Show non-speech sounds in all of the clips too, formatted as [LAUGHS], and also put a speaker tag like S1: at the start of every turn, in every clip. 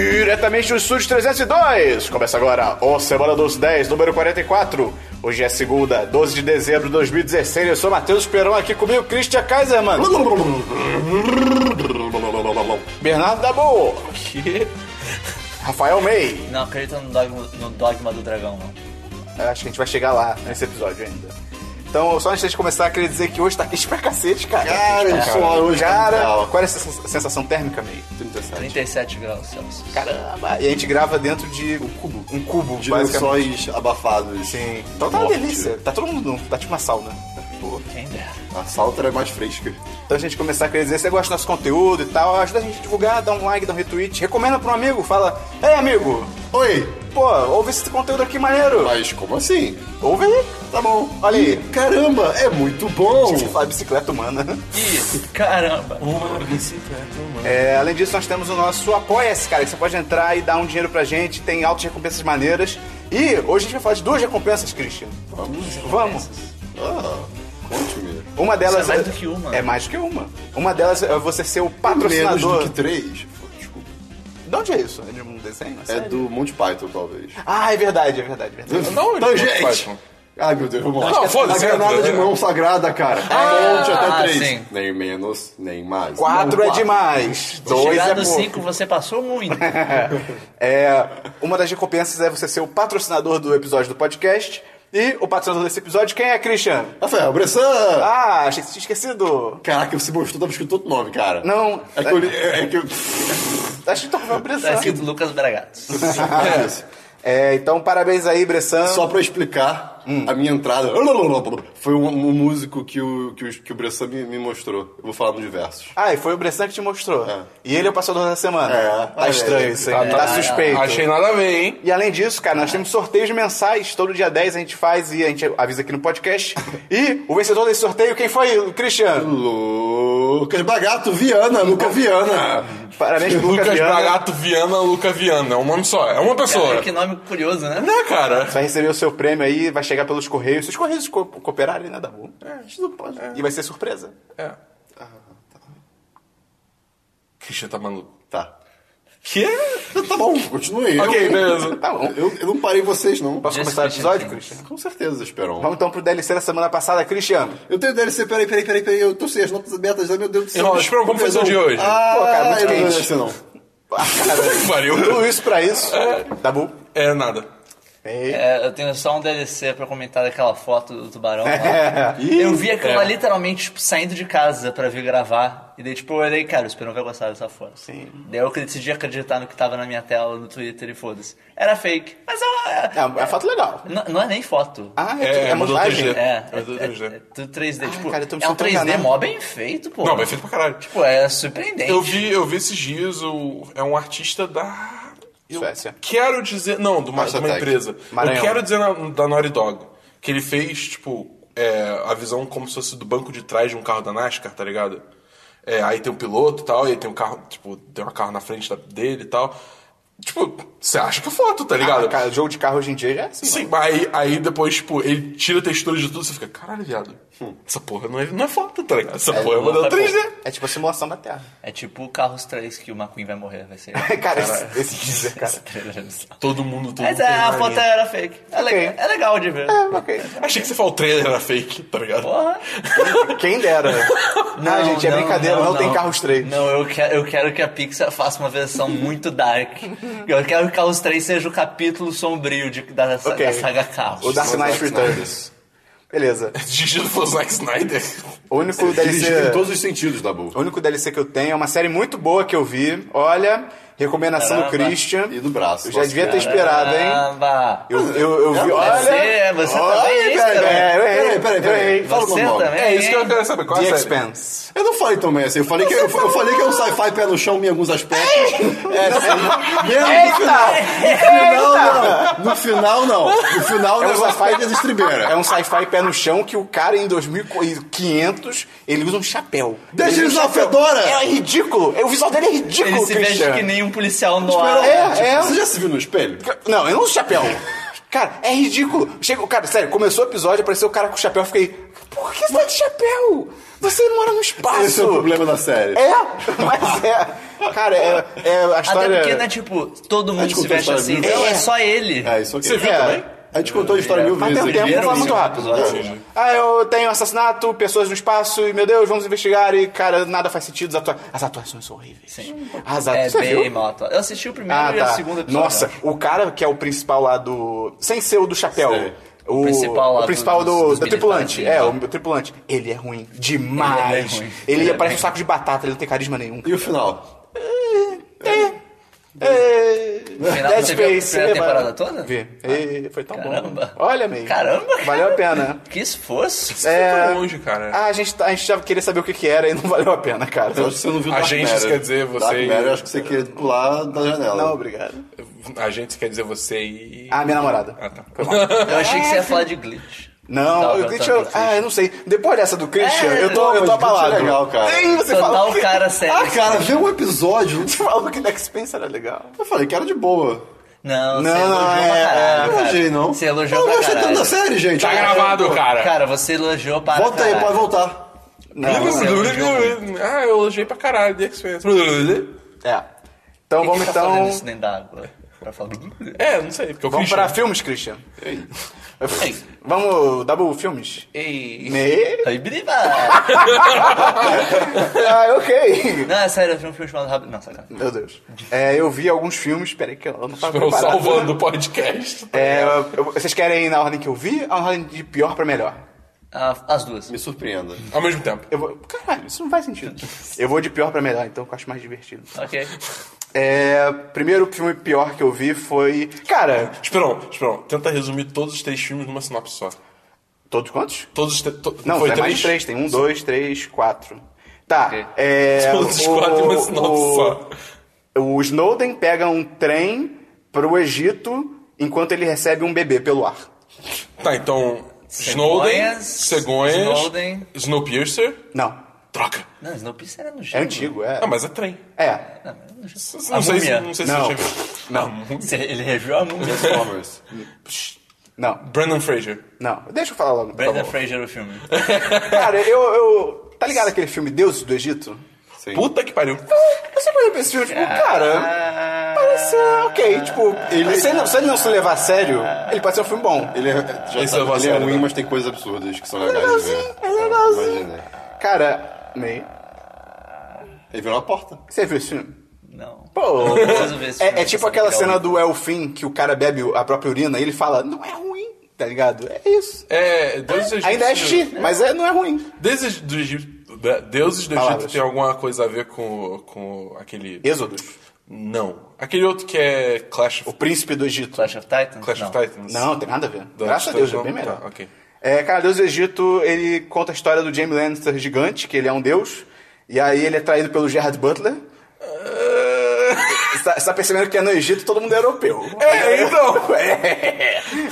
S1: diretamente do Estúdio 302. Começa agora o Semana dos 10, número 44. Hoje é segunda, 12 de dezembro de 2016. Eu sou Matheus Perão, aqui comigo Christian Kaiser, mano. Bernardo Dabu.
S2: Que?
S1: Rafael May.
S2: Não acredito no dogma, no dogma do dragão, não.
S1: Acho que a gente vai chegar lá nesse episódio ainda. Então, só antes de começar, queria dizer que hoje tá quente pra cacete, cara.
S3: Cara,
S1: Tá
S3: eu
S1: quente pra
S3: sou
S1: caralho.
S3: hoje,
S1: Cara,
S3: tá.
S1: qual é a sens- sensação térmica, meio? 37.
S2: 37 graus Celsius.
S1: Caramba! E a gente grava dentro de um cubo. Um cubo,
S3: De
S1: basicamente.
S3: lençóis abafados.
S1: Sim. Então tá uma
S3: Morte.
S1: delícia. Tá todo mundo. Tá tipo uma sauna. Pô.
S2: Quem dera.
S3: A salta era mais fresca.
S1: Então a gente começar a querer dizer, você gosta do nosso conteúdo e tal, ajuda a gente a divulgar, dá um like, dá um retweet, recomenda pra um amigo, fala, ei amigo,
S3: Oi,
S1: pô, ouve esse conteúdo aqui maneiro.
S3: mas como assim?
S1: Ouve aí.
S3: Tá bom.
S1: Olha aí.
S3: Ih, Caramba, é muito bom.
S1: Você fala bicicleta humana.
S2: Ih, caramba.
S1: Um
S2: Uma bicicleta, mano.
S1: É, além disso, nós temos o nosso Apoia-se, cara, que você pode entrar e dar um dinheiro pra gente, tem altas recompensas maneiras. E hoje a gente vai falar de duas recompensas, Christian.
S3: Vamos.
S1: Vamos.
S3: Ah, conte-me.
S1: Uma delas
S2: Isso é mais do que uma.
S1: É mais do que uma. Uma delas é você ser o
S3: Menos
S1: patrocinador.
S3: do que três. Pô, Desculpa.
S1: De onde é isso? É de um desenho?
S3: É
S1: sério?
S3: do Monty Python, talvez.
S1: Ah, é verdade, é verdade, é verdade.
S4: Não,
S3: então,
S4: Monty
S3: gente.
S4: Python.
S3: Ai, meu Deus, vamos lá.
S4: Não, foda-se,
S3: A granada
S4: entra,
S3: de
S4: né?
S3: mão sagrada, cara. Conte até três.
S2: sim.
S3: Nem menos, nem mais.
S1: Quatro
S3: Não,
S1: é demais. Dois
S2: Chegar
S1: é
S2: no
S1: pouco.
S2: 5 você passou muito.
S1: [LAUGHS] É, uma das recompensas é você ser o patrocinador do episódio do podcast. E o patrocinador desse episódio, quem é, Christian?
S3: Rafael, Bressan.
S1: Ah, achei que você tinha esquecido.
S3: Caraca, você mostrou, tava escrito outro nome, cara.
S1: Não.
S3: É que eu li. É, é que eu.
S1: Acho que tô com uma
S2: Tá
S1: Bressan.
S2: escrito Lucas Bragatos.
S3: É isso.
S1: É, então parabéns aí, Bressan.
S3: Só pra explicar,
S4: Hum.
S3: a minha entrada foi um, um músico que o, que o, que o Bressan me, me mostrou. Eu vou falar nos versos.
S1: Ah, e foi o Bressan que te mostrou.
S3: É.
S1: E ele é o passador da semana.
S3: É.
S1: Tá estranho isso, hein?
S4: Ah,
S1: Tá
S4: tá.
S1: suspeito.
S4: Achei nada bem, hein?
S1: E além disso, cara, nós temos sorteios mensais. Todo dia 10 a gente faz e a gente avisa aqui no
S4: [LAUGHS]
S1: podcast. E o vencedor desse sorteio, quem foi? Cristiano.
S3: Lucas Bagato, Viana, Luca Viana.
S1: Parabéns pro Lucas
S4: Lucas
S1: Viana.
S4: Bragato Viana, Luca Viana. É um nome só, é uma pessoa.
S2: [LAUGHS] Cara, que nome curioso, né?
S4: Né, cara?
S1: Vai receber o seu prêmio aí, vai chegar pelos correios. Se os correios co cooperarem, né, Dabu?
S3: É, A gente não pode. Ah,
S1: E vai ser surpresa.
S4: É. Christian tá maluco.
S3: Tá.
S4: Que?
S3: Tá bom, continue.
S4: Ok,
S3: eu,
S4: beleza.
S1: Tá bom.
S3: eu, eu não parei vocês, não.
S1: Posso
S2: Esse
S1: começar o episódio,
S2: Christian
S1: Christian?
S3: Com certeza, Esperon.
S1: Vamos então pro DLC da semana passada, Christian.
S3: Eu tenho DLC, peraí, peraí, peraí, peraí. Eu tô sem as notas abertas, ai, meu Deus do céu.
S4: Irmão, Esperon, como foi seu dia hoje?
S3: Ah,
S1: Pô, cara, muito
S3: eu não
S1: quente.
S3: mereço, não.
S1: Ah, cara,
S3: [LAUGHS]
S4: Pariu.
S1: Tudo isso pra isso. Dabu.
S4: É nada.
S1: Ei.
S2: É, eu tenho só um DLC pra comentar daquela foto do tubarão
S1: É,
S2: lá. [LAUGHS] eu vi aquilo lá literalmente tipo, saindo de casa pra vir gravar. E daí, tipo, eu olhei, cara, o Esperão vai gostar dessa foto.
S1: Sim.
S2: Daí eu decidi acreditar no que tava na minha tela, no Twitter e foda-se. Era fake. Mas eu,
S1: É uma é uma foto legal.
S2: Não, não é nem foto.
S1: Ah,
S4: É,
S1: é, é,
S4: é mudou
S1: montagem.
S4: 3D.
S2: É, é,
S4: É tudo 3D.
S2: é- é tudo 3D. tipo,
S1: cara, eu tô me
S2: é um
S1: sentindo
S2: 3D
S1: enganado.
S2: mó bem feito, pô.
S4: Não, vai feito pra caralho.
S2: Pô, é surpreendente.
S4: Eu vi, eu vi esses dias, o, é um artista da. Eu
S1: É Suécia.
S4: quero dizer. Não, do, uma, de uma
S3: Mastertech.
S4: empresa.
S1: Maranhão.
S4: Eu quero dizer na- da Naughty Dog. Que ele fez, tipo, é, a visão como se fosse do banco de trás de um carro da NASCAR, tá ligado? É, aí tem o piloto e tal, e aí tem um carro, tipo, tem um carro na frente da- dele e tal. Tipo, você acha que é foto, tá ligado?
S1: Ah, cara, jogo de carro hoje em dia já é assim.
S4: Sim, mas aí, aí depois, tipo, ele tira a textura de tudo, você fica, caralho, viado,
S1: Hum.
S4: essa porra não é, não é foto, tá ligado? Essa porra é
S2: não
S4: modelo
S2: tá
S4: 3D.
S1: É tipo a simulação da Terra. [LAUGHS]
S2: É tipo Carros 3 que o McQueen vai morrer, vai ser.
S1: Cara, esse, esse teaser,
S2: Esse
S1: cara.
S2: trailer é bizarro.
S4: Todo mundo, todo
S2: Mas é,
S4: mundo tem
S2: a
S4: varinha.
S2: foto era fake. É,
S1: Ok.
S2: legal, é legal de ver.
S1: É, ok.
S4: Achei que você falou o trailer era fake, tá ligado?
S2: Porra.
S1: Quem dera. ah, gente, é
S2: não,
S1: brincadeira, não, tem carros 3.
S2: Não, eu quero, eu quero que a Pixar faça
S1: [LAUGHS]
S2: uma versão muito dark. Eu quero que Carros 3 seja o capítulo sombrio de, da, da
S1: Ok.
S2: saga Carros.
S1: O Dark
S3: Zack
S1: Knight
S3: Snyder.
S1: Returns. Beleza.
S4: Dirigido por Zack Snyder.
S1: O único
S3: Dirigido em
S1: DLC...
S3: todos os sentidos, Dabu.
S1: O único DLC que eu tenho é uma série muito boa que eu vi. Olha, recomendação do
S2: Caramba.
S1: Christian.
S3: E do braço.
S1: Eu já
S3: Nossa,
S1: devia ter
S3: cara. É um
S1: esperado, hein?
S2: Caramba.
S1: Eu, eu, eu vi,
S2: Você-
S1: olha...
S2: Ah, você
S1: olha,
S2: também é
S1: velho,
S2: esperado.
S1: é, eu errei,
S3: Peraí, peraí,
S1: eu
S3: peraí.
S1: errei.
S3: Fala o
S2: Você
S3: nome.
S2: também.
S4: É isso que eu quero saber. Qual é
S1: The
S4: a série?
S1: Expanse.
S3: Eu não falei também assim, eu falei que eu, eu falei que é um sci-fi pé no chão em alguns aspectos. É, assim, mesmo no final, não. No final, não. No final,
S1: É
S3: é
S1: um
S3: o sci-fi das
S1: É
S3: estribeiras.
S1: um sci-fi pé no chão que o cara em 2500 ele usa um chapéu.
S3: Deixa
S1: ele
S3: eles
S1: usa
S3: na
S1: um chapéu.
S3: fedora!
S1: É ridículo! O visual dele é
S2: Ele
S1: ridículo,
S2: se veste
S1: Christian. Tipo,
S2: que nem um policial no ar.
S3: Espera,
S1: é.
S3: Você já se viu no espelho?
S1: Não, eu não uso chapéu. Cara, é ridículo. Chega, cara, sério, começou o episódio, apareceu o cara com o chapéu, eu fiquei. Por que você tá de chapéu? Você mora no espaço.
S3: Esse é o problema da série.
S1: É, mas é. Cara, é, é a
S2: Até
S1: história.
S2: porque não é tipo, todo mundo
S3: Acho que
S2: se veste
S3: eu tô
S2: assim.
S3: sabendo.
S2: É,
S1: É.
S2: só ele.
S3: É, isso aqui.
S4: Você viu
S1: É.
S4: também?
S3: A gente contou a história mil
S1: Mas
S3: vezes.
S1: tem um tempo,
S3: aqui.
S1: vou falar muito rápido.
S3: né?
S2: episódio.
S1: Ah, eu tenho assassinato, pessoas no espaço, e meu Deus, vamos investigar, e cara, nada faz sentido. As, atua- as atuações são horríveis.
S2: Sim.
S1: As
S2: É
S1: atuações. Você
S2: bem
S1: viu?
S2: mal atuado. Eu assisti o primeiro
S1: Ah,
S2: e o
S1: tá.
S2: segundo episódio.
S1: Nossa, o cara que é o principal lá do. Sem ser o do chapéu.
S3: Sei.
S1: O,
S2: principal lá
S1: o principal
S2: dos-
S1: do,
S2: dos
S1: do tripulante.
S2: militares,
S1: É,
S2: né?
S1: o meu tripulante. Ele é ruim demais.
S2: Ele é
S1: Ele,
S2: ruim. Ele é
S1: parece
S2: bem
S1: um saco de batata, ele não tem carisma nenhum.
S3: E o final?
S1: É,
S2: final,
S1: Dead
S2: você viu a
S1: Space,
S2: primeira
S1: é,
S2: temporada
S1: mano.
S2: toda? Ah,
S1: Vi. E foi tão
S2: Caramba.
S1: bom. Olha, meio.
S2: Caramba.
S1: Valeu a pena.
S2: [LAUGHS] Que esforço.
S4: Você
S1: É.
S4: foi longe, cara.
S1: Ah, a gente, tá- a gente já queria saber o que, que era e não valeu a pena, cara.
S3: Eu acho que você não viu
S4: A
S3: Dark
S4: gente,
S3: Matter.
S4: quer dizer,
S3: Dark
S4: você-
S3: Matter, eu acho que você queria pular da janela.
S1: Não, obrigado.
S4: A gente quer dizer você e.
S1: Ah, minha namorada.
S4: Ah, tá.
S2: Eu achei
S1: É.
S2: que você ia falar de glitch.
S1: Não,
S2: Tava
S1: o Christian.
S2: pensando no
S1: Ah, eu não sei. Depois dessa do Christian,
S2: É,
S1: eu tô, eu
S3: mas
S1: tô
S3: o
S1: abalado.
S3: Christian é legal, cara.
S1: Ei, você
S2: Total
S1: falou
S2: o
S1: que...
S2: cara sério.
S3: Ah, cara, vê um
S1: [LAUGHS]
S3: episódio.
S1: Você falou Tipo, que Dex Spencer era legal.
S3: Eu falei que era de boa.
S2: Não,
S1: Não,
S2: você elogiou
S1: não,
S2: pra
S1: é,
S2: caralho.
S1: é,
S3: Eu
S2: cara.
S3: não achei, não.
S2: Você elogiou
S3: Eu não
S2: pra
S3: achei
S2: caralho.
S3: tanto da série, gente.
S4: Tá
S3: Eu achei-
S4: gravado, cara.
S2: Cara, você elogiou para
S3: Volta
S1: Tá.
S3: aí, pode
S2: caralho.
S3: voltar.
S1: Não,
S2: você elogiou
S4: Ah, eu elogiei pra caralho. The Expanse.
S1: É. Então
S2: Por Hum? que
S1: vamos
S2: que tá fazendo
S1: então.
S2: isso dentro da água? Pra falar...
S4: É, não sei, porque eu
S1: Vamos
S4: fiz.
S1: pra filmes, Christian. Vamos, Dabu, filmes?
S4: Ei.
S1: Me-
S2: [LAUGHS] Aí, briba!
S1: Ah, ok.
S2: Não, é sério, eu vi um filme chamado Rápido... Não, sacanagem.
S1: Meu Deus. É, eu vi alguns filmes, peraí que eu não tava
S4: Eu
S1: preparado.
S4: salvando o podcast.
S1: É, eu- vocês querem ir na ordem que eu vi ou na ordem de pior pra melhor?
S2: Ah, as duas.
S3: Me surpreenda.
S4: Ao mesmo tempo.
S1: Eu vou... Caralho, isso não faz
S2: [LAUGHS]
S1: sentido. Eu vou de pior pra melhor, então que eu acho mais divertido.
S2: Ok.
S1: É, primeiro filme pior que eu vi foi. Cara,
S4: Esperão, Esperão, tenta resumir todos os três filmes numa sinopse só.
S1: todos quantos?
S4: Todos os três. to-
S1: Não,
S4: foi
S1: é
S4: três?
S1: mais de três, tem um, dois, três, quatro. Tá,
S2: Ok.
S1: é.
S4: Todos os
S1: o-
S4: quatro e uma sinopse só.
S1: O Snowden pega um trem pro Egito enquanto ele recebe um bebê pelo ar.
S4: Tá, então. Snowden,
S2: Cegonhas,
S4: Cegonhas,
S2: Snowden.
S4: Snowpiercer.
S1: Não,
S4: Troca.
S2: Não, Snowpiercer era no
S1: é
S2: gelo.
S1: antigo, é.
S4: Ah, mas é trem.
S1: É.
S2: Não, era no gelo.
S4: Não
S2: A
S4: sei, se,
S2: múmia.
S4: não sei se
S1: Não.
S4: você já viu.
S1: Não,
S2: Você- Ele reviu a múmia.
S3: Transformers.
S1: não,
S4: Brandon Fraser.
S1: não. Deixa eu falar logo. tá
S2: Brandon
S1: bom.
S2: Fraser o filme.
S4: né?
S1: Cara, eu, eu. Tá ligado aquele filme Deuses do Egito?
S3: Sim.
S4: Puta que pariu.
S1: Você olha pra esse filme,
S4: Ah.
S1: tipo, cara. Parece ok, tipo, ele, se, ele não, se ele não se levar a sério, ele pode ser um filme bom.
S3: Ele é, já
S4: Esse
S3: tá- ele
S4: é o
S3: é
S4: Vassalo,
S3: ruim,
S4: né?
S3: mas tem coisas absurdas que são
S1: É
S3: legais de ver.
S1: legalzinho, é legalzinho.
S3: Imaginei.
S1: Cara, meio.
S3: Ele virou a porta.
S1: Você viu esse filme?
S2: Não.
S1: Pô,
S2: preciso ver esse
S1: é,
S2: filme,
S1: é tipo
S2: pra saber
S1: aquela
S2: que é
S1: cena
S2: horrível.
S1: do Elfim que o cara bebe a própria urina e ele fala, não é ruim, tá ligado? É isso.
S4: É, Deus do Egito.
S1: Ainda é xixi, mas é, não é ruim.
S4: Deuses do Egito. da- Deuses do Egito
S1: Palavras.
S4: tem alguma coisa a ver com, com aquele.
S1: Êxodos.
S4: Não. Aquele outro que é Clash
S1: O
S4: of,
S1: príncipe do Egito.
S2: Clash of Titans?
S4: Clash
S2: não.
S4: of Titans.
S1: Não, tem nada a ver.
S4: Não,
S1: Graças a Deus, é bem
S4: não,
S1: melhor.
S4: tá, ok.
S1: É, cara, Deus do Egito, ele conta a história do Jamie Lannister gigante, que ele é um deus, e aí ele é traído pelo Gerard Butler. Você tá- você tá percebendo que é no Egito todo mundo é europeu. É, [LAUGHS] então!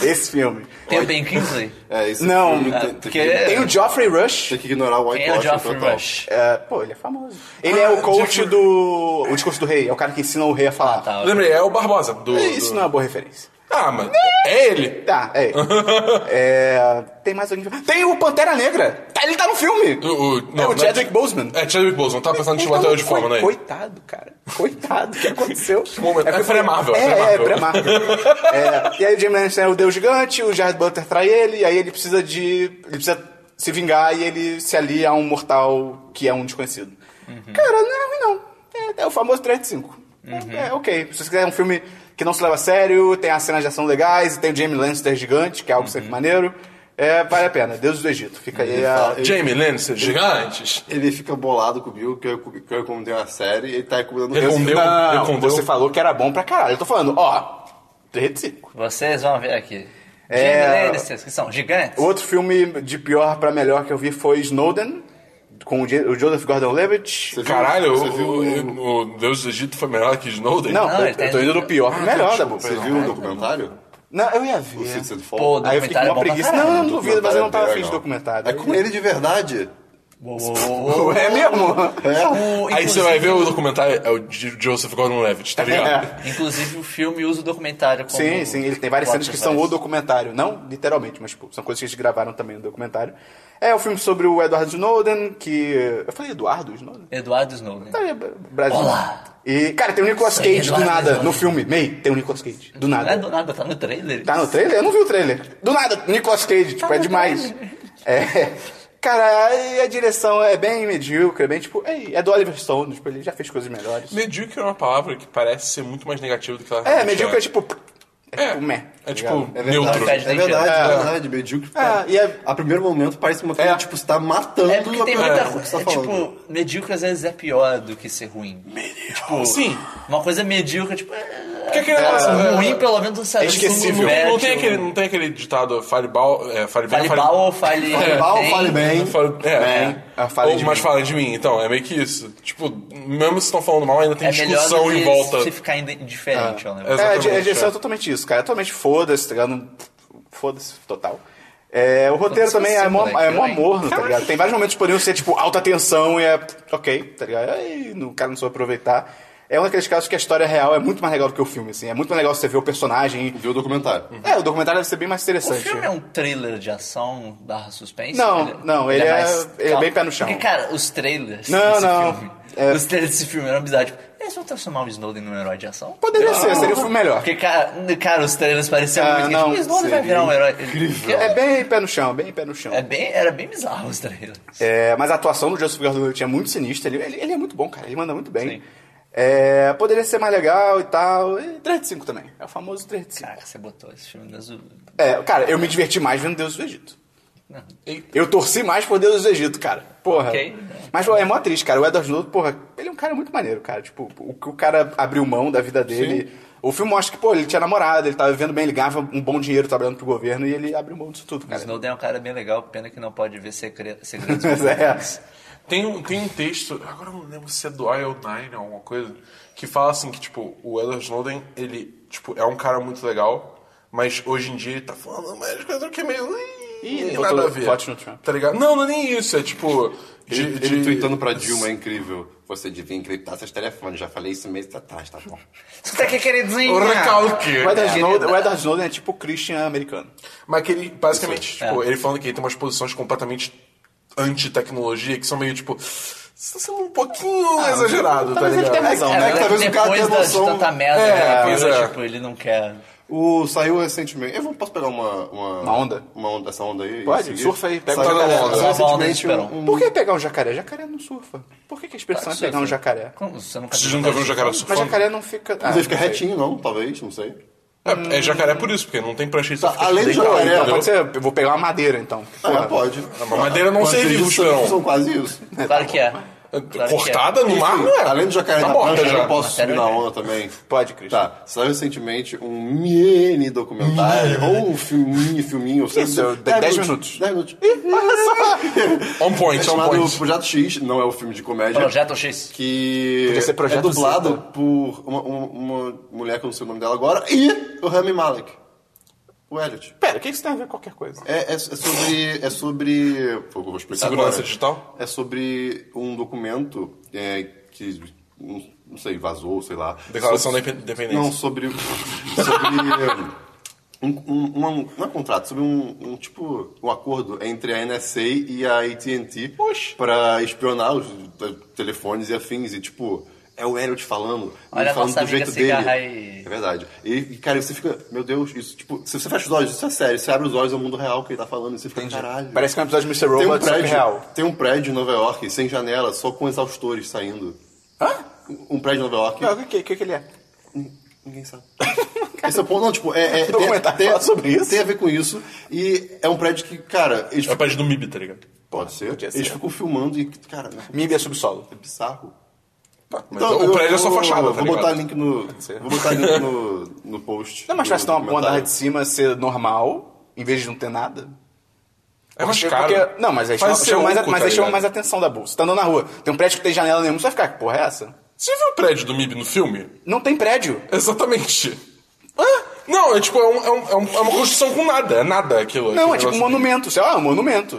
S1: Esse filme.
S2: Tem o
S1: [LAUGHS]
S2: Ben Kingsley?
S3: É isso.
S1: Não,
S3: tem,
S1: é,
S3: tem
S2: porque-
S3: que,
S1: Tem o Geoffrey Rush.
S3: tem que ignorar o
S2: Tem o
S3: whitewash
S2: Geoffrey
S3: total.
S2: Rush.
S1: É, pô, ele é famoso. Ele é
S4: Ah,
S1: o coach
S4: Jeffrey-
S1: do. O discurso do rei. É o cara que ensina o rei a falar.
S2: Tá, ok.
S4: Lembrei, é o Barbosa. Do,
S1: Isso
S4: do-
S1: não é uma boa referência.
S4: Ah, mas é ele.
S1: Tá, é. [LAUGHS] é tem mais alguém. Tem o Pantera Negra. Tá, ele tá no filme.
S4: O- o- não,
S1: é
S4: não
S1: o Chadwick Boseman.
S4: É Chadwick Boseman. Tava pensando em te
S1: Ele tá
S4: matar
S1: no-
S4: de forma, né?
S1: Coitado, cara. Coitado. O que aconteceu?
S4: [LAUGHS] momento.
S1: porque
S4: É pré-Marvel,
S1: É,
S4: é
S1: é, é
S4: pré-Marvel.
S1: pré-Marvel. É, e aí o Jamie Lannister é o deus gigante, o Jared Butler trai ele, e aí ele precisa de... Ele precisa se vingar e ele se alia a um mortal que é um desconhecido.
S4: Uhum.
S1: Cara, não é ruim, não. É, é o famoso 35. É, é ok. Se você quiser um filme que não se leva a sério, tem as cenas de ação legais, e tem o Jamie Lannister gigante, que
S4: Uhum.
S1: é algo sempre maneiro, é, vale a pena. Deus do Egito. Fica aí a...
S3: Ele-
S4: Jamie Lannister, gigantes.
S3: Ele fica bolado comigo que eu, que eu recomendei uma série e ele tá recomendando...
S4: Recomendeu?
S1: Não,
S4: Recomendeu?
S1: você falou que era bom pra caralho. Eu tô falando, ó, 35.
S2: Vocês vão ver aqui.
S1: É.
S2: Jamie Lannister, que são gigantes.
S1: O Outro filme de pior pra melhor que eu vi foi Snowden, com o Je- o Joseph Gordon-Levitt.
S3: viu?
S4: Caralho,
S3: Você
S4: o,
S3: viu-
S4: o- o Deus do Egito foi melhor que Snowden?
S1: Não,
S2: Não,
S1: eu,
S2: ele tá
S1: eu tô indo do pior pro melhor, né? É. Dabu.
S3: Tipo, Você viu o documentário?
S1: Não, eu ia
S3: O
S1: ver.
S3: Citizen
S2: Pô,
S3: Fall?
S2: do-
S1: Aí eu fiquei com
S2: Documentário é
S1: uma
S2: bom pra
S1: preguiça.
S2: caralho. É
S1: Não, não duvido, mas eu não tava
S3: Documentário
S1: afim de
S3: legal.
S1: documentário.
S3: É com ele de verdade.
S2: Uou, uou, uou.
S1: É mesmo? [LAUGHS]
S2: O-
S4: Aí você
S2: inclusive-
S4: vai ver o documentário, é o J- Joseph Gordon-Levitt, tá ligado?
S2: Inclusive o filme usa o documentário como
S1: É. Sim, sim, ele tem várias
S2: plot
S1: cenas que são o
S2: device.
S1: documentário. Não literalmente, mas tipo, são coisas que eles gravaram também no documentário. É o filme sobre o Edward Snowden, que. Eu falei Eduardo Snowden?
S2: Eduardo né? Snowden.
S1: Tá, é Brasil.
S2: Olá.
S1: E, cara, tem o Nicolas
S2: Sim,
S1: Cage do
S2: Eduardo
S1: nada
S2: Snowden.
S1: no filme. Meio, tem o Nicolas Cage. Do
S2: Não é
S1: nada.
S2: do nada, tá no trailer.
S1: Tá no trailer? Eu não vi o trailer. Do nada, Nicolas Cage, tipo, é
S2: Tá no
S1: demais. É. Cara, aí a direção é bem medíocre, é bem tipo, ei, é do Oliver Stone, tipo, ele já fez coisas melhores.
S4: Medíocre é uma palavra que parece ser muito mais negativa do que ela
S1: É,
S4: realmente
S1: medíocre é tipo. É,
S4: É,
S1: tipo, meh.
S4: É
S1: tá
S4: tipo,
S1: ligado?
S3: É verdade,
S4: neutro.
S2: Faz
S3: é
S2: sentido.
S3: verdade,
S1: É.
S3: é verdade, medíocre. cara.
S1: e é-
S3: A primeiro momento parece uma coisa,
S1: É.
S3: tipo, você tá matando
S2: É porque
S3: a
S2: tem
S3: pessoa
S2: muita
S3: que você
S2: coisa.
S3: tá
S2: É,
S3: falando.
S2: tipo, medíocre às vezes é pior do que ser ruim. Tipo,
S4: Sim.
S2: Uma coisa medíocre, tipo. é-
S4: Porque aquele negócio, é,
S2: ruim, pelo menos você sabe que
S4: Não,
S1: esquecível.
S2: não
S4: não,
S2: mete,
S4: tem
S2: um-
S4: aquele, não tem aquele ditado fale bal, é, fale bem,
S2: Fale né?
S4: fale
S2: mal ou fale.
S3: Fale mal, fale bem.
S4: Fale- é,
S1: Ah, falem
S4: ou
S1: de
S4: mais
S1: mim.
S4: falem de mim, então, é meio que isso. Tipo, mesmo se estão falando mal, ainda tem
S2: É melhor do
S4: discussão
S2: que
S4: em volta.
S2: se ficar inde- indiferente ao
S1: É,
S2: negócio.
S1: a di- a
S4: Exatamente,
S1: direção é
S4: é.
S1: totalmente isso, cara. Totalmente foda-se, tá ligado? Foda-se, total. É, o roteiro
S2: Foda-se
S1: também é
S2: você,
S1: mó,
S2: moleque,
S1: é mó
S2: também.
S1: morno, tá ligado? Tem vários momentos que poderiam ser, tipo, alta tensão e é... Ok, tá ligado? Aí, no- o cara não soube aproveitar. É um daqueles casos que a história real é muito mais legal do que o filme, assim. É muito mais legal você ver o personagem.
S3: Viu o documentário.
S1: É, o documentário deve ser bem mais
S2: O
S1: interessante.
S2: filme é um trailer de ação barra suspense?
S1: Não, não, ele é- ele é
S2: calmo.
S1: bem pé no chão.
S2: Porque, cara, os trailers
S1: Não,
S2: desse
S1: não,
S2: filme.
S1: é-
S2: Os trailers desse filme eram bizarros. Tipo, eles vão transformar o Snowden num herói de ação?
S1: Poderia ser, seria um filme melhor.
S2: Porque, cara, cara os trailers pareciam
S1: Ah,
S2: muito. que,
S1: não,
S2: tipo, o Snowden vai
S1: seria
S2: virar um herói. Porque
S1: É bem pé no chão, bem pé no chão.
S2: é bem, era bem bizarro os trailers.
S1: É, mas a atuação do Joseph Gordon-Levitt é muito sinistra. Ele, ele- ele é muito bom, cara. Ele manda muito bem.
S2: Sim.
S1: É, poderia ser mais legal e tal. E 3 de 5 também. É o famoso 3 de 5.
S2: Caraca, você botou esse filme no azul.
S1: É, cara, eu me diverti mais vendo Deus do Egito.
S2: Não.
S1: Eu torci mais por Deus do Egito, cara. Porra.
S2: Ok.
S1: Mas pô, é mó triste, cara. O Edward Snowden, porra, ele é um cara muito maneiro, cara. Tipo, o que o cara abriu mão da vida dele. O filme mostra que, pô, ele tinha namorada, ele tava vivendo bem, ele ganhava um bom dinheiro trabalhando pro governo e ele abriu mão disso tudo,
S2: O
S1: cara.
S2: Snowden é um cara bem legal, pena que não pode ver segre-
S1: [LAUGHS]
S2: segredos.
S1: Mas é.
S4: Tem um, tem um texto, agora eu não lembro se é do IO9 ou alguma coisa, que fala assim que, tipo, o Edward Snowden, ele, tipo, é um cara muito legal, mas hoje em dia ele tá falando mais coisa que é meio...
S1: Ih,
S4: Ih,
S1: botou
S4: nada a ver.
S1: plot no Trump.
S4: Tá ligado? Não, não é nem isso, é tipo... De,
S3: Ele,
S4: de-
S3: ele tweetando pra Dilma é incrível. Você devia encriptar seus telefones. Já falei isso mês atrás, tá bom.
S2: Você tá aqui, queridinho?
S4: O recalque.
S1: O Edward,
S2: É.
S1: Snowden, o Edward Snowden é tipo o Christian americano.
S4: Mas que ele, basicamente,
S2: É.
S4: tipo, ele falando que ele tem umas posições completamente anti-tecnologia, que são meio, tipo... Isso tá sendo um pouquinho exagerado, tá
S1: talvez Ah, ele
S4: ligado?
S1: tenha razão,
S2: É,
S1: né?
S3: É que talvez o cara
S2: depois
S3: tenha
S2: da-
S3: noção-
S2: de tanta merda
S4: É,
S2: que ele
S4: pois
S2: virou,
S4: é.
S2: tipo, ele não quer.
S3: O saiu recentemente. Eu vou- posso pegar uma. Uma,
S1: Uma onda?
S3: Uma onda, essa onda aí. e
S1: Pode,
S3: seguir?
S1: surfa aí, pega
S3: saiu
S1: uma onda.
S3: saiu
S2: Uma onda,
S3: recentemente
S2: espera.
S3: um, um-
S1: Por que pegar um jacaré? Jacaré não surfa. Por que, que a expressão é pegar um jacaré?
S2: Como? Você nunca
S4: Vocês nunca viram um jacaré
S1: Mas
S4: surfando?
S1: jacaré não fica. Ah,
S3: Não Tá fica
S1: não sei.
S3: retinho, não, talvez, não sei.
S4: É, é jacaré por isso, porque não tem prancha. isso
S3: Tá,
S4: fica
S3: além do
S4: deitado,
S3: jacaré,
S4: entendeu?
S1: Pode ser, eu vou pegar uma madeira então.
S3: Ah,
S1: Porra.
S3: pode.
S4: mas madeira não
S3: Quantos
S4: serviu,
S3: dias são-
S4: Esperão.
S3: São quase isso.
S2: Claro que é. Claro
S4: Cortada no mar?
S3: Enfim,
S4: Não é.
S3: Além do jacaré
S4: tá
S3: da
S4: morta
S3: prancha,
S4: já.
S3: eu posso subir
S2: Matéria
S3: na
S2: já.
S3: onda também.
S1: Pode, Christian.
S3: Tá, saiu recentemente um mini documentário, ou um filminho, filminho, eu sei
S1: Isso, dez minutos.
S3: 10 minutos.
S4: On
S3: É
S4: point, on
S3: chamado
S4: point.
S3: Projeto X, não é o filme de comédia.
S2: Projeto X.
S3: Que
S1: Podia ser Projeto né?
S3: é dublado
S1: Zeta.
S3: por uma, uma- uma mulher que eu não sei o nome dela agora e o Rami Malek. O Elliot.
S1: Pera, o que isso tem a ver com qualquer coisa?
S3: É, é- é sobre. É sobre. Foi o que eu vou explicar
S4: Segurança
S3: agora.
S4: digital?
S3: É sobre um documento é, que. Não, não sei, vazou, sei lá.
S4: Declaração
S3: Sobre-
S4: da Indepen- Independência.
S3: Não, sobre. Sobre. um, um, uma- não é contrato, sobre um, um tipo. Um acordo entre a NSA e a ATT
S4: Oxe.
S3: pra espionar os te- telefones e afins. E tipo. É o Elliot falando,
S2: Olha
S3: ele
S2: a
S3: falando
S2: nossa
S3: do
S2: amiga
S3: jeito dele.
S2: cigarra aí.
S3: É verdade. E, e, cara, você fica, meu Deus, isso, tipo, se você fecha os olhos, isso é sério, você abre os olhos, é o mundo real que ele tá falando, e você fica, caralho.
S1: Parece que é um episódio de Mr.
S3: Tem um,
S1: Robot só que
S3: prédio,
S1: real.
S3: tem um prédio em Nova York sem janela, só com exaustores saindo.
S1: Hã?
S3: Um prédio em Nova York.
S1: Não, O que, o que, que ele é?
S3: Ninguém
S1: [LAUGHS]
S3: sabe. Esse é o ponto, não, tipo, é. é
S1: Que documentário
S3: tem,
S1: fala sobre isso?
S3: tem a ver com isso. E é um prédio que, cara, eles.
S4: É a parte do MIB, tá ligado?
S3: Pode ser.
S1: Podia ser.
S3: Eles ficam filmando e, cara, não,
S1: Míbia subsolo.
S3: é bizarro.
S1: Tá,
S3: Então,
S4: Mas o prédio é só fachada, tá
S3: Vou botar
S4: ligado?
S3: link no.
S1: ser.
S3: Vou botar
S1: [LAUGHS]
S3: link no, no post.
S1: Não é mais
S3: do
S1: fácil dar uma boa andar
S3: documentário.
S1: de cima ser normal, em vez de não ter nada?
S4: É mais
S1: Porque-
S4: caro.
S1: porque- não, mas aí chama,
S4: Faz ser
S1: chama mais, a-
S4: louco,
S1: mas
S4: tá
S1: aí chama
S4: ligado?
S1: mais atenção da bolsa. Tá andando na rua, tem um prédio que tem janela nenhuma, você vai ficar, que porra é essa?
S4: Você viu o prédio do MIB no filme? [LAUGHS]
S1: Não tem prédio.
S4: Exatamente. Hã? Não, é tipo, é, um- é um- é um- é uma construção com nada. É nada aquilo.
S1: Não,
S4: aquele
S1: é tipo um
S4: negócio.
S1: monumento. Sei lá, é um monumento.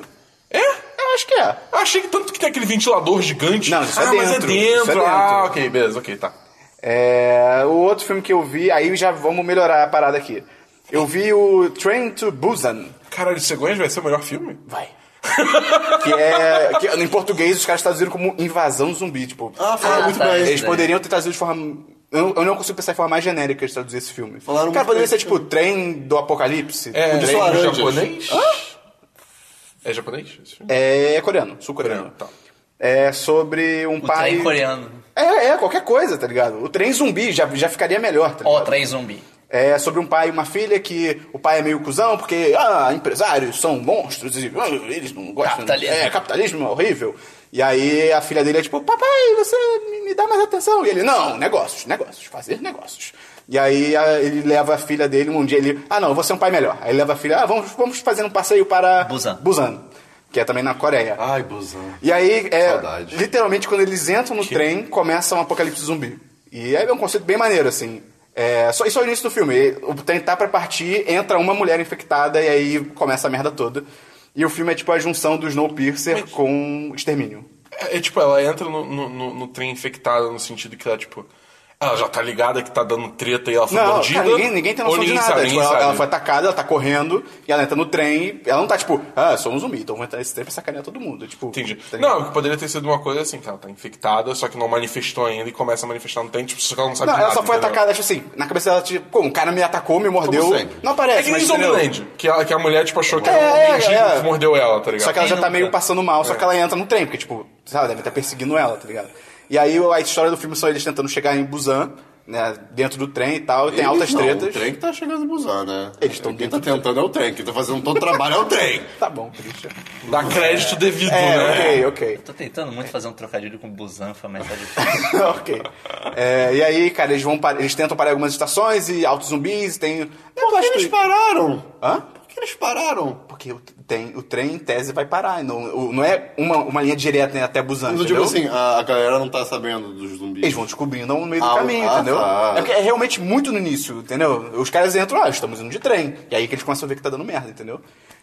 S4: É?
S1: acho que é.
S4: Eu achei que tanto que tem aquele ventilador gigante.
S1: Não, isso é
S4: ah, mas é
S1: dentro,
S4: dentro.
S1: isso é dentro.
S4: Ah, ok, beleza, ok, tá.
S1: É, o outro filme que eu vi, aí já vamos melhorar a parada aqui. Eu vi o Train to Busan.
S4: Caralho, Cegonhas vai ser o melhor filme?
S1: Vai. que é. Que, em português, os caras traduziram como invasão zumbi, tipo.
S3: Ah, falaram
S2: Ah,
S3: muito
S2: tá.
S3: bem.
S1: Eles poderiam ter trazido de forma. Eu, eu não consigo pensar em forma mais genérica de traduzir esse filme.
S3: Falaram
S1: Cara,
S3: muito
S1: poderia
S3: bem
S1: ser
S3: esse
S1: tipo trem do apocalipse.
S4: É,
S1: trem-
S3: sou
S4: é
S3: laranja.
S4: japonês? É japonês? esse filme?
S1: é coreano, sul-coreano.
S4: Coreano, tá.
S1: É sobre um
S2: O
S1: pai.
S2: trem coreano.
S1: É, é, qualquer coisa, tá ligado? O trem zumbi já, já ficaria melhor, tá
S2: Ó,
S1: ligado?
S2: trem zumbi.
S1: É sobre um pai e uma filha que o pai é meio cuzão porque, ah, empresários são monstros e ah, eles não gostam.
S2: Capitalismo.
S1: É, capitalismo é horrível. E aí a filha dele é tipo, papai, você me- me dá mais atenção. E ele, não, negócios, negócios, fazer negócios. E aí a- ele leva a filha dele, um dia ele, ah, não, você é um pai melhor. Aí leva a filha, ah, vamos, vamos fazer um passeio para
S2: Busan.
S1: que é também na Coreia.
S3: Ai, Busan.
S1: E aí, é,
S3: Saudade.
S1: literalmente, quando eles entram no trem, começa um apocalipse zumbi. E é um conceito bem maneiro, assim. É, só, isso é o início do filme. E O trem tá pra partir, entra uma mulher infectada e aí começa a merda toda. E o filme é tipo a junção do Snowpiercer com Extermínio.
S4: É, é tipo, ela entra no, no, no- no trem infectada no sentido que ela, tipo. Ela já tá ligada que tá dando treta e ela foi
S1: Não,
S4: mordida.
S1: cara, ninguém, ninguém tem noção
S4: ou ninguém
S1: de nada.
S4: Sabe,
S1: Tipo,
S4: ninguém
S1: ela,
S4: sabe.
S1: ela foi atacada, ela tá correndo, e ela entra no trem. e Ela não tá tipo, ah, sou um zumbi, então vou entrar nesse trem pra sacanear todo mundo. Tipo,
S4: Entendi.
S1: tá ligado?
S4: Não, poderia ter sido uma coisa assim, que ela tá infectada, só que não manifestou ainda e começa a manifestar no tempo, tipo, só que ela não sabe
S1: Não,
S4: de
S1: ela
S4: nada,
S1: só foi
S4: entendeu?
S1: atacada, tipo assim, na cabeça dela, tipo, pô, um cara me atacou, me mordeu.
S3: Como sempre.
S1: Não
S4: É
S1: aparece,
S4: que nem
S1: mas entendeu?
S4: Zombieland, que, ela- que a mulher, tipo, achou que
S1: É,
S4: era um
S1: é,
S4: mendigo
S1: é.
S4: que mordeu ela, tá ligado?
S1: Só que ela já
S2: Quem
S1: tá
S2: nunca?
S1: meio passando mal,
S3: É.
S1: só que ela entra no trem, porque, tipo, sei lá, deve estar perseguindo ela, tá ligado? E aí a história do filme são eles tentando chegar em Busan, né, dentro do trem e tal, e tem
S3: Eles
S1: altas
S3: não,
S1: tretas.
S3: O trem que tá chegando em Busan, né?
S1: Eles tão
S3: Quem tá
S1: dentro do
S3: tentando é o trem. Quem tá fazendo todo o trabalho é o
S1: [LAUGHS]
S3: trem.
S1: Tá bom,
S3: [LAUGHS]
S1: Christian.
S4: Dá crédito devido,
S1: É, ok,
S4: né?
S1: ok. [LAUGHS]
S2: Tô tentando muito fazer um trocadilho com busanfa, mas tá difícil. [LAUGHS]
S1: ok. É, e aí, cara, eles vão para- eles tentam parar em algumas estações e altos zumbis, tem. É,
S3: Por que
S1: plot
S3: eles
S1: twist.
S3: pararam?
S1: Hã?
S3: Por que eles pararam?
S1: Porque o, tem, o trem, em tese, vai parar. Não, o- não é uma, uma linha direta né, até Busan,
S3: Mas eu
S1: entendeu?
S3: digo assim, a, a galera não tá sabendo dos zumbis.
S1: Eles vão descobrindo no meio do
S3: Ah,
S1: caminho,
S3: ah,
S1: entendeu?
S3: tá.
S1: É, porque é realmente muito no início, entendeu? Os caras entram, ah, estamos indo de trem. E aí que eles começam a ver que tá dando merda, entendeu?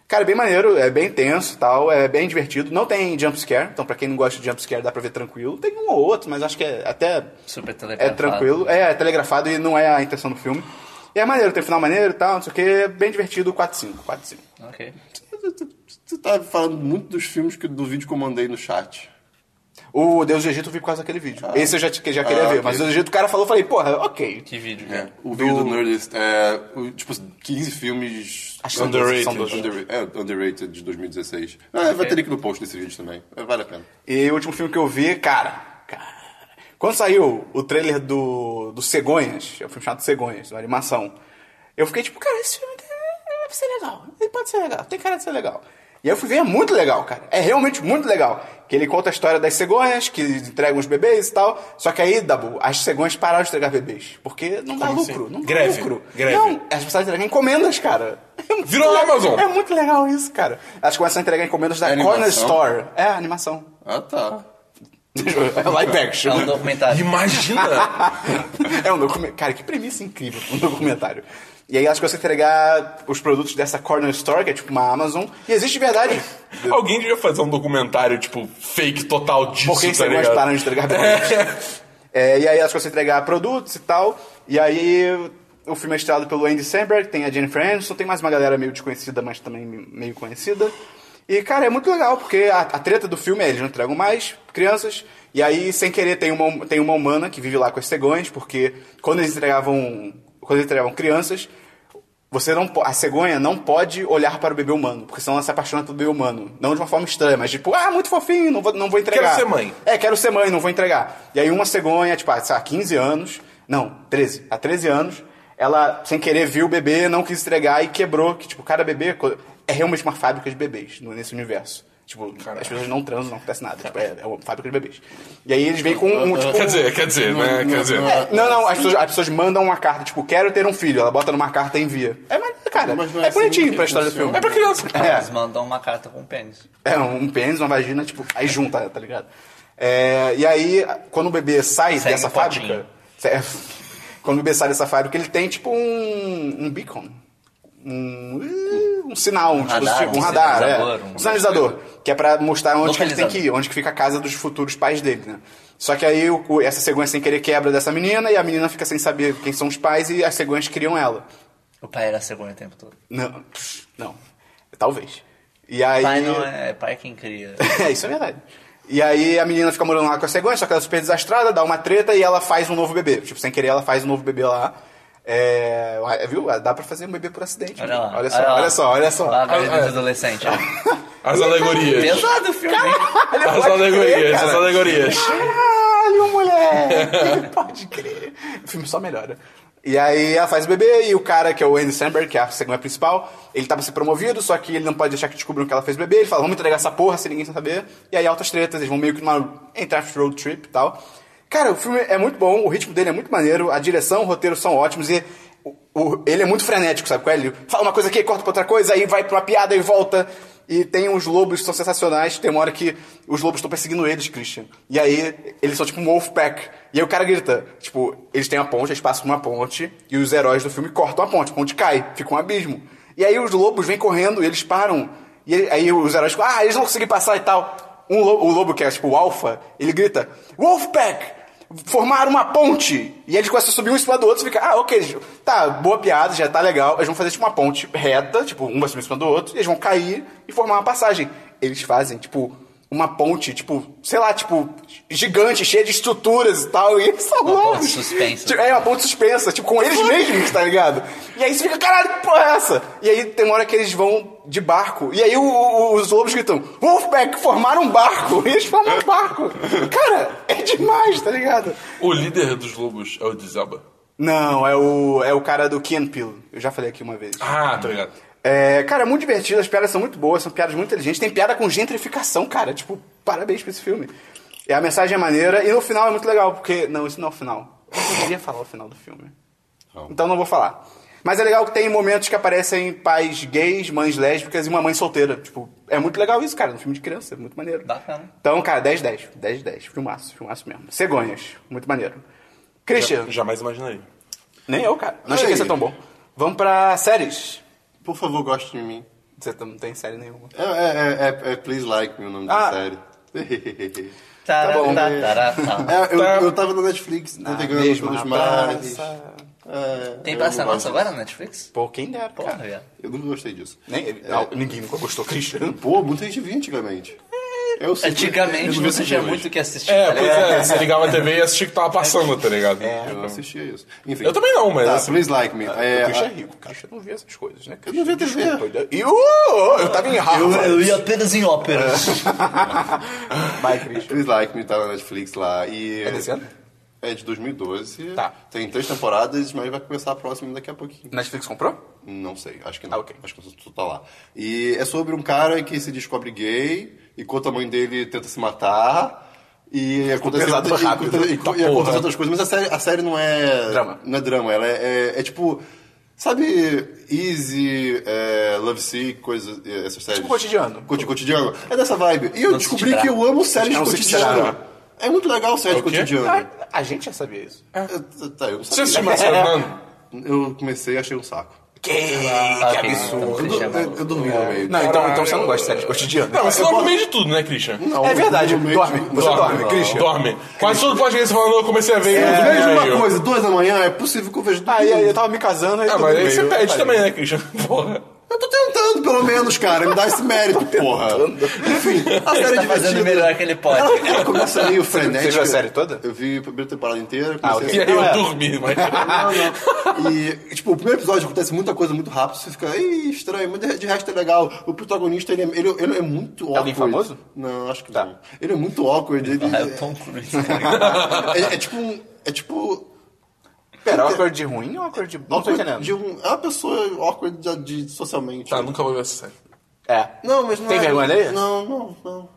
S1: Cara, é bem maneiro, é bem tenso e tal, é bem divertido. Não tem jumpscare, então pra quem não gosta de jumpscare dá pra ver tranquilo. Tem um ou outro, mas acho que é até.
S2: Super
S1: É
S2: telegrafado.
S1: tranquilo. É, é telegrafado e não é a intenção do filme. E é maneiro, tem final maneiro e tal, não sei o que. É bem divertido, 4-5. 4-5.
S2: Ok.
S3: Você tá falando muito dos filmes que, do vídeo que eu mandei no chat.
S1: O Deus do Egito eu vi por causa daquele vídeo.
S3: Ah.
S1: Esse eu já, te- já queria
S3: Ah,
S1: ver,
S3: ok.
S1: mas o Deus do Egito o cara falou, eu falei, porra, ok.
S2: Que vídeo,
S3: É,
S2: cara.
S3: o vídeo do Nerdist é, o- tipo, 15 filmes
S1: Acho que são
S4: Underrated.
S1: são dois.
S3: underrated, é, underrated de 2016. Ah, Vai ter link no post desse vídeo também. É, Vale a pena.
S1: E o último filme que eu vi, cara. cara quando saiu o trailer do, do Cegonhas, é um filme chamado Cegonhas, uma animação, eu fiquei tipo, cara, esse filme é- deve ser legal. Ele pode ser legal, tem cara de ser legal. E aí eu fui ver, é muito legal, cara. É realmente muito legal. Que ele conta a história das cegonhas, que entregam os bebês e tal. Só que aí, Dabu, as cegonhas pararam de entregar bebês. Porque não dá
S4: Como
S1: lucro.
S4: assim?
S1: Não dá
S4: Greve,
S1: lucro.
S4: greve.
S1: Não, elas passaram a entregar encomendas, cara. É muito
S4: Virou
S1: legal.
S4: Amazon.
S1: É muito legal isso, cara. Elas começam a entregar encomendas da
S3: É
S1: Corner
S3: animação?
S1: Store. É, animação.
S3: Ah, tá.
S1: [LAUGHS] Live
S2: É
S1: action.
S2: um documentário.
S4: Imagina!
S1: É um documentário. Cara, que premissa incrível um documentário. E aí elas conseguem entregar os produtos dessa Corner Store, que é tipo uma Amazon. E existe de verdade.
S4: Alguém devia fazer um documentário, tipo, fake total disso,
S1: Por que
S4: tá
S1: você gosta de
S4: ligado?
S1: parar de entregar
S4: [LAUGHS]
S1: produtos? É, e aí elas conseguem entregar produtos e tal. E aí o filme é estrelado pelo Andy Samberg, tem a Jennifer Aniston, tem mais uma galera meio desconhecida, mas também meio conhecida. E, cara, é muito legal, porque a, a treta do filme é eles não entregam mais crianças. E aí, sem querer, tem uma, tem uma humana que vive lá com as cegões, porque quando eles entregavam, quando eles entregavam crianças, você não po- a cegonha não pode olhar para o bebê humano, porque senão ela se apaixona pelo bebê humano. Não de uma forma estranha, mas tipo, ah, muito fofinho, não vou, não vou entregar.
S4: Quero ser mãe.
S1: É, quero ser mãe, não vou entregar. E aí uma cegonha, tipo, ah, sei lá, 15 anos, não, 13, há 13 anos, ela sem querer viu o bebê, não quis entregar e quebrou, que tipo, cada bebê co- é realmente uma fábrica de bebês no- nesse universo. Tipo, as pessoas não transam, não acontece nada. Tipo, é, é uma fábrica de bebês. E aí eles vêm com
S3: Ah,
S1: um, tipo, é,
S4: Quer dizer, quer dizer, né? Quer dizer.
S1: não, não, as pessoas, as pessoas mandam uma carta, tipo, quero ter um filho. Ela bota numa carta e envia. É maneiro, cara.
S3: Mas não é
S1: é
S3: assim
S1: bonitinho
S3: que
S1: pra história do
S3: funciona.
S1: filme.
S4: [LAUGHS] É pra criança.
S2: Eles
S1: É,
S2: mandam uma carta com pênis.
S1: é um pênis, uma vagina, tipo, aí junta, tá ligado? É, e aí, quando o bebê sai
S2: Segue
S1: dessa
S2: o potinho.
S1: fábrica. [LAUGHS] é, quando o bebê sai dessa fábrica, ele tem, tipo, um, um beacon. Um. um sinal, um,
S2: radar,
S1: dispositivo, um
S2: um
S1: radar, é.
S2: sinalizador, um-
S1: um sinalizador, que é pra mostrar onde que ele tem
S2: Localizador.
S1: que ir, onde que fica a casa dos futuros pais dele, né? Só que aí o- o- essa cegonha sem querer quebra dessa menina e a menina fica sem saber quem são os pais e as cegonhas criam ela.
S2: O pai era cegonha o tempo todo.
S1: Não, não. Talvez. E aí
S2: Pai não é. Pai é quem cria.
S1: [LAUGHS] é, isso é verdade. E aí a menina fica morando lá com a cegonha, só que ela é super desastrada, dá uma treta e ela faz um novo bebê. Tipo, sem querer, ela faz um novo bebê lá. É, viu? Dá pra fazer um bebê por acidente.
S2: Olha lá.
S1: só, olha,
S2: lá.
S1: só, olha só.
S2: Lá, velho
S4: Ah, é.
S2: dos
S1: [LAUGHS]
S2: adolescentes.
S4: As alegorias.
S2: Pesado o filme. hein?
S1: Olha, pode
S4: As
S1: é crer,
S4: alegorias, as
S1: cara.
S4: alegorias.
S1: Caralho, moleque! [LAUGHS] Pode crer. O filme só melhora. E aí ela faz o bebê e o cara, que é o Andy Samberg, que é a cegonha principal, ele tava ser promovido, só que ele não pode deixar que descubram que ela fez o bebê. Ele fala, vamos entregar essa porra sem ninguém saber. E aí altas tretas, eles vão meio que numa entre aspas, road trip e tal. Cara, o filme é muito bom, o ritmo dele é muito maneiro, a direção, o roteiro são ótimos e o- o- ele é muito frenético, sabe? qual é? Ele fala uma coisa aqui, corta pra outra coisa, aí vai pra uma piada e volta. E tem uns lobos que são sensacionais. Tem uma hora que os lobos estão perseguindo eles, Christian. E aí eles são tipo um wolf pack. E aí o cara grita, tipo, eles têm uma ponte, eles passam uma ponte, e os heróis do filme cortam a ponte, a ponte cai, fica um abismo. E aí os lobos vêm correndo e eles param. E ele- aí os heróis ficam, ah, eles não conseguem passar e tal. Um lo- o lobo, que é tipo o alfa, ele grita, Wolfpack! formar uma ponte. E eles começam a subir um em cima do outro e fica, ah, ok, tá, boa piada, já tá legal. Eles vão fazer tipo uma ponte reta, tipo, um vai subir em cima do outro, e eles vão cair e formar uma passagem. Eles fazem, tipo, uma ponte, tipo, sei lá, tipo, gigante, cheia de estruturas e tal, e eles são
S2: Uma ponte
S1: loucos.
S2: suspensa.
S1: Tipo, é, uma ponte suspensa, tipo, com eles mesmos, tá ligado? E aí você fica, caralho, que porra é essa? E aí tem uma hora que eles vão de barco, e aí o- o- os lobos gritam, Wolfpack, formaram um barco! [LAUGHS] E eles formam um barco! Cara, é demais, tá ligado?
S4: O líder dos lobos é o Dizaba.
S1: Não, é o, é o cara do Ken Peel. Eu já falei aqui uma vez.
S4: Ah, tá ligado.
S1: É, cara, é muito divertido, as piadas são muito boas, são piadas muito inteligentes. Tem piada com gentrificação, cara. Tipo, parabéns pra esse filme. E a mensagem é maneira, e no final é muito legal, porque. Não, isso não é o final. Eu poderia falar o final do filme. Então não vou falar. Mas é legal que tem momentos que aparecem pais gays, mães lésbicas e uma mãe solteira. Tipo, é muito legal isso, cara, no filme de criança, é muito maneiro.
S2: Bacana.
S1: Então, cara, 10 10, 10 10, filmaço, filmaço mesmo. Cegonhas, muito maneiro. Christian,
S4: Jamais imaginaria.
S1: nem eu, cara. Não achei que ia
S3: Aí.
S1: ser tão bom. Vamos pra séries.
S3: Por favor, goste de mim.
S1: Você não tem série nenhuma.
S3: É, é, é, é, é Please Like Me o nome
S1: Ah.
S3: da [LAUGHS] série.
S2: Tará,
S1: bom.
S2: tá, tará, tá.
S3: É, eu, eu tava na Netflix,
S1: Ah, Na
S3: navegando
S1: mesma
S3: pelos mares.
S1: praça.
S3: É,
S2: Tem
S3: eu
S2: praça
S3: não gosto
S2: nossa agora na Netflix?
S1: Pô, quem dera,
S2: Porra,
S1: cara.
S2: viado.
S3: disso. Eu nunca gostei disso.
S1: Nem, não, ninguém nunca gostou, né? Christian.
S3: Pô, muita gente via antigamente.
S1: É.
S3: Eu sei-
S2: Antigamente
S3: eu
S2: você
S3: sei
S2: tinha
S3: hoje.
S2: muito o que assistir.
S4: É,
S2: tá
S4: pois
S2: ligado?
S4: é, você ligava a TV e assistia o que tava passando, tá ligado?
S1: É.
S3: Eu não assistia isso. Enfim.
S4: Eu também não, mas
S3: Tá,
S4: assim,
S3: Please Like Me. É,
S1: o Christian é
S3: a-
S1: rico. O Christian não via essas coisas, né?
S3: eu não vi TV.
S1: E uh, eu É. tava em
S2: Eu,
S1: Harvard.
S2: eu ia apenas em óperas.
S1: Vai, Christian.
S3: Please Like Me tá na Netflix lá. E
S1: É desse ano?
S3: É de 2012.
S1: Tá.
S3: Tem três temporadas, mas vai começar a próxima daqui a pouquinho.
S1: Netflix comprou?
S3: Não sei, acho que não.
S1: Ah, ok.
S3: Acho que só tá lá. E é sobre um cara que se descobre gay, enquanto a mãe dele tenta se matar. E acontece,
S1: pesado
S3: e- e-
S1: rápido.
S3: e- e- e
S4: Tá,
S3: acontece
S4: porra.
S3: outras coisas, mas a série, a série não é.
S1: Drama.
S3: Não é drama, ela é, é- é tipo. Sabe, Easy, é, Love Sick, coisas. Essas séries.
S1: Tipo cotidiano.
S3: Coti- cotidiano. É dessa vibe. E eu
S2: Não se
S3: descobri
S2: tirar.
S3: que eu amo séries
S1: É um
S3: de
S1: se
S3: cotidiano.
S1: tirar.
S3: É muito legal séries
S4: É
S3: de
S4: o quê?
S3: cotidiano.
S1: Ah, a gente já sabia isso.
S3: É, tá, eu não
S4: você assistiu
S3: sabia.
S1: É.
S4: Marcelo Fernando?
S3: Eu comecei e achei um saco.
S1: Que,
S2: Ah,
S1: que
S2: ok,
S1: absurdo.
S3: Eu,
S2: então
S3: du-
S2: você já-
S3: eu, eu dormi no meio.
S1: Não, então, então você não gosta de série de cotidiano.
S4: Não, mas você dorme no meio de tudo, né, Christian?
S3: Não,
S1: é verdade,
S3: eu dormi no
S1: dorme.
S3: meio.
S1: Você dorme,
S3: Não.
S1: Christian. É.
S4: Dorme. Quase todo podcast que você falando, eu comecei a ver.
S3: Eu
S4: eu
S3: vejo
S4: vi
S3: uma
S4: meio.
S3: coisa, duas da manhã, é possível que eu veja tudo.
S1: Aí, aí eu tava me casando, aí
S4: Ah,
S1: tudo
S4: mas
S1: bem,
S4: aí você
S1: eu
S4: pede
S1: falei.
S4: também, né, Christian? [LAUGHS] Porra.
S3: Eu tô tentando, pelo menos, cara. Me dá esse mérito, porra. Enfim, a série é
S2: tá fazendo
S3: divertida.
S2: o melhor que ele pode.
S3: Ela, ela começa meio frenética.
S1: Você viu a série toda?
S3: Eu vi a primeira temporada inteira.
S1: Ah,
S4: E
S3: comecei
S4: aí eu dormi, mas...
S3: a- Não, não. E, tipo, o primeiro episódio acontece muita coisa muito rápido, você fica, "Ih, estranho, mas de, de resto é legal. O protagonista, ele é, ele, ele é muito awkward.
S1: alguém famoso?
S3: Não, acho que
S1: Tá.
S3: não. Ele é muito awkward. Ele,
S1: [LAUGHS]
S2: Ah, é o Tom Cruise.
S3: [LAUGHS] é, é tipo um... É tipo
S1: Pera, é uma cor de ruim ou uma cor de... Não tô
S3: Awkward
S1: entendendo.
S3: De um, é uma pessoa awkward de, de- socialmente.
S4: Tá, nunca vou ver essa série.
S1: É.
S3: Não, mas não
S1: Tem
S3: é-
S1: vergonha dele?
S3: Não, não, não.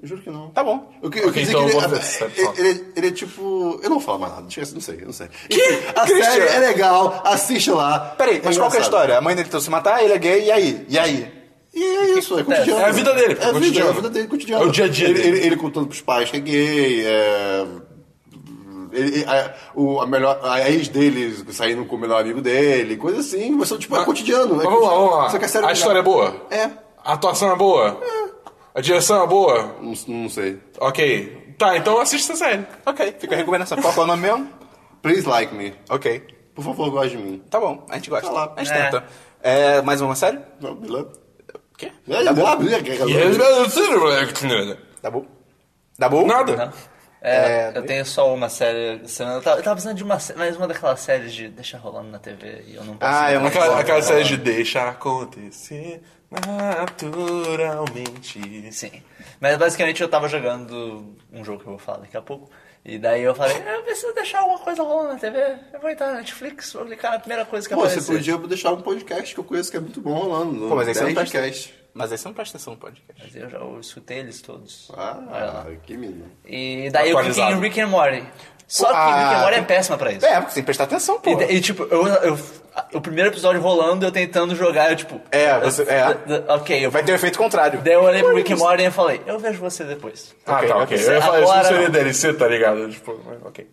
S3: Eu juro que não.
S1: Tá bom.
S3: Eu, que- eu
S4: Ok,
S3: quis
S4: então eu
S3: dizer
S4: vou ver
S1: tá
S3: que
S4: essa série
S3: ele,
S4: só.
S3: ele, ele- ele é tipo... Eu não falo mais nada, chega, não sei, eu não sei. Enfim, A
S1: Christian?
S3: série é legal, assiste lá.
S1: Peraí, mas qual que é a
S3: engraçado.
S1: história? A mãe dele tentou se matar, ele é gay, e aí? E aí?
S3: E é isso, é cotidiano.
S4: É a vida dele,
S3: É a vida,
S4: cotidiano.
S3: é a vida dele, cotidiano.
S4: É o dia a dia
S3: Ele,
S4: dele.
S3: ele, ele contando pros pais que é gay, é... Ele, a, o, a, melhor, a ex dele saindo com o melhor amigo dele, coisa assim, mas são, tipo, é cotidiano.
S4: Mas
S3: é
S4: vamos lá,
S3: cotidiano.
S4: vamos lá.
S3: Só que a série
S4: a
S3: é
S4: história é boa?
S3: É.
S4: A atuação é boa? A direção é boa?
S3: Não, não sei.
S4: Ok. Tá, então assista essa série. Ok.
S1: Fica a recomendação. Qual que é o nome mesmo?
S3: Please like me.
S1: Ok.
S3: Por favor, goste de mim.
S1: Tá bom, a gente gosta.
S3: Tá lá.
S1: A gente
S2: É.
S1: tenta. É, mais uma série?
S3: Não, me love.
S1: O quê?
S3: É, me love.
S2: é
S1: Tá bom. Tá bom?
S4: Nada.
S2: Não. É,
S1: É,
S2: eu tenho só uma série. essa semana. Eu tava, eu tava precisando de uma, sé- mais uma daquelas séries de deixa rolando na TV e eu não posso.
S1: Ah, é uma-
S4: Aquela, aquela série de deixa acontecer naturalmente.
S2: Sim. Mas basicamente eu tava jogando um jogo que eu vou falar daqui a pouco. E daí eu falei, eu preciso deixar alguma coisa rolando na TV. Eu vou entrar na Netflix, vou clicar na primeira coisa que
S3: Pô,
S2: aparecer.
S3: você podia deixar um podcast que eu conheço que é muito bom rolando.
S1: Pô, mas aí você não presta
S3: podcast.
S1: Mas aí você não presta atenção no podcast.
S2: Mas eu já eu escutei eles todos. Olha
S3: Ah,
S2: lá.
S3: que menino.
S2: E daí eu cliquei em
S4: Atualizado.
S2: Rick and Morty. Só que
S1: Ah,
S2: Rick and Morty é
S1: tem-
S2: péssima pra isso.
S1: É, porque você tem que prestar atenção, pô.
S2: E, e, tipo, eu, eu- o primeiro episódio rolando, eu tentando jogar, eu tipo.
S1: É, você- é.
S2: d- d- Ok, eu
S1: Vai ter o efeito contrário.
S2: Daí eu olhei pro Rick and Morty e eu falei, eu vejo você depois.
S4: Ah,
S1: Ok,
S4: tá,
S1: ok.
S4: ok. Eu ia falar isso
S2: Agora-
S4: não seria DLC, tá ligado? Tipo, mas ok.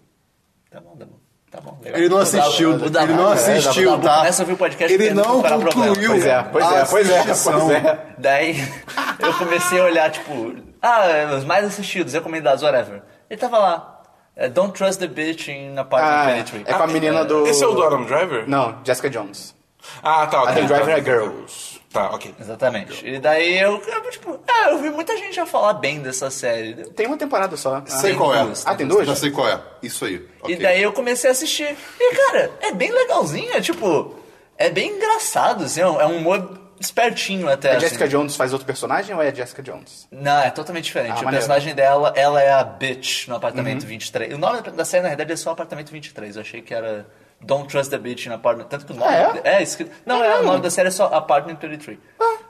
S2: Tá bom, tá bom. Tá bom, legal.
S3: Ele não
S2: O Dabu-
S3: assistiu,
S2: o Dabu-
S3: ele não
S2: é, o
S3: assistiu,
S2: Dabu
S3: tá?
S2: Começa a ouvir o podcast
S3: Ele
S2: tentando
S3: não
S2: procurar problema.
S3: concluiu.
S1: Pois é, pois é, pois é, pois é.
S2: Daí [LAUGHS] eu comecei a olhar, tipo, ah, os mais assistidos, recomendados, whatever. Ele tava lá. é, Don't trust the bitch in
S1: Ah,
S2: apartment 23.
S1: é com a menina do.
S4: Esse é o do Adam Driver?
S1: Não, Jessica Jones.
S4: Ah, tá, ok.
S1: Adam
S4: tá,
S1: Driver é
S4: tá,
S1: Girls.
S4: Tá, ok.
S2: Exatamente. E daí eu, eu, tipo, ah, eu vi muita gente já falar bem dessa série.
S1: Tem uma temporada só. Ah,
S3: Sei qual é.
S2: duas,
S1: Ah, tem duas?
S3: Já sei qual é. Isso aí. ok.
S2: E daí eu comecei a assistir. E, cara, é bem legalzinho, é tipo. É bem engraçado, assim, é um é um humor espertinho até.
S3: É
S1: A
S2: assim.
S1: É, Jessica Jones faz outro personagem ou é a Jessica Jones?
S2: Não, é totalmente diferente.
S1: Ah,
S2: o
S1: maneiro.
S2: personagem dela, ela é a bitch no apartamento 23. O nome da série, na verdade, é só apartamento 23. Eu achei que era Don't Trust the Bitch in Apartment. Tanto que o nome.
S1: Ah,
S2: é? escrito. Não,
S1: Ah,
S2: é,
S1: não.
S2: o nome da série é só Apartment 23.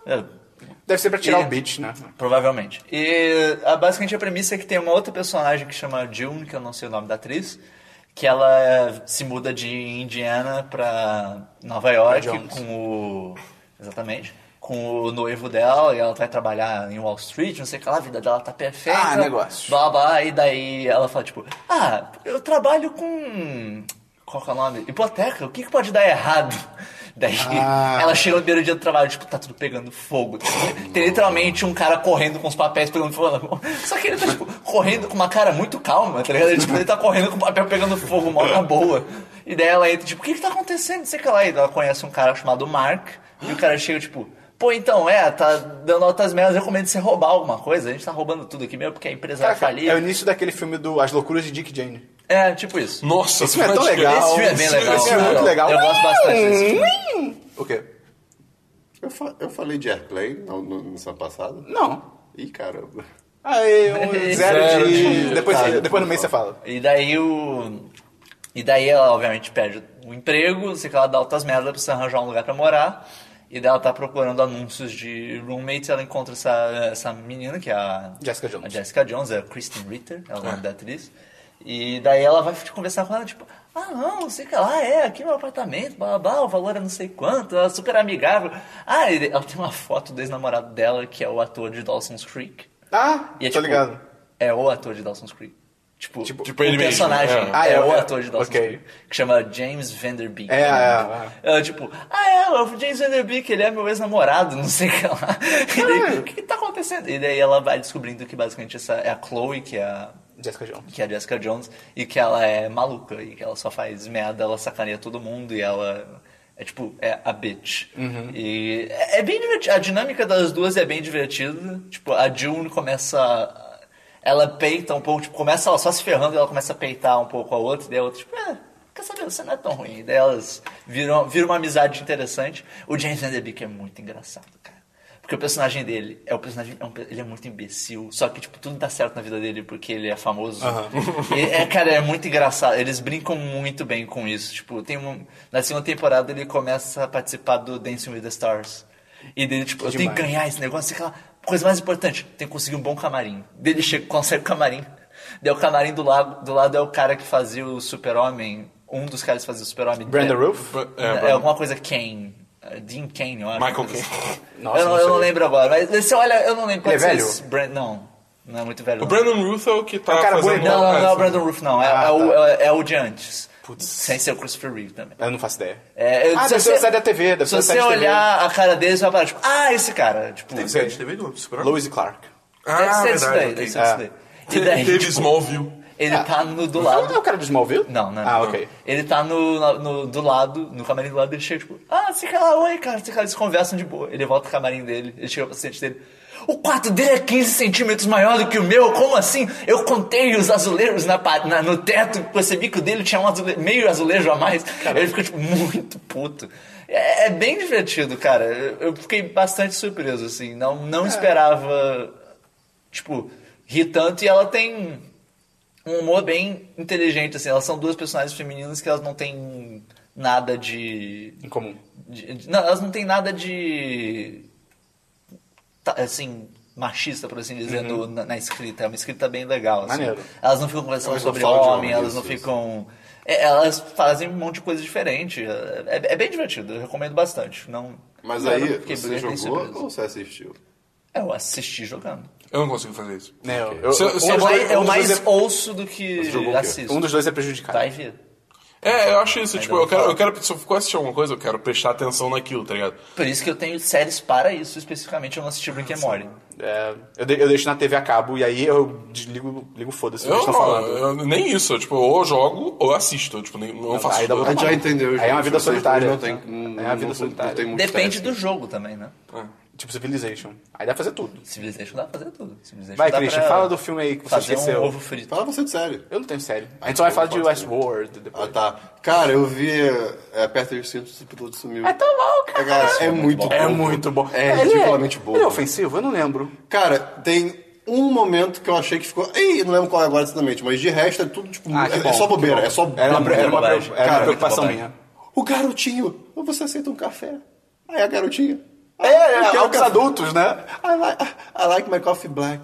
S2: É.
S1: Deve ser pra tirar
S2: E-
S1: o beat, né?
S2: Provavelmente. E ah, basicamente a premissa é que tem uma outra personagem que chama June, que eu não sei o nome da atriz, que ela se muda de Indiana pra Nova York
S1: Jones.
S2: com o. Exatamente. Com o noivo dela, e ela vai trabalhar em Wall Street, não sei o que lá, a vida dela tá perfeita.
S1: Ah, negócio.
S2: Blá blá, e daí ela fala tipo: Ah, eu trabalho com. Qual que é o nome? Hipoteca, o que, que pode dar errado? [LAUGHS] Daí
S1: Ah.
S2: ela chega no primeiro dia do trabalho, tipo, tá tudo pegando fogo. Tem literalmente um cara correndo com os papéis pegando fogo na mão. [LAUGHS] Só que ele tá, tipo, correndo com uma cara muito calma, tá ligado? Ele, tipo, ele tá correndo com o papel pegando fogo, mó na boa. E daí ela entra, tipo, o que que tá acontecendo? Não Sei o que lá. E ela conhece um cara chamado Mark, e o cara chega, tipo, pô, então, é, tá dando altas merdas, eu recomendo você roubar alguma coisa. A gente tá roubando tudo aqui mesmo, porque a empresa vai
S1: Caraca, é o
S2: falir.
S1: início daquele filme do As Loucuras de Dick Jane.
S2: É, tipo isso.
S4: Nossa,
S1: Esse filme é
S4: pode
S1: tão
S4: crer.
S1: legal.
S2: Esse filme é bem
S4: Esse filme-
S2: legal.
S4: esse filme é
S1: muito legal.
S2: Eu gosto bastante desse filme.
S1: O quê?
S3: Eu, fa- eu falei de Airplane na, na, na semana passada.
S1: Não.
S3: Ih, caramba.
S1: Aí, um zero,
S4: Zero
S1: de...
S4: de-
S1: Depois,
S3: Tá,
S1: depois no mês
S3: tá.
S1: você fala.
S2: E daí o. E daí ela, obviamente, perde o emprego, não sei o que ela dá altas merdas, ela precisa arranjar um lugar pra morar. E daí ela tá procurando anúncios de roommates, ela encontra essa, essa menina, que é a.
S1: Jessica Jones.
S2: A Jessica Jones, é a Kristen Ritter, é o nome da atriz. E daí ela vai conversar com ela, tipo, ah não, não sei o que lá, é, aqui meu apartamento, blá blá, blá, o valor é não sei quanto, ela é super amigável. Ah, e ela tem uma foto do ex-namorado dela, que é o ator de Dawson's Creek.
S1: Ah,
S2: E é,
S1: tô
S2: tipo,
S1: ligado.
S2: É o ator de Dawson's Creek. Tipo,
S1: Tipo,
S4: tipo,
S2: o
S4: ele mesmo,
S2: personagem
S4: é.
S1: Ah,
S2: é,
S1: é,
S2: o
S1: é.
S2: ator de Dawson's
S1: Ok.
S2: Creek. Que chama James Vanderbeek.
S1: É, é,
S2: Ela, tipo, ah, é, o James Vanderbeek, ele é meu ex-namorado, [LAUGHS] não sei o que lá. E daí, o que, que tá acontecendo? E daí ela vai descobrindo que basicamente essa é a Chloe, que é a,
S1: Jessica Jones.
S2: que é a Jessica Jones, e que ela é maluca, e que ela só faz merda, ela sacaneia todo mundo, e ela é tipo, é a bitch. E é, é bem divertido, a dinâmica das duas é bem divertida, tipo, a June começa, a- ela peita um pouco, tipo, começa ela só se ferrando, e ela começa a peitar um pouco a outra, e daí a outra, tipo, é, quer saber, você não é tão ruim. E daí elas viram, viram uma amizade interessante. O James Vanderbeek é muito engraçado, cara. Porque o personagem dele é o personagem. é um pe- ele é muito imbecil. Só que, tipo, tudo dá certo na vida dele porque ele é famoso. E, é, cara, é muito engraçado. Eles brincam muito bem com isso. Tipo, tem um. Na segunda temporada ele começa a participar do Dancing with the Stars. E dele, tipo, eu tenho que
S1: Demais.
S2: ganhar esse negócio, aquela coisa mais importante, tem que conseguir um bom camarim. Daí Ele chega, consegue o camarim. [LAUGHS] Daí o camarim do lado, do lado é o cara que fazia o Super-Homem. Um dos caras que fazia o Super-Homem.
S1: Brenda
S2: É-
S1: Roof?
S4: É,
S2: é,
S4: Brandon.
S2: alguma coisa Kane. eh, Dean Kane, eu acho.
S4: Michael
S2: Eu
S4: Caine.
S2: [LAUGHS] não-
S1: Nossa,
S2: eu,
S1: não
S2: não,
S1: sei.
S2: lembro agora. Mas você olha, eu não lembro.
S1: Ele é
S2: Pode ser
S1: velho?
S2: esse Brand, não. Não é muito velho.
S4: O
S2: não.
S4: Brandon Ruthel que tá
S1: É um cara
S4: fazendo...
S1: bonito.
S2: Não, não, não é o Brandon Roof, não. É,
S1: Ah,
S2: é o,
S1: tá.
S2: é, é o de antes.
S4: Putz.
S2: Sem ser o Christopher Reeve também.
S1: Eu não faço ideia.
S2: É, eu-
S1: Ah,
S2: se
S1: deve ser o site da TV, deve
S2: Se
S1: ser o
S2: você
S1: site da TV.
S2: olhar a cara dele, você vai parar, tipo, ah, esse cara. Tipo,
S4: Tem
S2: deve
S4: série é de TV do Super
S1: Lois e Clark.
S4: Ah,
S2: ser isso
S4: verdade,
S2: daí,
S4: ok.
S2: deve ser
S1: Ah.
S2: isso daí. E
S4: [LAUGHS]
S2: daí,
S4: Teve
S2: tipo,
S4: Smallville.
S2: ele tá no do
S1: Não é
S2: lado.
S1: o cara do Smallville?
S2: Não, não.
S1: Ah,
S2: não.
S1: ok.
S2: Ele tá no, no- do lado, no camarim do lado, ele chega, tipo, ah, sei lá, oi, cara, sei lá, eles conversam de boa. Ele volta pro camarim dele, ele chega pro paciente dele. O quarto dele é 15 centímetros maior do que o meu, como assim? Eu contei os azulejos na, pa- na- no teto e percebi que o dele tinha um azule- meio azulejo a mais. Ele ficou, tipo, muito puto. É, é bem divertido, cara. Eu, eu fiquei bastante surpreso, assim. Não,
S1: É.
S2: não esperava, tipo, rir tanto e ela tem um humor bem inteligente, assim. Elas são duas personagens femininas que elas não têm nada de.
S1: Em comum.
S2: de- de- não, elas não têm nada de. ta- assim, machista, por assim dizer,
S3: Uhum.
S2: no- na, na escrita. É uma escrita bem legal. Assim.
S1: Maneiro.
S2: Elas não ficam conversando
S3: Elas não
S2: sobre
S3: falam de
S2: homem,
S3: homem,
S2: elas
S3: isso,
S2: não
S3: isso.
S2: ficam. é, elas fazem um monte de coisa diferente. É, é bem divertido, eu recomendo bastante. Não,
S3: Mas
S2: não, eu
S3: aí,
S2: fiquei
S3: você
S2: bem surpreso. É,
S3: jogou ou você assistiu?
S2: Eu assisti jogando.
S4: Eu não consigo fazer isso.
S1: Né, eu-
S4: Se-
S1: eu-
S4: se
S1: um
S2: Eu
S1: dos
S2: mais,
S1: dois-
S2: eu
S1: um dos
S2: mais
S1: dois é-
S2: ouço do que
S3: jogou o quê?
S2: assisto. Tá,
S1: Um dos dois é prejudicado.
S2: Vai ver.
S4: É, eu acho isso, tipo,
S2: não
S4: eu quero,
S2: fala.
S4: eu quero, se eu for assistir alguma coisa, eu quero prestar atenção naquilo, tá ligado?
S2: Por isso que eu tenho séries para isso especificamente, eu não assisti Rick and Morty.
S1: É, eu, de- eu deixo na TV a cabo e aí eu desligo, ligo foda-se o que
S4: Eu,
S1: eles estão
S4: não,
S1: falando.
S4: eu- nem isso, eu, tipo, ou eu jogo ou assisto, eu, tipo, nem, não, faço
S1: aí dá
S4: eu-
S1: pra-
S3: A gente já entendeu,
S1: Aí é uma
S3: gente,
S1: vida
S3: vocês
S1: solitária.
S3: não tem-
S1: É uma
S3: não-
S1: vida
S3: não- não
S1: solitária.
S3: tem muito
S2: Depende
S3: teste.
S2: do jogo também, né?
S1: Tipo Civilization. Aí dá pra fazer tudo.
S2: Civilization dá pra fazer tudo. Civilization
S1: Vai,
S2: dá
S1: Christian,
S2: pra
S1: fala do filme aí que você
S2: fazer
S1: esqueceu.
S2: um ovo frito.
S3: Fala você de sério.
S1: Eu não tenho série. A
S3: Ah,
S1: gente só vai
S3: então
S1: falar
S3: não
S1: de
S3: pode ser.
S1: Westworld
S3: Ah,
S1: depois.
S3: tá. Cara, eu vi é, Aperta os Cintos e o piloto sumiu.
S1: É tão bom,
S3: É,
S1: cara.
S3: cara, é muito bom.
S1: É muito bom.
S3: É
S1: Ele
S3: ridiculamente bom.
S1: Ele é ofensivo? Eu não lembro.
S3: Cara, tem um momento que eu achei que ficou... Ih, não lembro qual é agora exatamente, mas de resto é tudo, tipo...
S1: Ah, que
S3: é,
S1: bom,
S3: é só
S1: que
S3: bobeira,
S1: bom.
S3: é só...
S1: Era uma,
S3: bobeira.
S1: era uma,
S2: bobagem.
S1: era uma
S3: Cara,
S1: preocupação
S2: bobagem.
S1: minha.
S3: O garotinho, você aceita um café? Aí a garotinha...
S1: É, é,
S3: eu
S1: é
S3: quero
S1: altos
S3: café.
S1: adultos, né?
S3: I like, I like my coffee black.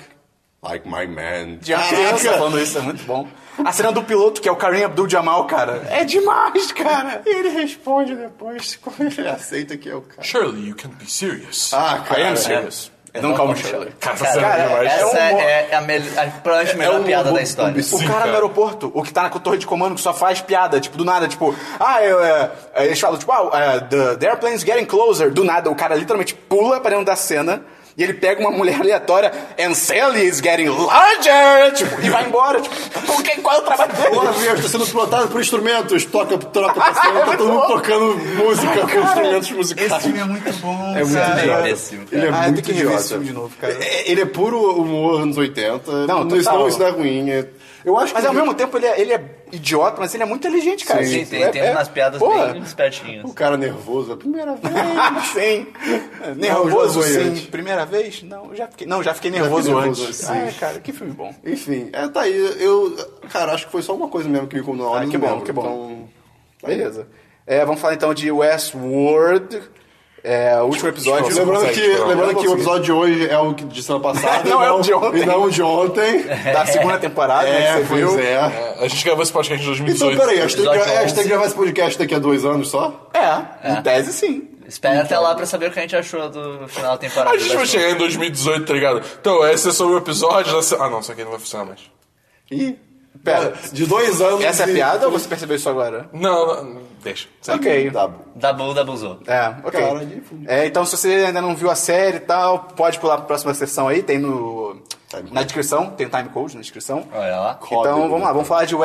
S3: Like my man.
S1: De uma criança falando isso, é muito bom. A cena do piloto, que é o Karim Abdul-Jamal, cara. É demais, cara.
S3: E ele responde depois quando ele aceita que é o cara.
S4: Shirley, you can't be serious.
S3: Ah,
S1: I am
S3: cara. É
S1: serious. Não calma, Shirley.
S4: Cara,
S2: Cara,
S4: sério, Tá demais.
S1: é
S2: essa
S1: um humor-
S2: é, a, mel- a provavelmente a melhor
S3: um
S2: piada
S3: humor
S2: da história.
S3: bobo-
S1: O
S4: Sim,
S1: cara,
S4: cara.
S1: no aeroporto, o que tá na torre de comando, que só faz piada, tipo, do nada, tipo, ah, eu, é, é, eles falam, tipo, ah, é, the, the airplane's getting closer. Do nada, o cara literalmente pula pra dentro da cena e ele pega uma mulher aleatória, and Sally is getting larger, tipo, e vai embora. Tipo, por que, qual é o trabalho
S3: O
S1: dele?
S3: avião está tá sendo pilotado por instrumentos.
S1: [LAUGHS]
S3: Toca, troca, parceiro. Tá todo mundo tocando música com instrumentos musicais.
S2: Esse filme é muito bom,
S3: É muito
S2: cara.
S3: idiota.
S2: Péssimo, cara.
S3: Ele é
S1: Ah, tem
S3: muito
S1: que rever
S3: idiota.
S1: esse filme de novo, cara.
S3: É, Ele é puro humor anos 80.
S1: Não,
S3: isso,
S1: total.
S3: não isso não é ruim. é- Eu acho
S1: Mas
S3: que
S1: ao mesmo tempo, ele é, ele é idiota, mas ele é muito inteligente, cara.
S2: Sim,
S1: Isso
S2: tem,
S1: é-
S2: tem
S1: é-
S2: umas piadas
S1: porra.
S2: bem espertinhas.
S3: o cara nervoso, a primeira
S1: [LAUGHS]
S3: vez.
S1: sim. Nervoso,
S3: Não, eu já fui
S1: sim.
S3: antes.
S1: Primeira vez? Não, já fiquei, não, já fiquei nervoso
S3: nervoso,
S1: antes.
S3: sim.
S1: Ah, é, cara, que filme bom.
S3: Enfim, é, tá aí. Eu, cara, acho que foi só uma coisa mesmo que me incomodou na hora.
S1: Ah,
S3: eu
S1: que
S3: não
S1: bom,
S3: lembro,
S1: que bom.
S3: Então, tá aí.
S1: Beleza. É, vamos falar então de Westworld. É, o último episódio.
S4: Deixa eu
S3: Lembrando
S4: consegue,
S3: que,
S4: tipo,
S1: eu
S3: lembrando
S1: não
S3: que o
S1: consegui.
S3: episódio de hoje é o que- de
S1: [LAUGHS]
S3: semana passada.
S1: Não,
S3: e
S1: é o de ontem.
S3: E não o
S1: [LAUGHS]
S3: de ontem.
S1: da segunda temporada, né, que
S3: É,
S1: você viu.
S3: pois é.
S4: É, a gente gravou esse podcast em
S3: Então,
S4: 2018.
S3: peraí, a gente tem que-
S2: Episódio
S3: a gente tem
S2: 11.
S3: que gravar esse podcast daqui a dois anos só?
S1: É, em tese sim.
S2: Espera até lá pra saber o que a gente achou do final da temporada.
S4: A gente vai chegar em 2018, tá ligado? Então, esse é sobre o episódio da... se- Ah, não, isso aqui não vai funcionar mais.
S3: Ih,
S1: Pera.
S3: de dois anos.
S1: Essa é a
S3: e-
S1: piada ou você percebeu isso agora?
S4: Não, não deixa.
S1: Ok.
S3: Tá bom.
S2: Dabu, dabuzou.
S1: É, ok.
S3: Cara de fudido.
S1: É, então, se você ainda não viu a série e tal, pode pular para a próxima sessão aí, tem no.
S3: Timecode.
S1: Na descrição, tem o timecode na descrição.
S2: Olha lá.
S1: Então vamos lá, vamos falar de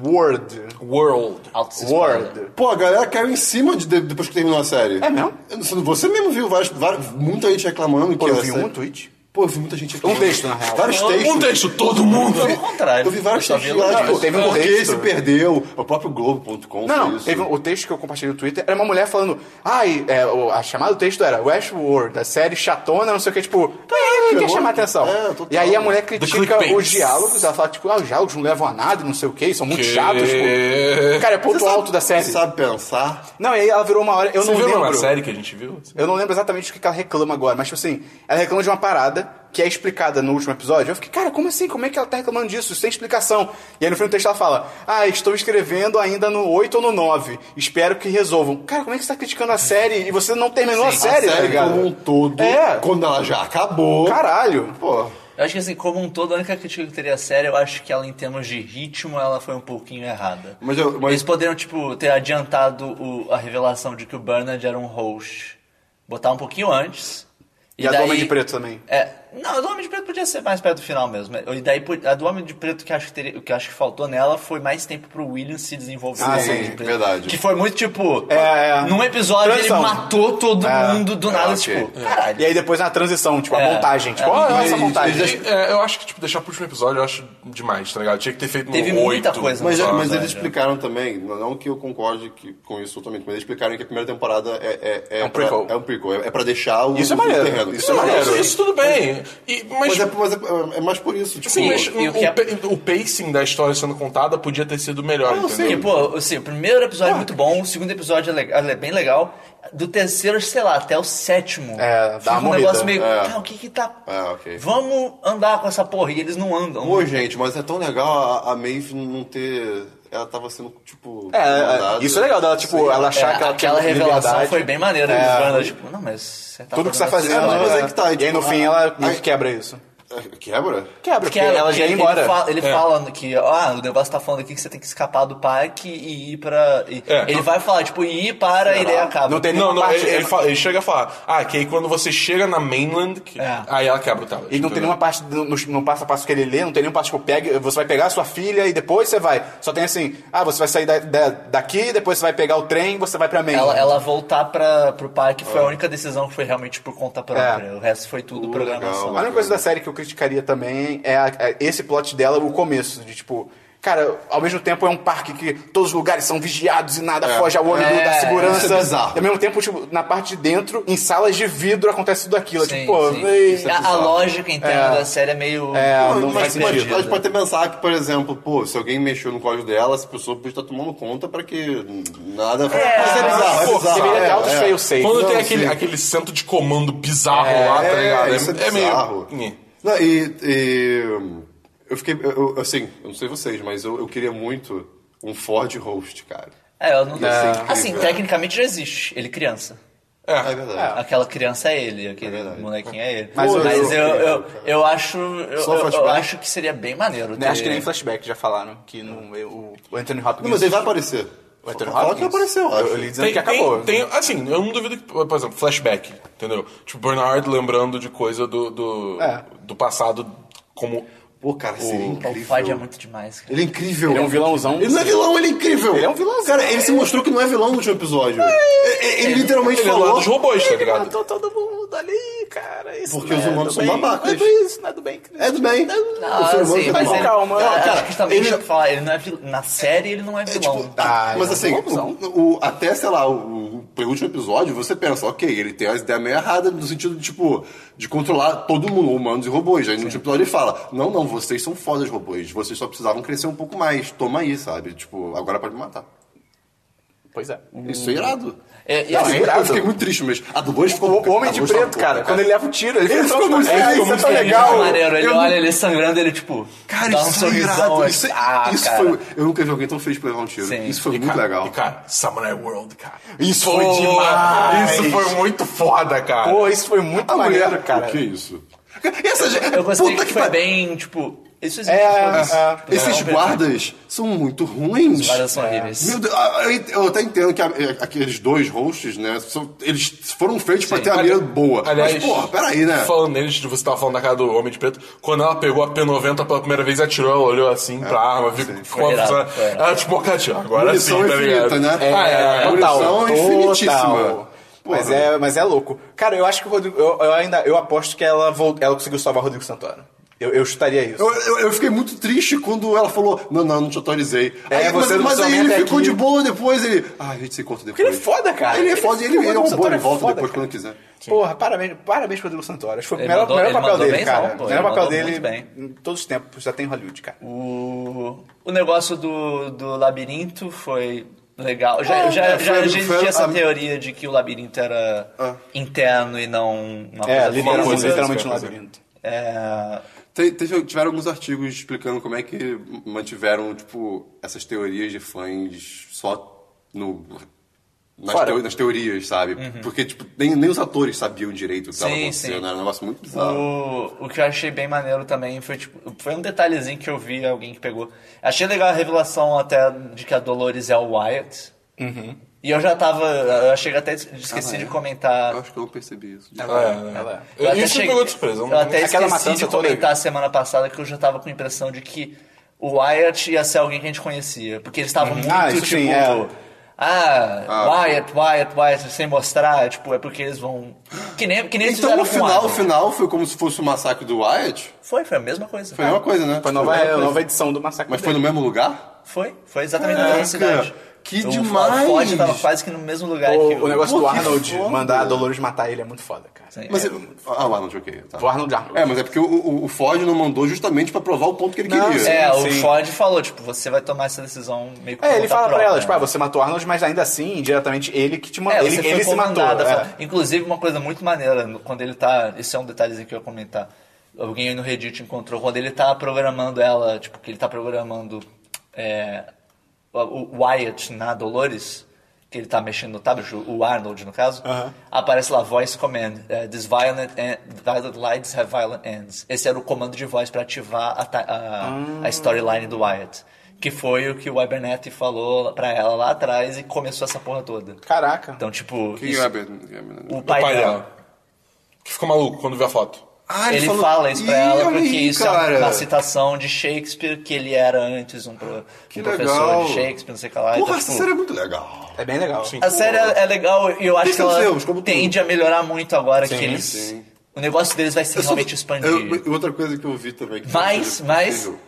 S1: Westworld.
S4: World.
S2: Altos spoiler.
S1: World.
S3: Pô, a galera caiu em cima de, de- depois que terminou a série.
S1: É mesmo?
S3: Eu não sei, Você mesmo viu vários, vários- muita gente reclamando
S1: Pô,
S3: que
S1: eu
S3: a
S1: vi
S3: série-
S1: um tweet.
S3: Pô, eu vi muita gente reclamando.
S1: texto, na real.
S3: Vários textos.
S4: Um texto, todo mundo.
S2: Pelo contrário.
S3: Eu vi vários
S2: só
S3: textos de
S2: vi
S3: lá,
S2: elogios.
S3: tipo,
S1: teve um
S3: porque
S1: texto.
S3: se perdeu, o próprio Globo.com
S1: Não,
S3: fez isso.
S1: teve um- o texto que eu compartilhei no Twitter era uma mulher falando. Ai, é, o- a chamada do texto era Westworld, a série chatona, não sei o que, tipo. "Ah, quer
S3: bom.
S1: chamar atenção.
S3: É, total.
S1: e aí a mulher critica
S4: clickbait.
S1: os diálogos, ela fala, tipo, ah, os diálogos não levam a nada, não sei o que, são muito
S4: Que-
S1: chatos. Tipo, cara, é ponto
S3: Você sabe-
S1: alto da série.
S3: Você sabe pensar?
S1: Não, e aí ela virou uma hora. Eu
S4: Você
S1: não
S4: viu
S1: lembro.
S4: uma série que a gente viu?
S1: Eu não lembro exatamente o que que ela reclama agora, mas tipo assim, ela reclama de uma parada que é explicada no último episódio. Eu fiquei, cara, como assim? Como é que ela tá reclamando disso? Sem explicação. E aí no fim do texto ela fala: Ah, estou escrevendo ainda no 8 ou no 9. Espero que resolvam. Cara, como é que você tá criticando a série e você não terminou a
S3: a
S1: série, tá
S2: um
S3: série
S1: ligado?
S3: como um todo,
S1: É.
S3: quando ela já acabou.
S1: Caralho.
S3: Pô,
S2: Eu acho que assim, como um todo, a única crítica que eu teria a série, eu acho que ela em termos de ritmo, ela foi um pouquinho errada.
S3: Mas eu- mas-
S2: Eles poderiam, tipo, ter adiantado o- a revelação de que o Bernard era um host. Botar um pouquinho antes.
S1: E a do Homem de Preto também.
S2: É, não, a do Homem de Preto podia ser mais perto do final mesmo. E daí, po- a do Homem de Preto que acho que, teria, que acho que faltou nela foi mais tempo pro William se desenvolver.
S1: Ah,
S2: no Homem
S1: sim,
S2: de Preto.
S3: verdade.
S2: Que foi muito tipo.
S1: É, é.
S2: Num episódio
S1: Transição.
S2: ele matou todo
S1: É.
S2: mundo do nada,
S3: Ah, ok.
S2: tipo. Caralho.
S1: E aí depois na transição, tipo, a
S2: É.
S1: montagem. Tipo,
S2: É.
S1: ó,
S4: Mas-
S1: essa montagem.
S4: e- é, eu acho que, tipo, deixar pro último episódio eu acho demais, tá ligado? Tinha que ter feito
S2: Teve
S4: no
S2: muita
S4: 8,
S2: coisa.
S4: sei
S3: Mas, é-
S4: lá.
S3: mas
S2: né,
S3: eles
S2: já.
S3: explicaram também, não que eu concorde que, com isso totalmente, mas eles explicaram que a primeira temporada é, é, é,
S4: É um
S3: pra,
S4: prequel.
S3: É um prequel, é, é pra deixar o,
S1: Isso é
S3: o
S1: maneiro.
S3: terreno. Isso
S4: Não,
S3: é
S4: isso,
S3: maneiro.
S4: isso tudo bem. E- mas,
S3: Mas, é, mas é, é mais por isso. Tipo,
S4: sim, mas
S2: e o
S4: o,
S2: que é-
S4: pa- o pacing da história sendo contada podia ter sido melhor,
S3: não,
S4: entendeu?
S2: Porque, pô, assim, o primeiro episódio é muito bom, o segundo episódio é, le- é bem legal. Do terceiro, sei lá, até o sétimo.
S1: É, dá
S2: fica
S1: uma
S2: um
S1: morrida.
S2: negócio meio.
S3: É.
S2: Ah, o que que tá.
S3: É, ok.
S2: Vamos andar com essa porra. E eles não andam.
S3: Pô, gente, mas é tão legal a, a Maeve não ter... Ela tava sendo, tipo...
S1: É,
S3: mandada.
S1: é, isso é legal dela, tipo, ela
S2: É,
S1: achar que ela
S2: aquela
S1: tem
S2: revelação
S1: liberdade.
S2: foi bem maneira.
S1: É.
S2: eles Banda, tipo, não, mas você tá
S1: Tudo que você tá
S2: essa
S1: fazendo.
S3: É,
S2: história.
S3: mas é que tá,
S1: e aí no
S3: tipo,
S1: fim
S3: a-
S1: ela meio
S3: a-
S1: que quebra isso.
S3: É, Quebra?
S1: Quebra,
S2: Porque
S1: porque,
S2: é,
S1: ela já ia
S2: ele
S1: embora.
S2: Fala, ele
S4: É.
S2: fala que, ah, o negócio tá falando aqui que você tem que escapar do parque e ir pra. e-
S4: É.
S2: Ele vai falar, tipo, e ir para e daí acaba.
S1: Não tem
S4: Não,
S1: nenhuma
S4: não,
S1: parte.
S4: ele, ele fala- ele chega a falar. Ah, que aí quando você chega na mainland, que-
S2: É.
S4: aí ela quebra o tablet.
S1: E não tem nenhuma parte do- no, no passo a passo que ele lê, não tem nenhum passo, tipo, pega, você vai pegar a sua filha e depois você vai. Só tem assim, ah, você vai sair da, da- daqui, depois você vai pegar o trem, você vai pra Maine.
S2: Ela, ela voltar pra, pro parque foi a única decisão que foi realmente por conta própria. O resto foi tudo
S3: Uh,
S2: programação.
S1: A única coisa da série que eu criticaria também é, a- é esse plot dela, o começo, de tipo. Cara, ao mesmo tempo é um parque que todos os lugares são vigiados e nada foge ao olho do-
S2: É,
S1: da segurança.
S3: isso é bizarro.
S1: E ao mesmo tempo, tipo, na parte de dentro, em salas de vidro acontece tudo aquilo.
S2: Sim,
S1: tipo, pô,
S2: sim. é
S1: ei,
S2: A- a,
S3: bizarro.
S2: lógica interna
S1: É.
S2: da série é meio.
S1: É, não
S3: mas
S1: faz
S3: pode,
S1: sentido.
S3: mas pode ter pensar que, por exemplo, pô, se alguém mexeu no código dela, essa pessoa podia estar tomando conta pra que nada... mas é bizarro,
S1: pô,
S3: é bizarro.
S1: deveria ter
S3: é,
S1: altos
S3: é.
S1: fail-safes.
S4: Quando
S1: Não,
S4: tem aquele,
S1: sim.
S4: aquele centro de comando bizarro lá, tá
S3: É,
S4: ligado?
S3: isso
S4: É, é
S3: bizarro.
S4: meio.
S3: Não, e, e eu fiquei. eu- eu, assim, eu não sei vocês, mas eu, eu queria muito um Ford Host, cara.
S2: É, eu não
S3: Ia ser incrível.
S2: Assim, tecnicamente já existe. Ele criança.
S4: É.
S3: É verdade.
S2: Aquela criança é ele, aquele
S3: verdade.
S2: molequinho é ele. Mas,
S1: Mas
S2: eu,
S1: eu-
S2: eu, eu,
S3: eu-
S2: acho. Eu,
S3: Só
S2: eu- eu
S3: flashback?
S2: acho que seria bem maneiro.
S1: Né,
S2: ter-
S1: Acho que nem flashback já falaram que não, eu- o Anthony Hopkins.
S3: Não, mas ele vai aparecer.
S1: O Anthony
S3: Fala
S1: Hopkins?
S3: que apareceu, eu
S1: Eu,
S3: acho.
S1: eu li dizendo que acabou.
S4: Tem, tem- assim, eu não duvido que, por exemplo, flashback, entendeu? Tipo, Bernard lembrando de coisa do, do,
S1: É.
S4: do passado como.
S3: Pô, cara, seria
S2: Pô, O
S3: incrível.
S2: Ford é muito demais, cara.
S3: Ele é incrível.
S1: Ele é um vilãozão.
S3: Ele não é vilão, ele é incrível.
S1: Ele é um vilãozão.
S3: Cara, ele se mostrou que não é vilão no último episódio. É, é, ele, literalmente
S4: Ele é do
S3: falou.
S4: lado dos robôs, tá ligado?
S1: todo mundo ali, cara. Isso
S3: Porque os humanos são babacas.
S1: Não é isso, não é do bem.
S3: É do bem.
S2: Não,
S3: O ser humano
S2: assim,
S3: é
S2: mas
S3: bom.
S1: bom.
S2: ele,
S1: Calma,
S2: cara,
S1: cara,
S2: acho que também
S3: ele-
S2: deixa eu falar, ele não é vil- na série ele não é
S3: É,
S2: vilão.
S3: tipo,
S1: Ah,
S3: mas
S1: é
S3: assim,
S1: uma opção.
S3: o- o- até, sei lá, o, o último episódio, você pensa, ok, ele tem as ideias meio erradas no sentido de, tipo, de controlar todo mundo, humanos e robôs. Aí no último episódio ele fala, não, não, vocês são fodas robôs, vocês só precisavam crescer um pouco mais, toma aí, sabe? Tipo, agora pode me matar.
S1: Pois é.
S3: Isso é irado.
S2: É, Tá e
S3: Não,
S2: assim,
S3: eu-
S1: irado.
S3: Eu fiquei muito triste mesmo. A Dolores ficou...
S1: O Homem de
S2: um
S3: a Dolores
S1: Preto,
S3: tava
S1: cara,
S3: puta,
S1: quando ele leva o tiro, ele,
S3: Ele
S1: fica
S3: ficou muito feliz,
S1: isso é
S3: muito
S1: tão
S3: feliz,
S1: legal.
S2: é maneiro, ele
S3: eu
S2: olha
S3: não-
S2: ele sangrando, ele tipo,
S3: Cara,
S2: dá um
S3: isso é
S2: sorrisão.
S3: irado.
S2: é,
S3: Isso, é-
S2: tipo, ah,
S3: isso
S2: cara.
S3: foi... Eu nunca vi alguém tão feliz por levar um tiro.
S2: Sim.
S3: Isso foi
S4: E,
S3: muito
S4: cara,
S3: legal.
S4: E, cara, Samurai World, cara.
S1: Isso foi
S4: Pô,
S1: demais.
S4: Isso foi muito foda, cara.
S1: Pô, isso foi muito
S3: A
S1: maneiro,
S3: mulher,
S1: cara.
S3: o que é isso? E essa gente,
S2: Eu gostei
S3: puta
S2: que
S3: que
S2: foi
S3: pariu.
S2: bem, tipo, isso existe.
S1: É,
S2: foda-se.
S1: é.
S2: Tipo,
S3: Esses
S2: não,
S3: guardas são muito ruins.
S2: Guardas são horríveis.
S3: Meu Deus, ah, eu ent- eu até entendo que a- eh, aqueles dois hosts, né, são- eles foram feitos pra ter a mira boa.
S4: Aliás,
S3: Mas, porra, peraí, né?
S4: Falando neles, de você tava falando da cara do Homem de Preto, quando ela pegou a P90 pela primeira vez, atirou, ela olhou assim pra arma, viu, ficou
S2: Foi
S4: uma
S2: irado,
S4: pessoa.
S2: foi irado.
S4: Ela tipo, cara, tira, agora sim,
S3: Munição
S4: tá ligado?
S3: infinita, né?
S4: É,
S3: É,
S4: é, é.
S3: munição infinitíssima. Porra.
S1: Mas é, mas é louco. Cara, eu acho que o Rodrigo. Eu, eu ainda. Eu aposto que ela, vol- ela conseguiu salvar o Rodrigo Santoro. Eu, eu chutaria isso.
S3: Eu, eu- eu fiquei muito triste quando ela falou, não, não, não te autorizei.
S1: É,
S3: aí,
S1: você
S3: mas
S1: não
S3: mas
S1: só
S3: aí
S1: vem
S3: ele
S1: até
S3: ficou
S1: aqui.
S3: de boa depois, ele... Ah, a gente se encontra
S1: Porque
S3: depois.
S1: ele é foda, cara.
S3: Ele é foda, ele, ele,
S1: o
S3: é um
S1: Rodrigo
S3: bom,
S1: Santoro
S3: ele
S1: é
S3: volta
S1: foda,
S3: depois
S1: cara.
S3: quando quiser.
S1: Porra, parabéns, parabéns pro Rodrigo Santoro. Acho que foi o
S2: Ele
S1: melhor,
S2: mandou-
S1: melhor
S2: ele
S1: papel
S2: mandou
S1: dele,
S2: bem,
S1: cara.
S2: não, pô,
S1: O
S2: ele
S1: melhor papel
S2: mandou
S1: dele
S2: muito bem.
S1: em todos os tempos, já tem Hollywood, cara.
S2: O, o negócio do, do labirinto foi legal. Já, já,
S3: É, foi-
S2: já existia
S3: foi-
S2: essa
S3: a- Ah.
S2: teoria de que o labirinto era interno e não uma
S1: É,
S2: coisa
S1: literalmente,
S2: fora.
S4: coisa,
S1: literalmente
S4: isso
S1: no
S4: que eu ia
S1: labirinto.
S2: É,
S3: Te- teve- tiveram alguns artigos explicando como é que mantiveram, tipo, essas teorias de fãs só no Nas,
S1: Fora.
S3: teo- nas teorias, sabe? Porque, tipo, nem, nem os atores sabiam direito o que estava
S2: Sim,
S3: acontecendo.
S2: sim.
S3: Era um negócio muito bizarro.
S2: O, o que eu achei bem maneiro também foi, tipo, foi um detalhezinho que eu vi alguém que pegou. Achei legal a revelação até de que a Dolores é o Wyatt. E eu já tava. Eu cheguei até esqueci
S3: Ah, é?
S2: de comentar.
S3: Eu acho que eu não percebi isso.
S1: Ela
S4: Ah, é, é.
S2: Eu até
S4: Isso me
S2: cheguei-
S4: pegou de surpresa. eu
S2: Eu
S4: não-
S2: até
S1: Aquela
S2: esqueci
S1: matança
S2: de
S1: eu tô livre.
S2: comentar semana passada que eu já tava com a impressão de que o Wyatt ia ser alguém que a gente conhecia. Porque eles estavam muito,
S1: Ah, isso
S2: tipo...
S1: sim, é.
S2: Ah,
S3: Ah.
S2: Wyatt, Wyatt, Wyatt, sem mostrar, tipo, é porque eles vão... Que nem, que nem eles
S3: Então, no
S2: fizeram com o
S3: final, o
S2: Adam.
S3: final foi como se fosse o massacre do Wyatt?
S2: Foi, foi a mesma coisa.
S3: Foi a mesma coisa, né?
S1: Foi a nova, a nova edição do Massacre.
S3: Mas foi no
S1: dele.
S3: mesmo lugar?
S2: Foi, foi exatamente na
S3: Caraca,
S2: mesma cidade.
S3: que
S2: o,
S3: demais!
S2: O Ford tava quase que no mesmo lugar que
S1: o, o negócio
S3: Pô,
S1: do
S3: que
S1: Arnold
S3: foda.
S1: mandar a Dolores matar ele é muito foda, cara.
S2: Sim.
S3: Mas é- Ah, o Arnold, ok. Tá.
S1: O Arnold Arnold.
S3: É, mas é porque o- o, o Ford não mandou justamente pra provar o ponto que ele
S1: Não,
S3: queria.
S2: É,
S1: sim.
S2: o Ford falou, tipo, você vai tomar essa decisão meio que por
S1: É, ele
S3: tá
S2: conta
S1: fala pra
S2: própria,
S1: ela, tipo,
S2: né?
S1: ah, você matou o Arnold, mas ainda assim, indiretamente, ele que te mandou.
S2: É,
S1: ele
S2: você foi
S1: ele se matou.
S2: comandada,
S1: é.
S2: fala- Inclusive, uma coisa muito maneira, no- quando ele tá. Esse é um detalhezinho que eu ia comentar. Alguém aí no Reddit encontrou, quando ele tá programando ela, tipo, que ele tá programando é, o- o Wyatt na Dolores, que ele tá mexendo no tablet, o Arnold no caso, aparece lá voice command. é, These violent, en- violent lights have violent ends. Esse era o comando de voz pra ativar a, ta- a,
S1: Ah.
S2: a storyline do Wyatt. Que foi o que o Abernethy falou pra ela lá atrás e começou essa porra toda.
S1: Caraca.
S2: Então, tipo,
S3: Quem
S2: isso-
S3: é a Ben- quem é a Ben-
S2: o
S4: O
S2: pai, dela.
S4: Que ficou maluco quando viu a foto.
S3: Ah,
S2: Ele
S3: falou-
S2: fala isso pra
S3: Ih,
S2: ela
S3: olha
S2: porque
S3: aí,
S2: isso é uma citação de Shakespeare que ele era antes um, pro- um professor
S3: legal.
S2: de Shakespeare, não sei o que lá.
S3: Porra,
S2: então,
S3: essa
S2: tipo,
S3: série é muito legal.
S1: É bem legal.
S4: Sim.
S2: a série é, é legal e eu acho
S3: Tem
S2: que ela
S3: seus erros, como tudo.
S2: tende a melhorar muito agora que eles...
S3: sim.
S2: O negócio deles vai ser
S3: Eu só-
S2: realmente expandido.
S3: eu- outra coisa que eu vi também. Que
S2: Mas,
S3: foi
S2: mas-
S3: incrível.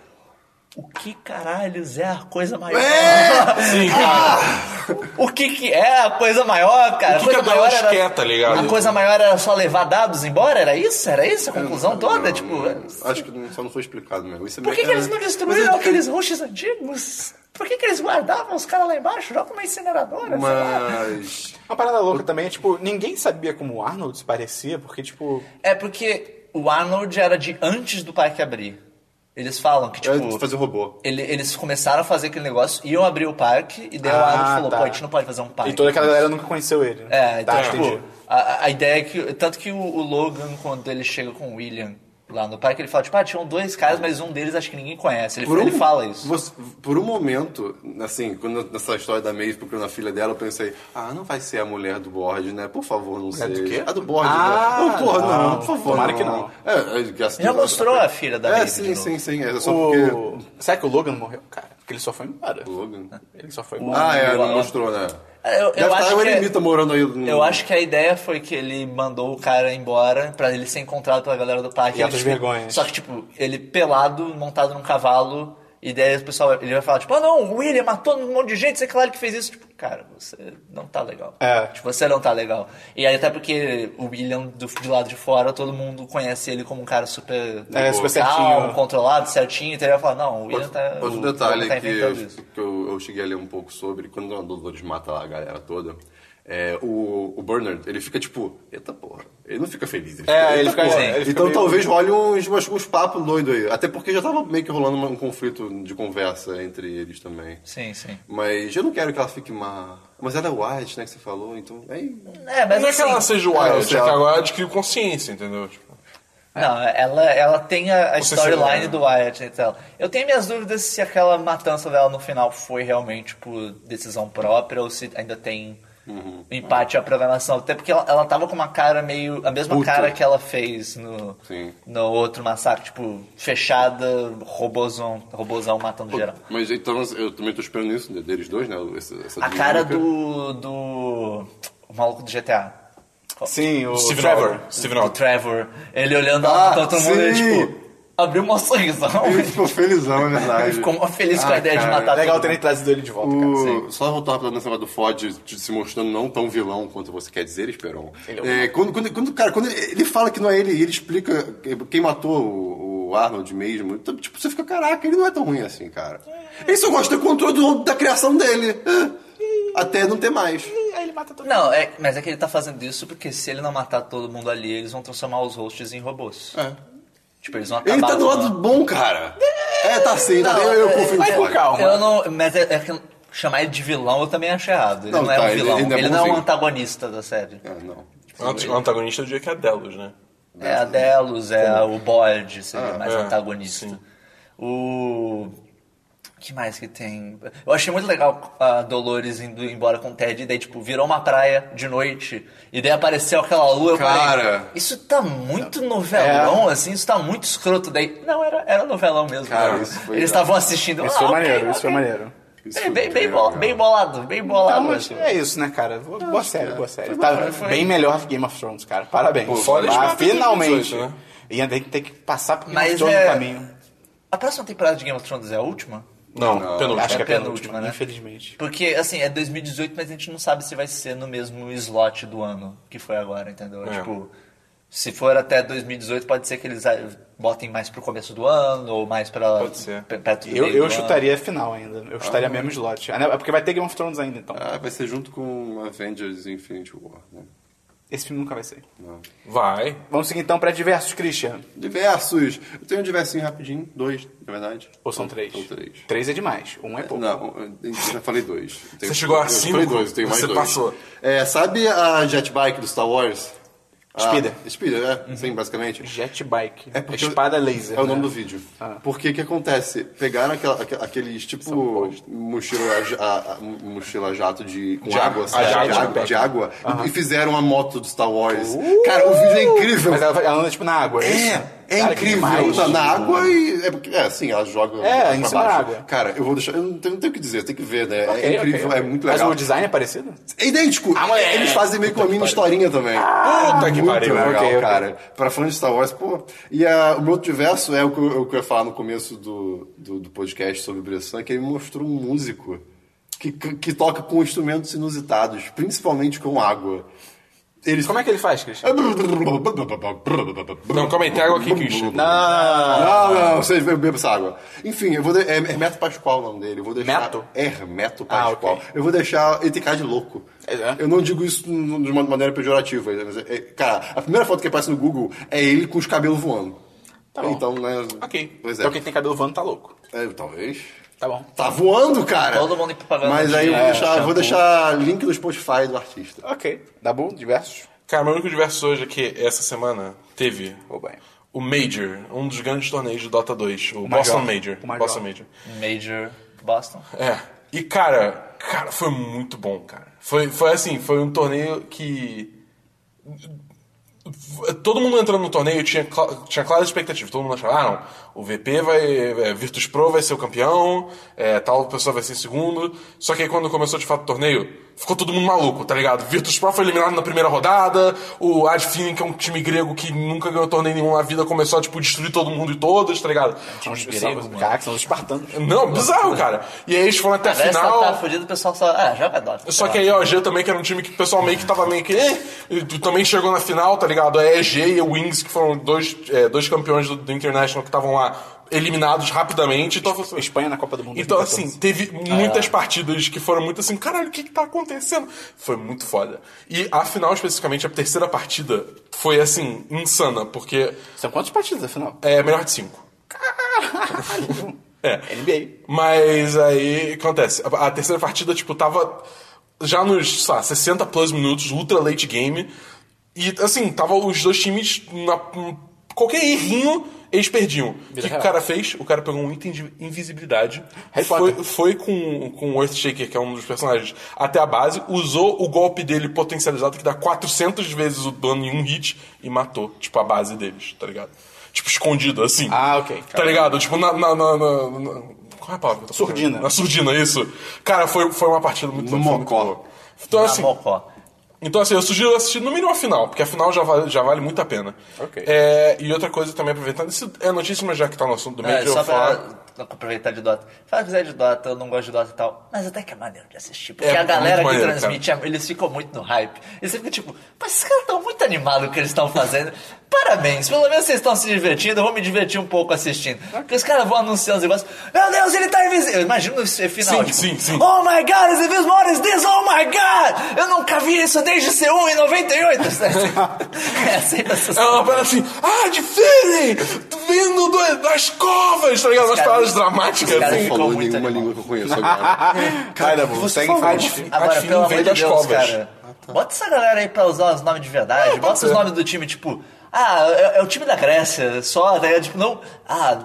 S2: O que caralhos é a coisa maior?
S3: É!
S2: [LAUGHS] Ah,
S4: Sim, cara.
S2: O que que é a coisa maior, cara?
S4: O que
S2: coisa
S4: que a Dallas
S2: maior
S4: quer, tá ligado?
S2: A coisa maior era só levar dados embora? Era isso? Era isso a conclusão toda?
S3: Não,
S2: tipo...
S3: não, acho que não- só não foi explicado mesmo. Isso é
S2: Por que,
S3: meio-
S2: que eles não
S3: é-
S2: destruíram
S3: mas é-
S2: aqueles roxos antigos? Por que, que eles guardavam os caras lá embaixo? Joga uma incineradora, sei lá.
S3: Mas.
S1: Uma parada louca também é, tipo, ninguém sabia como o Arnold se parecia, porque, tipo,
S2: É porque o Arnold era de antes do parque abrir. Eles falam que,
S3: É
S2: tipo...
S3: fazer robô.
S2: ele- eles começaram a fazer aquele negócio, iam abrir o parque, e daí o
S1: Ah,
S2: Arnold falou,
S1: tá.
S2: pô, a gente não pode fazer um parque.
S1: e toda aquela galera nunca conheceu ele. né?
S2: É, então,
S1: tá,
S2: tipo,
S1: entendi.
S2: a, a ideia é que. Tanto que o, o Logan, quando ele chega com o William lá no parque, ele fala, tipo, ah, tinham dois caras, mas um deles acho que ninguém conhece. Ele, ele fala isso.
S3: um você- por um momento, assim, quando nessa história da Maeve procurando a filha dela, eu pensei, ah, não vai ser a mulher do Borde, né? Por favor, não
S2: É
S3: seja.
S1: do quê?
S3: A do Borde.
S1: Ah,
S3: né? Não, porra, não,
S1: não.
S3: por favor.
S1: Tomara que não.
S3: É, é, graças a
S2: Já
S3: Deus,
S2: mostrou a filha da
S3: É,
S2: Maeve de
S3: sim,
S2: novo.
S3: sim, sim. É só
S1: O... Será que o Logan morreu, cara? Porque ele só foi embora.
S3: porque. Logan.
S1: Ele só foi embora.
S3: Ah, é, não
S2: Logan.
S3: mostrou, né?
S2: Eu- eu
S3: Deve estar
S2: acho
S3: o
S2: que é-
S3: Eremita morando aí. No...
S1: Hum.
S2: Eu acho que a ideia foi que ele mandou o cara embora pra ele ser encontrado pela galera do parque.
S1: E
S2: Ele,
S1: outras
S2: tipo,
S1: vergonhas.
S2: Só que, tipo, ele pelado, montado num cavalo, e daí o pessoal ele vai falar, tipo, ah não, o William matou um monte de gente, você é claro que fez isso. Tipo, cara, você não tá legal.
S1: É.
S2: Tipo, você não tá legal. E aí até porque o William do, de lado de fora, todo mundo conhece ele como um cara super,
S1: É, super
S2: calmo,
S1: certinho.
S2: controlado, certinho, então ele vai falar, não, o William
S3: Outro,
S2: tá.
S3: outro
S2: o
S3: detalhe
S2: Logan tá
S3: que,
S2: inventando isso.
S3: eu, que eu, eu cheguei a ler um pouco sobre, quando a Dolores mata lá a galera toda, é, o, o Bernard, ele fica tipo, eita porra. Ele não fica feliz. Ele
S1: É, ele
S3: "Eita,
S1: fica-
S3: porra."
S1: ele fica
S3: Então
S1: meio- assim.
S3: talvez role uns, umas- uns papos doidos aí. Até porque já tava meio que rolando uma- um conflito de conversa entre eles também.
S2: Sim, sim.
S3: Mas eu não quero que ela fique má. Mas ela é white, né, que você falou, então... É,
S2: É, mas
S4: Não é que ela
S2: assim-
S4: seja o
S3: Ah, eu
S4: Wyatt,
S3: sei
S4: é que
S3: ela.
S4: agora adquiriu consciência, entendeu? Tipo,
S3: É.
S2: Não, ela, ela tem a, a
S4: Você
S2: storyline
S4: sabe,
S2: do Wyatt entre ela. Eu tenho minhas dúvidas se aquela matança dela no final foi realmente por decisão própria ou se ainda tem um empate à programação. Até porque ela, ela tava com uma cara meio. a mesma
S3: Puta.
S2: cara que ela fez no,
S3: Sim.
S2: no outro massacre, tipo, fechada, robozão, robozão matando geral.
S3: Mas então eu também tô esperando isso né, deles dois, né? Essa, essa
S2: A cara
S3: dinâmica.
S2: do. do. o maluco do GTA.
S1: Sim, o
S4: Steven
S1: Trevor.
S4: Oliver. Steven
S2: Do
S4: Oliver.
S2: Trevor. Ele olhando lá
S3: Ah,
S2: pra todo mundo e
S3: sim.
S2: tipo. Abriu um [LAUGHS]
S3: [LAUGHS]
S2: sorrisão.
S3: Ele ficou felizão, é verdade.
S2: Ele ficou mó feliz com a
S3: Ah,
S2: ideia
S3: cara.
S2: de matar
S1: Legal
S2: todo
S1: terem trazido ele de volta, cara.
S3: O... Só voltar rapidamente nesse negócio do Ford de- de se mostrando não tão vilão quanto você quer dizer, Esperon. É, quando, quando, quando, cara, quando ele, ele fala que não é ele e ele explica que- quem matou o, o Arnold mesmo, então, tipo, você fica, caraca, ele não é tão ruim assim, cara. Ele só gosta do controle do- da criação dele. Até não ter mais.
S1: Aí ele mata todo
S2: mundo. Não, é- mas é que ele tá fazendo isso porque se ele não matar todo mundo ali, eles vão transformar os hosts em robôs. Tipo, eles vão acabar...
S3: Ele tá do
S2: com-
S3: lado bom, cara. É, tá sim, tá, eu, eu confio no
S1: vai com
S3: Ford.
S1: calma.
S2: Eu não... Mas é, é que... chamar ele de vilão eu também acho errado. Ele não,
S3: Não,
S2: é
S3: tá,
S2: um
S3: ele-
S2: vilão. Ele,
S3: ele ainda é
S2: não é um
S3: bonzinho.
S2: antagonista da série.
S3: É, não.
S4: O ant- o antagonista eu diria que é a Delos, né?
S2: É a Delos, é o Bode, seria
S1: Ah,
S2: mais
S4: é,
S2: antagonista.
S4: sim.
S2: O. que mais que tem? Eu achei muito legal a Dolores indo embora com o Ted, e daí, tipo, virou uma praia de noite, e daí apareceu aquela lua. eu falei,
S3: Cara.
S2: isso tá muito
S1: É.
S2: novelão, assim, isso tá muito escroto. Daí, não, era, era novelão mesmo.
S3: Cara, isso foi
S2: Eles
S3: legal.
S2: estavam assistindo.
S1: Isso
S2: ah,
S1: foi
S2: ok,
S1: maneiro, isso
S2: ok. É,
S1: foi maneiro.
S3: Isso é foi
S2: Bem, bem, bem,
S3: bem
S2: bol-
S3: legal.
S2: bem bolado, bem bolado.
S1: Tá, mas
S2: assim.
S1: é isso, né, cara? Boa, boa série, boa série. Tá bem melhor que Game of Thrones, cara. Parabéns.
S4: fora
S1: Ah,
S4: de 2018,
S1: finalmente.
S4: né?
S1: E ainda tem que ter que passar por Game
S2: Mas
S1: of Thrones
S2: é-
S1: no caminho.
S2: A próxima temporada de Game of Thrones é a última?
S4: Não, penúltima.
S1: Acho que é a
S2: é
S1: penúltima,
S2: penúltima, né?
S1: infelizmente.
S2: Porque, assim, é 2018, mas a gente não sabe se vai ser no mesmo slot do ano que foi agora, entendeu?
S4: É.
S2: Tipo, se for até 2018, pode ser que eles ah, botem mais pro começo do ano, ou mais pra...
S4: Pode ser.
S2: pe- Perto do
S1: Eu,
S2: meio
S1: eu
S2: do ano.
S1: chutaria final ainda. Eu chutaria mesmo slot. Ah, não, É porque vai ter Game of Thrones ainda, então.
S3: Ah, vai ser junto com Avengers Infinity War, né?
S1: Esse filme nunca vai sair.
S3: Não.
S4: Vai.
S1: Vamos seguir então pra diversos, Christian.
S3: Diversos. Eu tenho um diversinho rapidinho. Dois, na verdade.
S1: Ou são três?
S3: São três.
S1: Três é demais. Um é pouco.
S3: Não, eu já falei dois. Eu tenho-
S4: Você chegou a
S3: eu
S4: cinco?
S3: falei dois, eu tenho mais
S4: Você
S3: dois.
S4: passou.
S3: É, sabe a jetbike do Star Wars? A-
S1: Speeder.
S3: Speeder, é.
S4: Uhum.
S3: Sim, basicamente.
S1: Jetbike. É
S3: porque-
S1: espada laser.
S3: É o
S1: né?
S3: nome do vídeo.
S1: Ah.
S3: Porque o que acontece? Pegaram aquela- aqua- aqueles, tipo, mochila, ja- a, a- mochila jato de, com
S4: De água,
S3: água, sabe?
S4: a jato,
S3: de água,
S4: né?
S3: de água e- e fizeram a moto do Star Wars.
S4: Uh!
S3: Cara, o vídeo é incrível.
S1: Mas ela, ela anda tipo na água. isso?
S3: É, é
S1: Cara, que
S3: incrível.
S1: demais.
S3: Tá na água e. É, porque- é, assim, ela joga.
S1: É,
S3: pra
S1: em cima
S3: baixo.
S1: da água.
S3: Cara, eu vou deixar. Eu não tenho, não tenho o que dizer, tem que ver, né?
S1: Ok,
S3: é incrível,
S1: ok.
S3: é muito legal.
S1: Mas o design é parecido?
S3: É idêntico.
S1: Ah, moleque.
S3: Eles fazem meio que uma mini historinha também.
S1: Ah,
S4: Puta que
S3: muito
S4: pariu.
S3: legal,
S1: ok, ok.
S3: cara. Pra fã de Star Wars, pô. E ah, o meu outro diverso é o que eu, o que eu ia falar no começo do, do, do podcast sobre Bressan, que ele me mostrou um músico que, que, que toca com instrumentos inusitados, principalmente com água. Eles... [LAUGHS]
S1: Como é que ele faz, Christian?
S4: Não, calma aí, tem água aqui, Christian.
S1: Ah,
S3: Não, não, não, vocês bebam essa água. Enfim, eu vou de... é Hermeto Pascoal o nome dele. Eu vou deixar...
S1: Meto?
S3: Hermeto
S1: Ah,
S3: Pascoal.
S1: ok.
S3: Eu vou deixar. Ele tem cara de louco.
S1: É.
S3: Eu não digo isso n- de uma maneira pejorativa. mas é- é- Cara, a primeira foto que aparece no Google é ele com os cabelos voando.
S1: Tá bom.
S3: Então, né?
S4: Ok.
S3: Pois é.
S1: então quem tem cabelo voando tá louco.
S3: É, talvez.
S1: Tá bom.
S3: Tá voando, cara!
S2: Todo mundo em propaganda
S3: Mas aí
S2: de-
S3: eu vou
S2: é,
S3: deixar,
S2: shampoo.
S3: vou deixar link do Spotify do artista.
S1: Ok. Dabu, diversos?
S4: Cara, meu único diverso hoje é que essa semana teve
S1: Vou bem.
S4: o Major, um dos grandes torneios de Dota 2, o, Boston Major.
S1: O Major.
S4: Boston Major.
S2: Major Boston.
S4: É. E, cara, cara, foi muito bom, cara. Foi, foi assim, foi um torneio que. Todo mundo entrando no torneio tinha, cla- tinha clara expectativa. Todo mundo achava, ah, não, o VP vai. é, Virtus Pro vai ser o campeão, é, tal pessoa vai ser segundo. Só que aí quando começou de fato o torneio, ficou todo mundo maluco, tá ligado? Virtus Pro foi eliminado na primeira rodada, o Adfin, que é um time grego que nunca ganhou torneio nenhum na vida, começou a tipo, destruir todo mundo e todas, tá ligado?
S1: Uns
S2: grego,
S1: são,
S2: mano.
S1: cara, que são os espartanos.
S4: Não, bizarro, cara. E aí eles foram até a
S2: Parece que ela
S4: final.
S2: tá fudida, o pessoal só... Ah, joga Dota.
S4: Só
S2: sei
S4: que
S2: lá.
S4: aí a EG também, que era um time que o pessoal meio que tava meio que. "Eh", e tu também chegou na final, tá ligado? A EG e a Wings, que foram dois, é, dois campeões do, do International que estavam lá eliminados rapidamente. Então, assim,
S1: Espanha na Copa do Mundo.
S4: então
S1: 2014.
S4: assim, teve muitas partidas que foram muito assim, caralho, o que que tá acontecendo? Foi muito foda. E a final, especificamente, a terceira partida foi assim, insana, porque
S1: São quantas partidas, afinal?
S4: é melhor de cinco. É.
S1: NBA.
S4: Mas aí acontece. A, a terceira partida, tipo, tava já nos, sei lá, 60 plus minutos, ultra late game. E assim, tava os dois times na. em Qualquer errinho, eles perdiam. O que, que o
S1: real.
S4: cara fez? O cara pegou um item de invisibilidade.
S1: Harry
S4: Foi,
S1: Potter.
S4: foi com, com o Earthshaker, que é um dos personagens, até a base, usou o golpe dele potencializado, que dá 400 vezes o dano em um hit, e matou, tipo, a base deles, tá ligado? Tipo, escondido, assim.
S1: Ah, ok.
S4: Tá ligado? Tipo, na. na, na, na- na- qual é a palavra? que eu tô
S1: Surdina.
S4: procurando? Na surdina, isso. Cara, foi, foi uma partida muito
S3: No
S4: foi muito
S3: mocó.
S4: boa. Então,
S2: Na
S4: assim,
S2: Mocó.
S4: então, assim, eu sugiro assistir no mínimo a final, porque a final já vale, já vale muito a pena.
S1: Ok.
S4: É, e outra coisa também, aproveitando, isso é notícia, mas já que tá no assunto do meio,
S2: É,
S4: eu
S2: só
S4: vou falar.
S2: pra aproveitar de Dota. Fala que quiser de Dota, eu não gosto de Dota e tal. Mas até que é maneiro de assistir. Porque
S4: É,
S2: a galera
S4: é muito
S2: que
S4: maneiro,
S2: transmite, eles ficam muito no hype. Eles ficam tipo, mas esses caras estão muito animados com o que eles estão fazendo. [LAUGHS] Para Parabéns, pelo menos vocês estão se divertindo, eu vou me divertir um pouco assistindo. Porque os caras vão anunciar os negócios. Meu Deus, ele tá invisível. Imagina o final.
S4: Sim,
S2: tipo,
S4: sim, sim.
S2: Oh my god, is invisible, what is this? Oh my god! Eu nunca vi isso desde C1 em [LAUGHS] 98. né? é sempre
S4: [LAUGHS]
S2: essas
S4: É uma parada assim, ah, de Feeling! Vindo do- das covas, tá ligado? Umas
S2: caras-
S4: paradas dramáticas,
S2: os caras-
S4: assim.
S3: Não falou
S2: ficou muito
S3: nenhuma
S2: animal.
S3: língua que
S1: [LAUGHS]
S3: eu conheço
S1: Ah,
S3: agora.
S1: Cara, mano,
S4: você
S1: segue
S4: falou.
S1: em frente. Ah, tá.
S4: Acho-
S2: Agora,
S4: acho
S2: pelo amor
S4: veio
S2: de
S4: das
S2: Deus,
S4: covas.
S2: cara. Bota essa galera aí pra usar os nomes de verdade.
S4: É, pode
S2: bota os
S4: ser.
S2: nomes do time, tipo... Ah, é, é o time da Grécia, só, tá ligado? Tipo, não... Ah,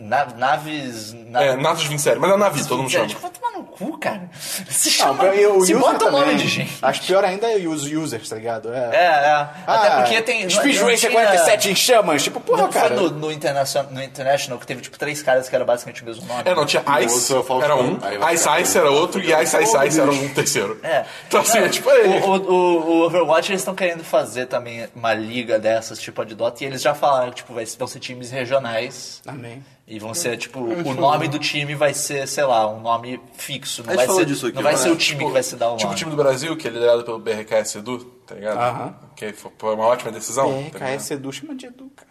S2: na- naves... na-
S4: É, Natos 27, mas é Navi, todo mundo
S2: É,
S4: chama.
S2: tipo, vai tomar no cu, cara. [LAUGHS] Se
S1: Não,
S2: chama...
S1: Ah, pra mim, o
S2: se
S1: user
S2: bota o
S1: também.
S2: nome de gente.
S1: Acho pior ainda é os users, tá ligado?
S2: É,
S1: É.
S2: é. Até
S1: Ah,
S2: porque tem...
S1: Speedway
S2: não tinha-
S1: 57 em chamas. Tipo, porra,
S2: Não foi
S1: cara.
S2: no, no, Internacion- no International que teve, tipo, três caras que eram basicamente o mesmo nome.
S4: É, não, tinha Ice,
S3: outro é o Faustão.
S4: era um,
S3: Aí vai
S4: Ice
S3: ficar-
S4: Ice era outro, e Ice Ice Ice era um terceiro.
S2: É.
S4: Então assim,
S2: Não,
S4: é tipo, é,
S2: O, o- o- o Overwatch eles estão querendo fazer também uma liga dessas, tipo a de Dota, e eles já falaram que tipo, vai, vão ser times regionais.
S1: Amém.
S2: E vão ser, tipo, o nome do time vai ser, sei lá, um nome fixo. Não
S3: gente
S2: vai
S3: falou
S2: ser,
S3: disso aqui,
S2: não vai
S3: né?
S2: ser o time que vai se dar o
S4: tipo o
S2: nome.
S4: time do Brasil, que é liderado pelo BRKS Edu, tá ligado?
S1: Aham.
S4: Que foi foi uma ótima decisão. tá ligado?
S1: RKS Edu, chama de Edu, cara.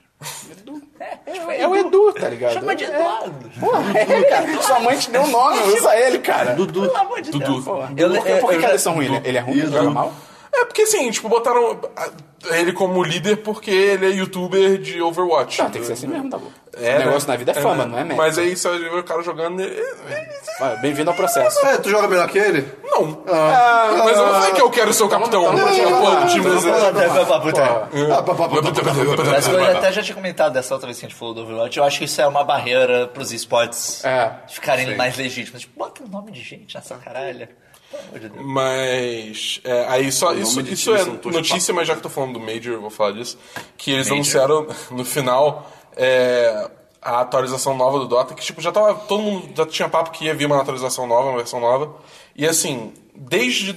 S1: Edu.
S2: É, tipo,
S1: É o Edu, tá ligado?
S2: Chama de
S1: É.
S2: Eduardo.
S1: Porra, é, cara. [LAUGHS] Sua mãe te deu um nome, usa ele, cara.
S2: Pelo amor de
S4: Dudu.
S2: Deus.
S1: Porra.
S2: Eu-
S1: Por que, por que
S2: eu-
S1: que eles são ruins? Ele- Ele é ruim? Ele joga mal?
S4: É porque assim, tipo, botaram ah, ele como líder porque ele é youtuber de Overwatch.
S1: Não, tem que ser assim mesmo, tá bom.
S4: É,
S1: o negócio
S4: né?
S1: na vida é fama, não é merda.
S4: Mas aí só o cara jogando. ele-
S1: Olha, Bem-vindo ao processo.
S3: É, tu joga melhor que ele?
S4: Não.
S1: Ah.
S4: É, mas eu não sei que eu quero ser o capitão.
S1: então
S4: né? Tipo,
S1: não
S4: mas
S1: vai
S4: eu
S1: jogar
S4: vou
S1: nada,
S4: do time
S1: então não vai
S4: brasileiro.
S3: Ah, pá, pá, pá, pá, pá, pá, pá, pá.
S2: Mas eu até já tinha comentado dessa outra vez que a gente falou do Overwatch. Eu acho que isso é uma barreira pros esportes
S1: É,
S2: ficarem mais legítimos. Tipo, bota o nome de gente nessa caralha. Pelo amor de Deus.
S4: Mas é, aí só isso,
S3: de
S4: isso
S3: time
S4: é
S3: são todos
S4: notícia, mas já que eu tô falando do Major, eu vou falar disso. Que eles
S2: Major.
S4: anunciaram no final é, a atualização nova do Dota, que tipo, já tava. Todo mundo já tinha papo que ia vir uma atualização nova, uma versão nova. E assim, desde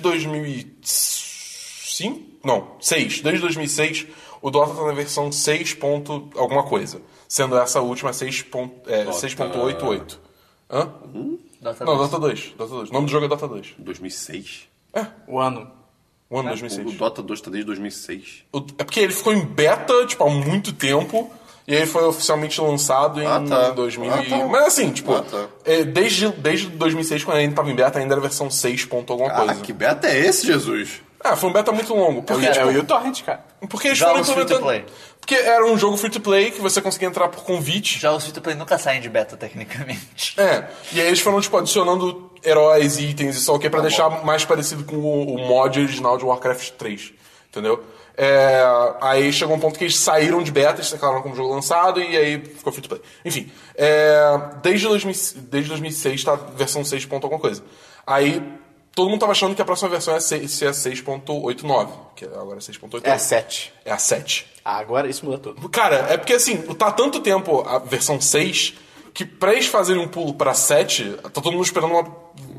S4: 2005. Não, 6. Desde 2006, o Dota tá na versão 6. Ponto alguma coisa. Sendo essa a última 6 ponto- é, 6.88. Hã?
S2: Dota
S4: Não,
S2: 2.
S4: Dota 2. Dota 2. O nome do jogo é Dota 2.
S3: 2006?
S1: O ano.
S4: O Um ano
S3: O
S4: 2006.
S3: Dota 2 tá desde 2006.
S4: O- É porque ele ficou em beta, tipo, há muito tempo. E aí foi oficialmente lançado em
S3: Ah, tá.
S4: 2000.
S3: Ah,
S4: e-
S3: tá.
S4: Mas assim, tipo,
S3: Ah, tá.
S4: é, desde, desde 2006, quando ainda tava em beta, ainda era versão 6 ponto alguma
S3: Ah,
S4: coisa.
S3: que beta é esse, Jesus?
S4: Ah, foi um beta muito longo. Porque,
S1: É
S4: tipo,
S1: o Will Torrent, cara.
S4: porque eles
S2: Jogos
S4: foram implementando...
S2: free-to-play.
S4: Porque era um jogo free-to-play que você conseguia entrar por convite.
S2: Jogos free to play nunca saem de beta,
S4: [LAUGHS]
S2: tecnicamente.
S4: É, e aí eles foram, tipo, adicionando heróis e itens e só o que é pra
S1: Tá
S4: deixar mais parecido com o, o mod original de Warcraft 3, entendeu? É, aí chegou um ponto que eles saíram de beta, eles declararam como jogo lançado e aí ficou free to play. Enfim, é, desde, 2000, desde 2006 tá versão 6. ponto alguma coisa. Aí todo mundo tava achando que a próxima versão é 6 é 6.89, que agora é 6.89.
S1: É a 7.
S4: É a 7.
S1: Ah, agora isso muda tudo.
S4: Cara, é porque assim, tá há tanto tempo a versão 6 que pra eles fazerem um pulo pra 7, tá todo mundo esperando uma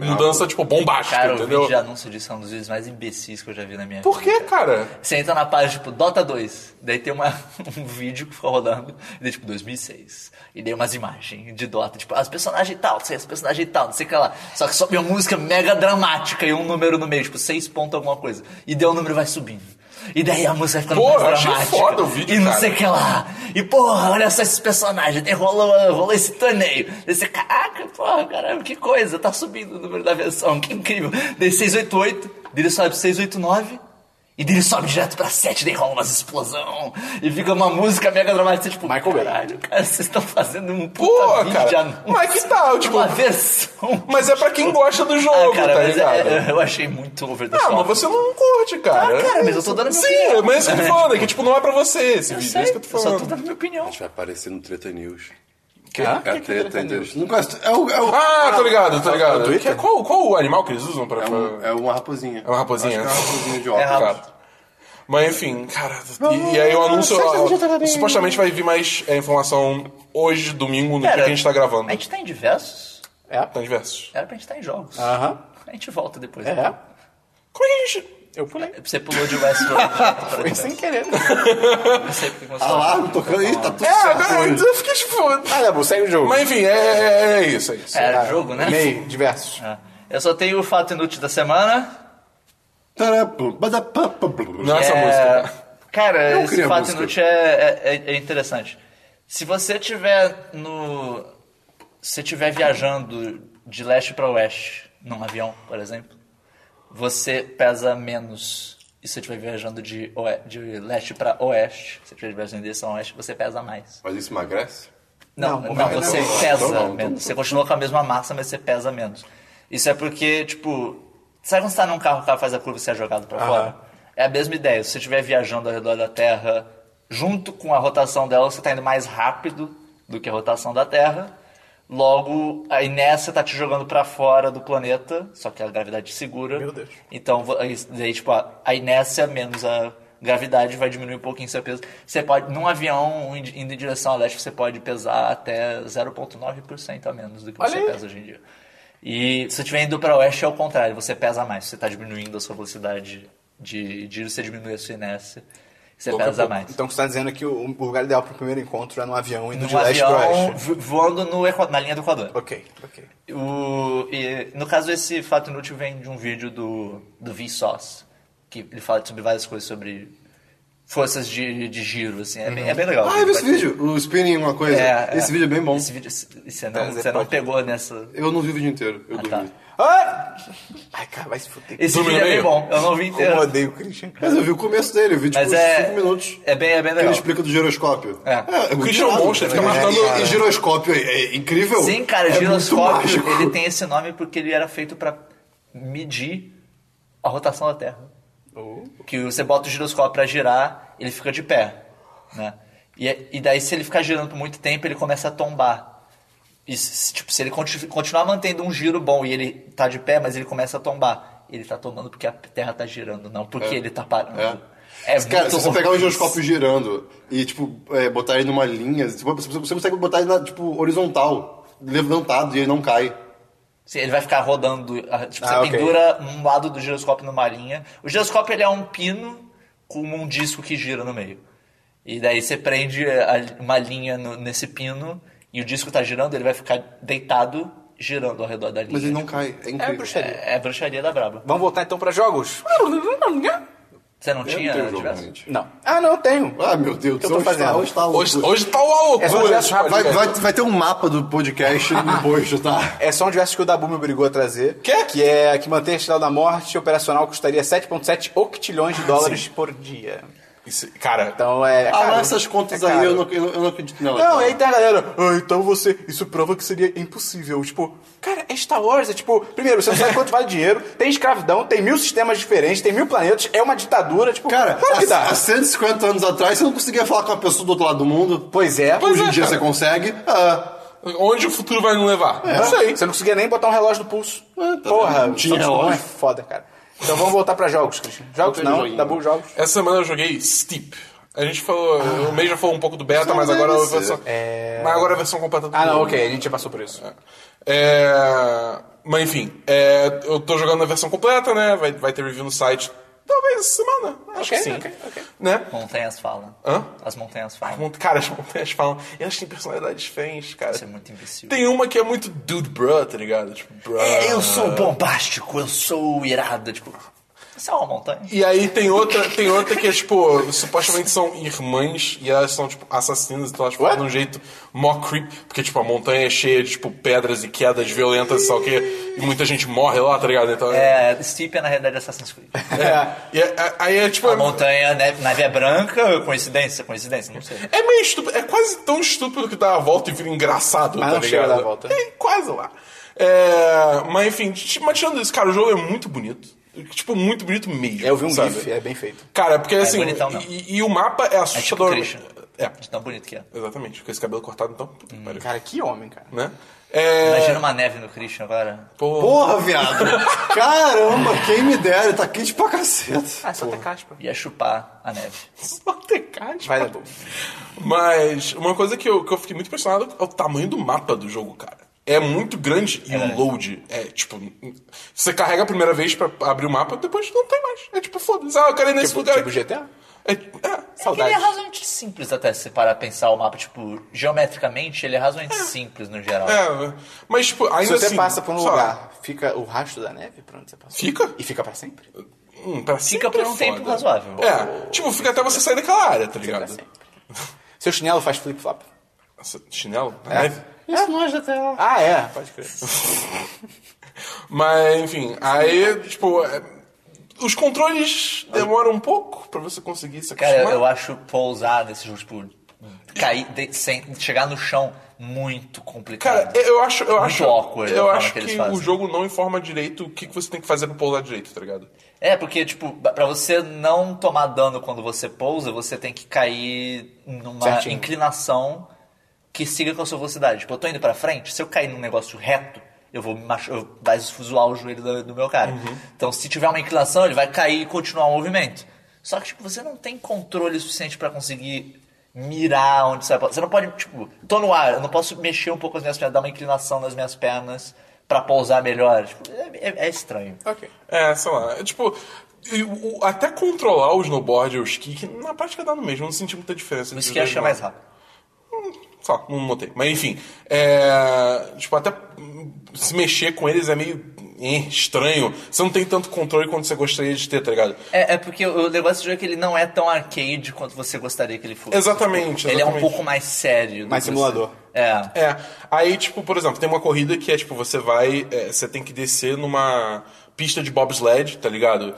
S4: mudança, tipo, bombástica,
S2: Cara, o vídeo
S4: entendeu?
S2: de anúncio disso é um dos vídeos mais imbecis que eu já vi na minha
S4: Por
S2: vida.
S4: que, cara?
S2: Você entra na página, tipo, Dota 2. Daí tem uma, [LAUGHS] um vídeo que ficou rodando, e daí, tipo, 2006. E daí umas imagens de Dota, tipo, as personagens e tal, não sei, as personagens e tal, não sei o que lá. Só que sobe uma música mega dramática e um número no meio, tipo, 6 ponto alguma coisa. E daí o número vai subindo. E daí a música vai ficando
S4: Pô,
S2: mais
S4: eu achei
S2: dramática.
S4: foda o vídeo,
S2: E não
S4: cara.
S2: sei o que lá. E, porra, olha só esses personagens. Daí rolou, rolou esse torneio. Daí você, caraca, porra, caramba, que coisa. Tá subindo o número da versão, que incrível. Daí 688, daí ele sobe pro 689. E dele sobe direto pra 7, daí rola umas explosão. E fica uma música mega dramática, tipo,
S1: Michael Bay.
S2: caralho, cara, vocês estão fazendo um puta
S4: Pô,
S2: vídeo
S4: cara,
S2: de anúncio.
S4: mas que tal, tipo-
S2: Uma versão.
S4: Mas é pra quem gosta do
S2: Ah,
S4: jogo,
S2: cara,
S4: tá
S2: mas
S4: ligado?
S2: é, eu achei muito over the
S4: Ah,
S2: top.
S4: mas você não curte, cara.
S2: Ah, cara, mas eu tô dando minha
S4: Sim,
S2: opinião.
S4: mas isso que eu tô falando, é que tipo, não é pra você esse
S2: Eu
S4: vídeo,
S2: sei,
S4: é isso que eu tô
S2: eu só tô
S4: falando.
S2: dando minha opinião.
S3: Vai aparecer no Treta News.
S1: Hã?
S3: É a
S1: Que que é
S3: Treta
S1: Treta News?
S3: News. Não gosto. É o. É o
S4: Ah, tô ligado,
S2: tá
S4: tô ligado.
S1: Twitter?
S4: Que- é Qual, qual o animal que eles usam pra...
S3: É, um- é uma raposinha.
S4: É uma raposinha.
S3: Acho que é uma raposinha de
S2: É
S3: óculos.
S2: rabo.
S4: Exato. Mas enfim, cara, e, e aí o anúncio. ó, supostamente vai vir mais é, informação hoje, domingo, no dia que a gente tá gravando.
S2: A gente tá em diversos.
S1: É?
S4: Tá diversos.
S2: Era pra gente estar em jogos.
S1: Aham.
S2: A gente volta depois.
S1: É?
S2: então.
S4: Como é que a gente.
S1: Eu pulei.
S2: Você pulou de Westworld
S1: [LAUGHS]
S2: direto pra
S1: Foi
S2: diversos.
S1: sem querer.
S2: Não sei porque você
S3: Alarme tocando. Ih, tá tudo
S4: É,
S3: certo.
S4: agora
S3: hoje.
S4: eu fiquei tipo.
S1: Ah, Dabu, segue o jogo.
S4: Mas enfim, é, é, é isso, é isso.
S2: Era
S1: Ah,
S2: jogo, né?
S1: Meio, diversos.
S2: Ah, Eu só tenho o fato inútil da semana.
S3: Tarapum, badapam, blum.
S4: Não é essa
S2: é...
S4: música.
S2: Cara,
S3: Eu
S2: esse
S3: queria
S2: fato
S3: música.
S2: inútil é, é- é interessante. Se você tiver no. Se tiver viajando de leste para oeste num avião, por exemplo, você pesa menos. E se você estiver viajando de, oe- de leste para oeste, se você estiver viajando em direção a oeste, você pesa mais.
S3: Mas isso emagrece?
S2: Não,
S1: Não,
S2: não,
S1: não,
S2: você
S3: não.
S2: pesa
S3: Então não, então não.
S2: menos. Você continua com a mesma massa, mas você pesa menos. Isso é porque, tipo, sabe quando você tá num carro, o carro faz a curva e você é jogado pra fora? É a mesma ideia. Se você estiver viajando ao redor da Terra, junto com a rotação dela, você tá indo mais rápido do que a rotação da Terra. Logo, a inércia tá te jogando pra fora do planeta, só que a gravidade te segura.
S1: Meu Deus.
S2: Então, vo- aí, daí, tipo, a, a inércia menos a gravidade vai diminuir um pouquinho seu peso. Você pode, num avião indo indo em direção a leste, você pode pesar até 0,9% a menos do que você
S1: Olha aí.
S2: pesa hoje em dia. E se você estiver indo para oeste, é o contrário, você pesa mais. Você está diminuindo a sua velocidade de giro, você diminui a sua inércia, você
S4: Pouco a
S2: pesa
S4: pouco.
S2: mais.
S1: Então você tá dizendo que o, o lugar ideal pro primeiro encontro é no avião indo de
S2: num
S1: leste pra
S2: avião
S1: oeste.
S2: vo- voando no, equa- na linha do Equador.
S1: Ok, ok.
S2: O, e, no caso, esse fato inútil vem de um vídeo do, do Vsauce, que ele fala sobre várias coisas sobre forças de, de giro, assim. É, bem, é bem legal.
S3: Ah, eu vi esse vídeo. O spinning é uma coisa.
S2: É,
S3: esse vídeo é bem bom. é
S2: Esse vídeo, esse- você não,
S1: Tá,
S2: você não
S1: pode-
S2: pegou nessa...
S3: Eu não vi o vídeo inteiro. Eu
S2: Ah,
S3: dormi.
S2: tá.
S1: Ah! Ai, cara, vai se fuder.
S2: Esse
S4: Dormiu
S2: vídeo é bem
S4: meio?
S2: bom, eu não vi
S1: Como eu
S2: inteiro.
S1: odeio o Christian. cara.
S3: Mas eu vi o começo dele. Eu vi, tipo,
S2: Mas
S3: uns
S2: é...
S3: 5 minutos.
S2: É bem, é bem
S3: Que ele
S2: legal.
S3: explica do giroscópio.
S2: É.
S3: é
S4: O
S3: muito
S4: Christian
S3: irado,
S4: Monster
S3: né?
S4: fica marcando-
S3: É, E giroscópio é, é incrível.
S2: Sim, cara,
S3: É muito
S2: giroscópio,
S3: mágico.
S2: ele tem esse nome porque ele era feito pra medir a rotação da Terra.
S3: Oh.
S2: Que você bota o giroscópio pra girar, ele fica de pé, né? E, e daí se ele ficar girando por muito tempo, ele começa a tombar. E, se- tipo, se ele conti- continuar mantendo um giro bom e ele tá de pé, mas ele começa a tombar, ele tá tombando porque a Terra tá girando, não porque ele tá parando.
S3: É.
S2: É
S3: Cara,
S2: muito
S3: se você pegar
S2: horrível.
S3: o giroscópio girando e, tipo, é, botar ele numa linha, tipo, você você consegue botar ele, na, tipo, horizontal, levantado, e ele não cai.
S2: Sim, ele vai ficar rodando. ah, Tipo, você
S1: Ah, ok.
S2: pendura um lado do giroscópio numa linha. O giroscópio ele é um pino com um disco que gira no meio. E daí você prende a- uma linha no- nesse pino e o disco tá girando, ele vai ficar deitado girando ao redor da linha.
S3: Mas ele não cai. É
S1: É
S3: incrível.
S1: bruxaria.
S2: É, é bruxaria da braba.
S1: Vamos voltar então pra jogos?
S2: Você não
S3: Eu
S2: tinha?
S3: não
S1: né,
S3: tenho jogo,
S2: tivesse?
S3: gente.
S1: Não. Ah, não, eu tenho.
S3: Ah, meu Deus do
S1: Eu tô
S3: céu.
S1: fazendo.
S3: Hoje tá, hoje tá
S4: Hoje, tá
S3: loucura.
S4: hoje tá uma
S1: É só
S4: loucura.
S1: olhar
S4: esse
S1: rápido,
S3: Vai,
S4: podcast.
S3: vai, vai ter um mapa do podcast no post, tá?
S1: É só um diverso que o Dabu me obrigou a trazer.
S4: Quê?
S1: Que é que manter a Estrela da Morte operacional custaria 7,7 octilhões de dólares por dia.
S4: Isso- cara,
S1: Então é.
S3: Ah,
S1: caro.
S3: mas essas contas
S1: É
S3: aí
S1: caro.
S3: eu não, eu, não- eu não acredito nelas.
S1: Não, e aí tem a galera. "Ah, então você. Isso prova que seria impossível. Tipo, cara, é Star Wars. É tipo, primeiro, você não sabe quanto vale dinheiro, tem escravidão, tem mil sistemas diferentes, tem mil planetas, é uma ditadura. Tipo,
S3: Cara,
S1: claro que
S3: há,
S1: dá.
S3: há 150 anos atrás você não conseguia falar com uma pessoa do outro lado do mundo.
S1: Pois é.
S4: Pois
S3: Hoje
S4: é,
S3: em dia
S4: cara.
S3: você consegue. Ah,
S4: onde o futuro vai nos levar?
S1: É isso aí. Você não conseguia nem botar um relógio no pulso.
S3: tá
S1: Porra,
S3: vendo? Não tinha
S1: só desculpa,
S3: relógio.
S1: É foda, cara. Então vamos voltar pra jogos, Christian. Jogos
S3: Eu tenho
S1: não,
S3: joguinho.
S1: Dabu, jogos.
S4: Essa semana eu joguei Steep. A gente falou, o mês já falou um pouco do beta,
S3: Só
S4: mas agora a
S3: DLC.
S4: versão. Mas agora a versão completa do
S1: Ah, não,
S4: jogo.
S1: ok, a gente já passou por [LAUGHS] isso.
S4: É, Mas enfim, é, eu tô jogando a versão completa, né? Vai, vai ter review no site. Talvez essa semana. Acho
S1: Ok,
S4: que sim.
S1: ok, ok.
S4: Né?
S2: Montanhas falam.
S4: Hã?
S2: As montanhas
S4: As
S2: falam.
S4: mont- Cara, as montanhas falam. Elas têm personalidades diferentes, cara.
S2: Isso é muito imbecil.
S4: Tem uma que é muito dude bruh, tá ligado? Tipo, bruh.
S2: É, eu sou bombástico, eu sou irado. Tipo, isso é uma montanha.
S4: E aí tem outra, tem outra que é tipo, supostamente são irmãs e elas são tipo assassinas, então elas falam
S1: What?
S4: de um jeito mó creep, porque tipo a montanha é cheia de tipo pedras e quedas violentas, só que e muita gente morre lá, tá ligado? Então
S2: É, Steep é na realidade Assassin's Creed.
S4: E é- é- aí é tipo
S2: A montanha, neve, neve é branca, coincidência, coincidência, não sei.
S4: é meio estúpido, é quase tão estúpido que dá a volta e vira engraçado,
S1: Mas
S4: tá
S1: não chega
S4: ligado?
S1: a dar a volta. né?
S4: É quase lá. É, mas enfim, t- mas tirando isso, cara, o jogo é muito bonito. Tipo, muito bonito mesmo.
S1: Eu vi um
S4: sabe?
S1: GIF, é bem feito.
S4: Cara, porque assim.
S2: bonitão mesmo.
S4: e, e o mapa é
S2: É tipo
S4: assustador.
S2: Christian.
S4: é,
S2: De tão bonito que é.
S4: Exatamente, com esse cabelo cortado, então. Puta
S2: Hum.
S4: que pariu.
S1: Cara, que homem, cara.
S4: Né? É,
S2: Imagina uma neve no Christian agora.
S4: pô,
S3: porra,
S1: [LAUGHS]
S3: viado. Caramba, quem me dera, tá quente pra caceta.
S1: Ah, só tem caspa.
S2: Ia chupar a neve.
S4: [LAUGHS] só tem cara de
S1: Vai,
S4: pato.
S1: Dabu.
S4: Mas uma coisa que eu, que eu fiquei muito impressionado é o tamanho do mapa do jogo, cara. É muito grande e o load é tipo. Você carrega a primeira vez pra abrir o mapa, depois não tem mais. É tipo, foda-se. Ah, eu quero ir nesse
S1: Tipo,
S4: lugar.
S1: tipo GTA?
S4: É, é.
S2: Porque ele é
S1: Saudades.
S2: razoavelmente simples até, se você parar a pensar o mapa, tipo, geometricamente ele é razoavelmente simples no geral.
S4: é, mas tipo, ainda
S1: Se você
S4: assim,
S1: passa por um
S4: sei lá,
S1: lugar, fica o rastro da neve pra onde você passou?
S4: Fica?
S1: E fica pra sempre?
S4: Hum, pra
S2: Fica
S4: sempre
S2: por um
S4: é
S2: tempo
S4: foda.
S2: razoável.
S4: É, tipo, fica até você sair daquela área, tá ligado?
S1: [LAUGHS] Seu chinelo faz flip-flop.
S4: Nossa, Chinelo? Na
S1: É.
S4: neve?
S2: Isso longe até lá.
S1: Ah, é? Pode crer.
S4: Mas, enfim, aí, tipo, é, os controles demoram um pouco pra você conseguir se
S2: Cara, eu,
S4: acostumar.
S2: eu acho pousar desse jogo, tipo, cair, de- sem, chegar no chão, muito complicado.
S4: Cara, eu acho, eu
S2: É, Muito
S4: acho,
S2: awkward a
S4: eu
S2: forma
S4: acho
S2: que
S4: que,
S2: eles
S4: o
S2: fazem.
S4: jogo não informa direito o que, que você tem que fazer pra pousar direito, tá ligado?
S2: É, porque, tipo, pra você não tomar dano quando você pousa, você tem que cair numa
S1: Certinho.
S2: inclinação que siga com a sua velocidade. Tipo, eu tô indo pra frente, se eu cair num negócio reto, eu vou me machu- eu vai zoar o joelho do, do meu cara. Então, se tiver uma inclinação, ele vai cair e continuar o movimento. Só que, tipo, você não tem controle suficiente pra conseguir mirar onde você vai. Você não pode, tipo, tô no ar, eu não posso mexer um pouco as minhas pernas, dar uma inclinação nas minhas pernas pra pousar melhor. Tipo, é- é- é estranho.
S1: Ok.
S4: É, sei lá, é tipo... e o- o- até controlar o snowboard e o ski, que na prática dá no mesmo, eu não senti muita diferença.
S2: O
S4: entre os
S2: esqui
S4: dois,
S2: acha
S4: não.
S2: mais rápido.
S4: Sei lá, não notei. Mas enfim, é, tipo, até hum, se mexer com eles é meio hein, estranho. Você não tem tanto controle quanto você gostaria de ter, tá ligado?
S2: É, é porque o negócio do jogo é que ele não é tão arcade quanto você gostaria que ele fosse.
S4: Exatamente,
S2: Ele é um
S4: exatamente.
S2: pouco mais sério. do
S1: Mais
S2: que
S1: simulador.
S2: você- É.
S4: É, aí, tipo, por exemplo, tem uma corrida que é, tipo, você vai, é, você tem que descer numa pista de bobsled, tá ligado?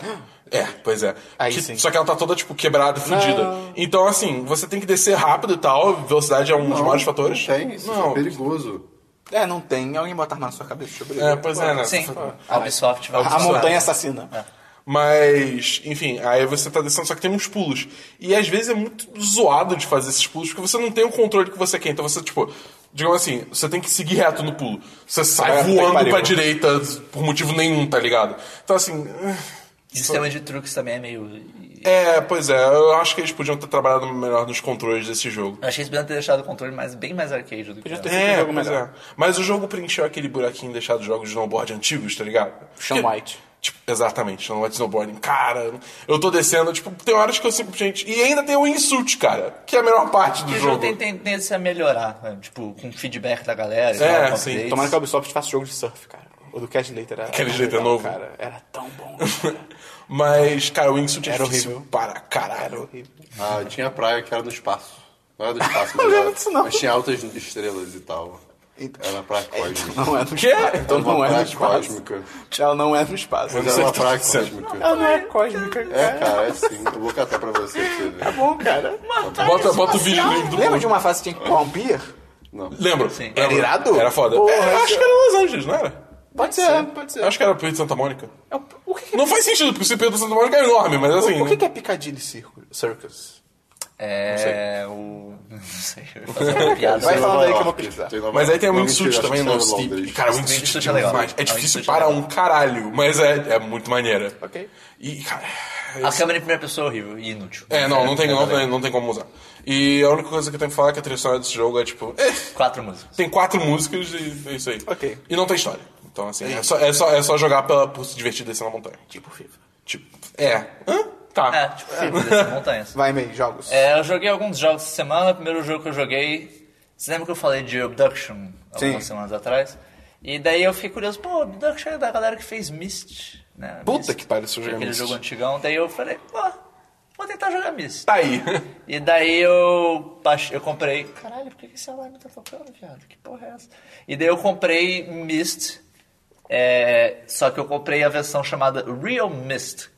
S4: É, pois é.
S1: Aí
S4: Que-
S1: sim.
S4: Só que ela tá toda, tipo, quebrada, fudida. Então, assim, você tem que descer rápido e tal, velocidade é um dos maiores fatores.
S3: Não tem, isso é perigoso.
S1: É, não tem. Alguém botar arma na sua cabeça. Deixa eu
S4: É,
S1: brigar.
S4: pois é, né?
S2: Sim, a Ubisoft vai
S1: A montanha assassina.
S4: Mas, enfim, aí você tá descendo, só que tem uns pulos. E às vezes é muito zoado de fazer esses pulos, porque você não tem o controle que você quer. Então você, tipo, digamos assim, você tem que seguir reto no pulo. Você sai
S1: Vai, Ah, puta que
S4: voando
S1: pariu.
S4: pra direita por motivo nenhum, tá ligado? Então assim.
S2: O sistema de truques também é meio.
S4: É, pois é, eu acho que eles podiam ter trabalhado melhor nos controles desse jogo.
S2: Eu achei que eles podiam ter deixado o controle mais, bem mais arcade do que
S1: Podia
S2: era.
S1: ter sido um
S4: É,
S1: jogo
S4: pois
S1: melhor.
S4: é. Mas o jogo preencheu aquele buraquinho deixado dos jogos de snowboard antigos, tá ligado?
S1: Sean
S4: Que-
S1: White.
S4: Tipo, exatamente, Sean White snowboarding. Cara, eu tô descendo, tipo, tem horas que eu simplesmente. E ainda tem o insult, cara, que é a melhor parte do
S2: Porque o
S4: jogo.
S2: jogo tem tem tendência a melhorar, né? tipo, com feedback da galera. e
S4: É,
S2: tal, com
S4: sim.
S2: updates.
S1: Tomara que a Ubisoft faça jogo de surf, cara. O do Cat Later era.
S4: Cat
S1: tão
S4: Later
S1: legal,
S4: novo.
S1: Cara, era tão
S4: [LAUGHS]
S1: bom.
S4: [LAUGHS] Mas, cara, o insult é
S1: Era
S4: difícil
S1: horrível.
S4: para caralho.
S3: Ah, tinha praia que era no espaço. Não era
S1: [LAUGHS]
S3: do espaço,
S1: Não
S3: mas,
S1: lembro
S3: era-
S1: disso, não.
S3: mas tinha altas estrelas e tal.
S1: Então-
S3: Era pra cósmica.
S1: Não é no
S4: Quê?
S1: espaço. Então
S3: Era uma
S1: não é no
S3: praia
S1: espaço.
S3: cósmica.
S1: Ela não é no espaço.
S3: Mas era uma
S4: sei o
S3: praia
S4: que tá dizendo.
S3: cósmica.
S1: Ela não é cósmica, cara.
S3: É, cara, é sim. Eu vou catar pra você pra você ver.
S1: é Bom, cara.
S4: Bota, bota o vídeo no link do
S1: Lembra de uma fase que tinha que pular um pier?
S3: Não.
S4: Lembro.
S2: Sim.
S4: Lembro.
S1: Era irado?
S4: Era foda.
S1: Porra, É.
S4: É, eu acho
S1: esse-
S4: que era Los Angeles, não era?
S1: Pode ser, pode
S4: Eu
S1: ser.
S4: acho que era Pedro de Santa Mônica.
S1: O que que é-
S4: Não faz sentido, porque o CP do Santa Mônica é enorme, mas assim.
S1: o que que é Piccadilly Circus? Circus?
S2: É. O. [LAUGHS] Não sei. Eu ia fazer uma piada.
S1: Vai falando aí que eu vou pesquisar.
S3: pesquisar.
S4: Mas aí tem o
S3: um
S4: Wingsuit também no Steep. Cara, o
S2: Wingsuit
S4: Wingsuit
S2: é
S4: é
S2: legal.
S4: demais.
S2: É,
S4: É difícil
S2: Wingsuit é
S4: para
S2: legal.
S4: um caralho, mas é, é muito maneira.
S1: Ok.
S4: E, cara.
S2: A câmera em primeira pessoa é horrível e inútil.
S4: É, não, não tem, não,
S2: legal.
S4: tem, não tem como usar. E a única coisa que eu tenho que falar é que a trilha sonora desse jogo é tipo. eh,
S2: Quatro músicas.
S4: tem quatro músicas e é isso aí.
S1: Ok.
S4: E não tem história. Então, assim, é só, é só, é só jogar pela, por se divertir descendo na montanha.
S1: Tipo FIFA.
S4: Tipo, é. Hã? Tá.
S2: É, tipo,
S4: [LAUGHS]
S2: filme dessas montanhas.
S1: Vai, meio jogos.
S2: É, eu joguei alguns jogos essa semana. O primeiro jogo que eu joguei. Você lembra que eu falei de Abduction algumas
S1: Sim.
S2: semanas atrás? E daí eu fiquei curioso, pô, Abduction é da galera que fez Myst, né?
S4: Puta
S2: Myst,
S4: que pariu, se eu jogar
S2: Aquele
S4: Myst.
S2: jogo antigão. Daí eu falei, pô, vou tentar jogar Myst.
S4: Tá aí.
S2: [LAUGHS] E daí eu baixei, eu comprei. Caralho, por que que esse alarme tá tocando, viado? Que porra é essa? E daí eu comprei Mist. é, só que eu comprei a versão chamada Real Mist,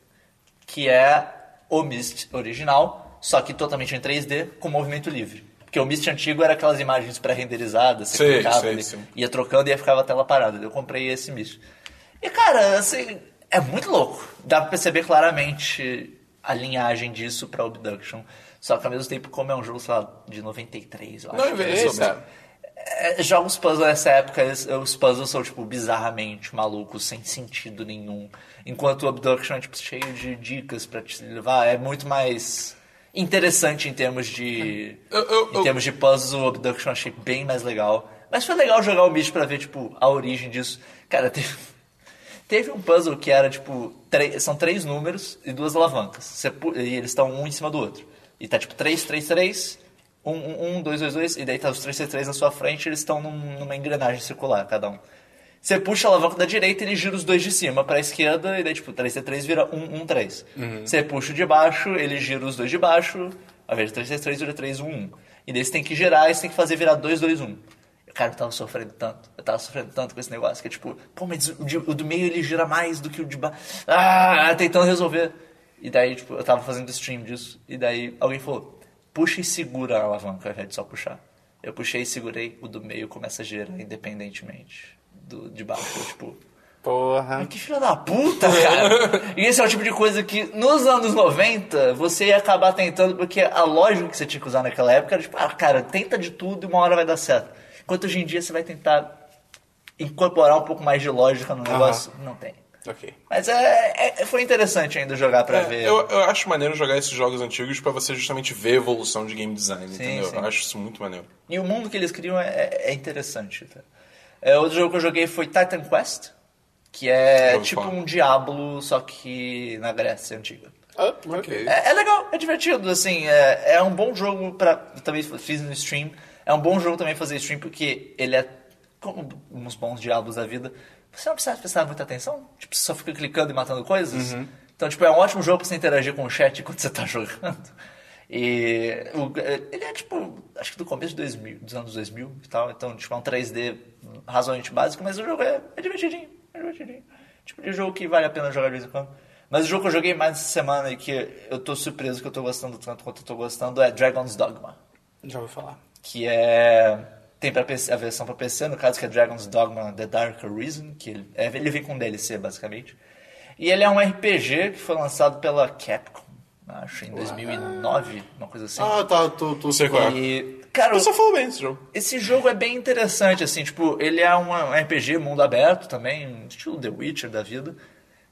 S2: que é o Mist original, só que totalmente em 3D, com movimento livre. Porque o Mist antigo era aquelas imagens pré-renderizadas, você
S4: Sei,
S2: clicava,
S4: sei,
S2: ele
S4: sim.
S2: ia trocando e aí ficava a tela parada. Eu comprei esse Mist. E cara, assim, é muito louco. Dá pra perceber claramente a linhagem disso pra Obduction. Só que ao mesmo tempo, como é um jogo, sei lá, de 93, eu acho.
S4: Não envelheceu,
S1: Esse,
S4: mesmo.
S2: É, jogos puzzle nessa época, eles- os puzzles são, tipo, bizarramente malucos, sem sentido nenhum. Enquanto o Abduction é, tipo, cheio de dicas pra te levar. É muito mais interessante em termos de...
S4: Eu- eu- eu-
S2: Em termos de puzzles, o Abduction eu achei bem mais legal. Mas foi legal jogar o bicho pra ver, tipo, a origem disso. Cara, [LAUGHS] teve... Teve um puzzle que era tipo. três- são três números e duas alavancas. Você pu- e eles estão um em cima do outro. E tá tipo 3, 3, 3, 1, 1, 1, 2, 2, 2. E daí tá os 3, 3, 3 na sua frente e eles estão num- numa engrenagem circular, cada um. Você puxa a alavanca da direita, ele gira os dois de cima pra esquerda, e daí, tipo, 3C3 vira 113. Você puxa o de baixo, ele gira os dois de baixo, ao invés de 3C3 vira 311. E daí você tem que girar e você tem que fazer virar 221. Cara, eu tava sofrendo tanto. Eu tava sofrendo tanto com esse negócio. Que é tipo, pô, mas o, de- o do meio ele gira mais do que o de baixo. Ah, tentando resolver. E daí, tipo, eu tava fazendo stream disso. E daí alguém falou, puxa e segura a alavanca ao invés de só puxar. Eu puxei e segurei, o do meio começa a girar independentemente do de baixo. Eu, tipo,
S1: Porra.
S2: que filho da puta, cara! e esse é o tipo de coisa que nos anos 90 você ia acabar tentando, porque a lógica que você tinha que usar naquela época era tipo, ah, cara, tenta de tudo e uma hora vai dar certo. Enquanto hoje em dia você vai tentar incorporar um pouco mais de lógica no negócio, não tem.
S1: Ok.
S2: Mas é, é- foi interessante ainda jogar pra ver.
S4: É, Eu, eu acho maneiro jogar esses jogos antigos pra você justamente ver a evolução de game design, entendeu?
S2: sim.
S4: Eu acho isso muito maneiro.
S2: E o mundo que eles criam é, é interessante. Tá? É, outro jogo que eu joguei foi Titan Quest, que
S4: Já
S2: é
S4: ouvi
S2: tipo
S4: falar.
S2: um Diablo, só que na Grécia Antiga.
S1: Ah,
S3: Ok.
S2: É, é legal, é divertido, assim, é, é um bom jogo pra. eu Também fiz no stream. É um bom jogo também fazer stream porque ele é como uns bons diabos da vida. Você não precisa prestar muita atenção, tipo, você só fica clicando e matando coisas. Então, tipo, é um ótimo jogo pra você interagir com o chat [LAUGHS] enquanto você tá jogando. E o- ele é tipo, acho que do começo de 2000, dos anos 2000 e tal, então tipo, é um 3D razoavelmente básico, mas o jogo é, é divertidinho, é divertidinho. Tipo de jogo que vale a pena jogar de vez em quando. Mas o jogo que eu joguei mais essa semana e que eu tô surpreso que eu tô gostando tanto quanto eu tô gostando é Dragon's Dogma
S1: Já ouvi falar.
S2: que é tem pra PC, a versão pra PC, no caso que é Dragon's Dogma The Dark Reason, que ele, é, ele vem com DLC basicamente. E ele é um RPG que foi lançado pela Capcom, acho em 2009, uma coisa assim.
S3: Ah, tá, tô, tô
S4: sei qual é.
S2: e cara,
S4: Eu só falo bem desse jogo.
S2: esse jogo é bem interessante, assim, tipo, ele é um RPG mundo aberto também, um estilo The Witcher da vida.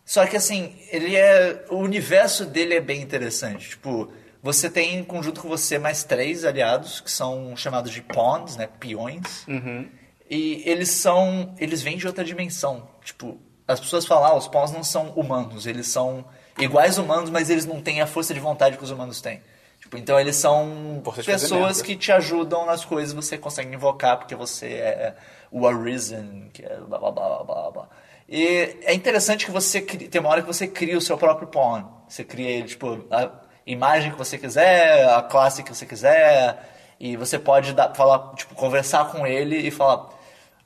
S2: Só que, assim, ele é. O universo dele é bem interessante. Tipo, você tem conjunto com você mais três aliados, que são chamados de pawns, né? Peões.
S1: Uhum.
S2: E eles são. Eles vêm de outra dimensão. Tipo, as pessoas falam, ah, os pawns não são humanos, eles são iguais humanos, mas eles não têm a força de vontade que os humanos têm. Tipo, então eles são
S1: Força de fazer
S2: pessoas
S1: merda.
S2: que te ajudam nas coisas, você consegue invocar porque você é o Arisen, que é blá blá blá blá, blá blá. E é interessante que você cri- tem uma hora que você cria o seu próprio pawn. Você cria ele, tipo, a imagem que você quiser, a classe que você quiser, e você pode dar, falar, tipo, conversar com ele e falar,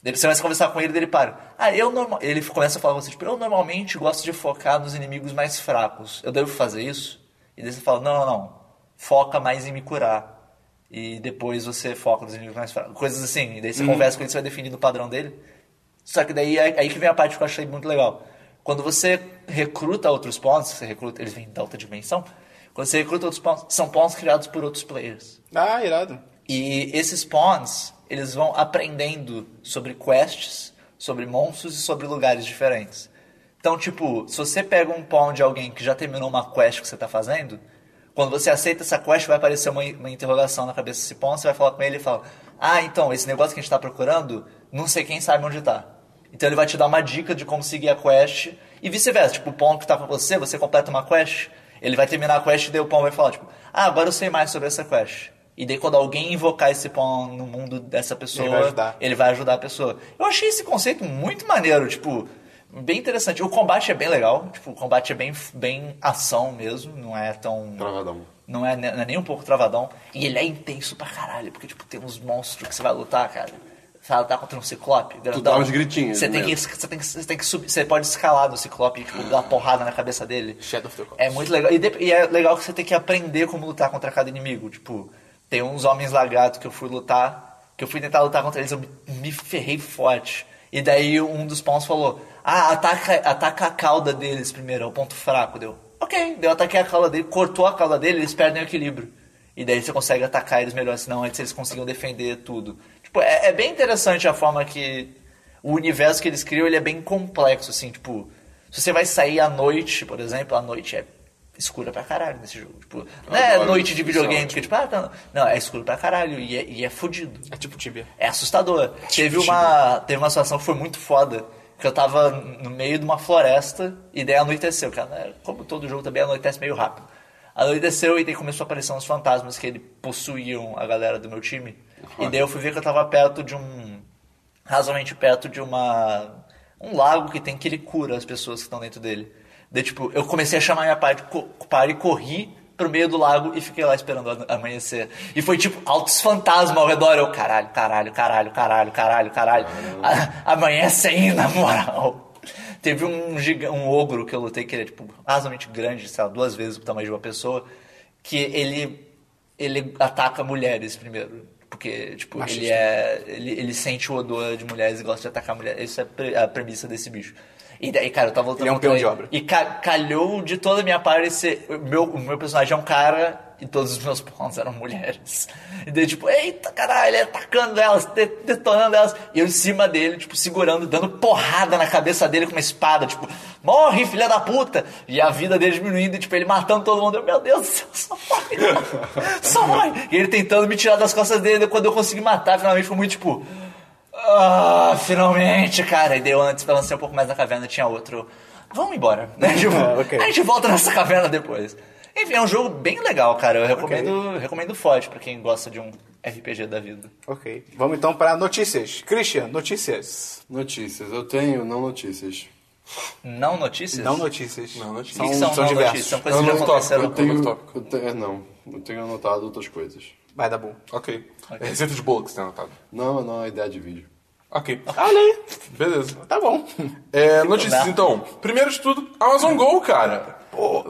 S2: Daí você começa a conversar com ele, daí ele para. Ah, eu normal... Ele começa a falar com você, tipo, eu normalmente gosto de focar nos inimigos mais fracos. Eu devo fazer isso? E daí você fala, não, não, não. Foca mais em me curar. E depois você foca nos inimigos mais fracos. Coisas assim. E daí você conversa com ele, você vai definindo o padrão dele. Só que daí é aí que vem a parte que eu achei muito legal. Quando você recruta outros pawns, você recruta, eles vêm da outra dimensão. Quando você recruta outros pawns, são pawns criados por outros players.
S1: Ah, irado.
S2: E esses pawns, eles vão aprendendo sobre quests, sobre monstros e sobre lugares diferentes. Então, tipo, se você pega um pawn de alguém que já terminou uma quest que você tá fazendo, quando você aceita essa quest, vai aparecer uma, uma interrogação na cabeça desse pawn, você vai falar com ele e fala: Ah, então, esse negócio que a gente tá procurando, não sei quem sabe onde tá. Então ele vai te dar uma dica de como seguir a quest e vice-versa. Tipo, o Pão que tá com você, você completa uma quest, ele vai terminar a quest e daí o Pão vai falar, tipo, ah, agora eu sei mais sobre essa quest. E daí quando alguém invocar esse Pão no mundo dessa pessoa,
S1: Ele vai ajudar.
S2: ele vai ajudar a pessoa. Eu achei esse conceito muito maneiro, tipo, bem interessante. O combate é bem legal, tipo, o combate é bem, bem ação mesmo, não é tão...
S3: Travadão.
S2: Não é, ne- não é nem um pouco travadão. E ele é intenso pra caralho, porque, tipo, tem uns monstros que você vai lutar, cara. Você vai lutar contra um ciclope,
S3: Tu
S2: grandão.
S3: dá uns gritinhos né?
S2: Você tem,
S3: mesmo.
S2: que, você, tem que, você tem que subir. Você pode escalar no ciclope e tipo, dar uma porrada na cabeça dele.
S1: Shadow of the Colossus.
S2: É muito legal. E, de- e é legal que você tem que aprender como lutar contra cada inimigo. Tipo, tem uns homens lagarto que eu fui lutar, que eu fui tentar lutar contra eles, eu me, me ferrei forte. E daí um dos pawns falou: Ah, ataca, ataca a cauda deles primeiro, é o ponto fraco. Deu, ok. Deu, ataquei a cauda dele, cortou a cauda dele, eles perdem o equilíbrio. E daí você consegue atacar eles melhor, senão antes eles conseguiam defender tudo. Tipo, é, é bem interessante a forma que o universo que eles criam, ele é bem complexo, assim, tipo... Se você vai sair à noite, por exemplo, a noite é escura pra caralho nesse jogo. Tipo, não é
S3: Adoro,
S2: noite
S3: isso
S2: de
S3: é
S2: videogame,
S3: ótimo.
S2: que tipo, ah, tá- não, é escuro pra caralho e é, e é fudido.
S1: É tipo Tibia.
S2: É assustador. Teve uma, teve uma situação que foi muito foda. Que eu tava no meio de uma floresta e daí anoiteceu, cara. né? Como todo jogo também anoitece meio rápido. Anoiteceu e daí começou a aparecer uns fantasmas que ele possuíam a galera do meu time. E daí eu fui ver que eu tava perto de um. razoavelmente perto de uma. um lago que tem que ele cura as pessoas que estão dentro dele. Daí, tipo, eu comecei a chamar minha pai de co- pai e corri pro meio do lago e fiquei lá esperando a- amanhecer. E foi tipo altos fantasmas ao redor. Eu, caralho, caralho, caralho, caralho, caralho, caralho. A, amanhece aí, na moral. Teve um, giga, um ogro que eu lutei, que ele é tipo razoavelmente grande, sei lá, duas vezes o tamanho de uma pessoa, que ele, ele ataca mulheres primeiro. Porque, tipo,
S1: Machista.
S2: ele é é, ele, ele sente o odor de mulheres e gosta de atacar mulheres. Isso é pre- a premissa desse bicho. E daí, cara, eu tava voltando
S1: Ele é um
S2: contra
S1: peão de obra.
S2: E ca- calhou de toda a minha parte ser. o Meu, o meu personagem é um cara e todos os meus pawns eram mulheres. [LAUGHS] E daí, tipo, eita caralho, ele atacando elas, de- detonando elas. E eu em cima dele, tipo, segurando, dando porrada na cabeça dele com uma espada, tipo, morre, filha da puta! E a vida dele diminuindo, e, tipo, ele matando todo mundo. Eu, meu Deus do céu, [LAUGHS] só morre! Só morre! E ele tentando me tirar das costas dele, quando eu consegui matar, finalmente foi muito tipo. Ah, finalmente, cara. E deu antes, balancei um pouco mais na caverna, tinha outro. Vamos embora. Né? Tipo,
S1: Ah, ok.
S2: A gente volta nessa caverna depois. Enfim, é um jogo bem legal, cara. Eu recomendo, recomendo forte pra quem gosta de um RPG da vida.
S1: Ok. Vamos então para notícias. Christian, notícias.
S3: Notícias. Eu tenho não notícias.
S2: Não notícias?
S1: Não é notícias.
S4: Não notícias.
S1: São,
S2: O que que são,
S1: são
S2: não
S1: diversos.
S2: notícias? São
S4: Eu
S2: coisas que já
S4: não toco,
S2: aconteceram.
S3: Eu tenho,
S4: Tá tópico.
S3: eu te- é, não. Eu tenho anotado outras coisas.
S1: Vai dar bom.
S4: Ok. É receita de bolo que você tem anotado.
S3: Não, não, é ideia de vídeo.
S4: Ok.
S1: Olha aí.
S4: Beleza.
S1: Tá [LAUGHS] bom.
S4: É, notícias
S2: dá.
S4: então. Primeiro de tudo, Amazon Go, cara.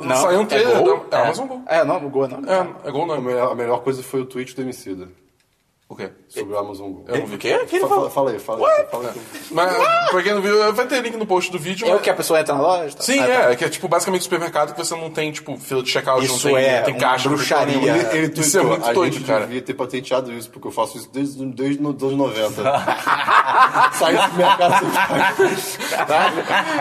S1: não.
S4: Saiu um trailer.
S1: É Gol?
S4: da- é Amazon Go.
S1: É, não, Goa não.
S4: É, é Gol
S3: A
S4: não.
S3: melhor, a melhor coisa foi o tweet do Emicida
S4: O quê?
S3: sobre o Amazon Go.
S4: Eu não vi. O quê?
S1: que ele
S3: Fa-
S1: falou?
S3: fa- Fala aí, fala aí. Fala aí.
S4: Mas, pra quem não viu, vai ter link no post do vídeo.
S1: É o
S4: mas-
S1: que a pessoa entra na loja? Tá?
S4: Sim,
S1: Ah,
S4: é.
S1: tá.
S4: é Que é tipo basicamente supermercado que você não tem, tipo, fila de checkout,
S1: Isso
S4: não tem,
S1: é
S4: não tem
S1: uma
S4: caixa. não tem
S1: bruxaria.
S4: porra nenhuma.
S1: Ele-
S3: Ele
S4: Isso é
S3: tweetou,
S4: muito
S3: a
S4: doido,
S3: gente
S4: cara.
S3: devia ter patenteado isso, porque eu faço isso desde, desde os anos 90. [LAUGHS] Sai do mercado sem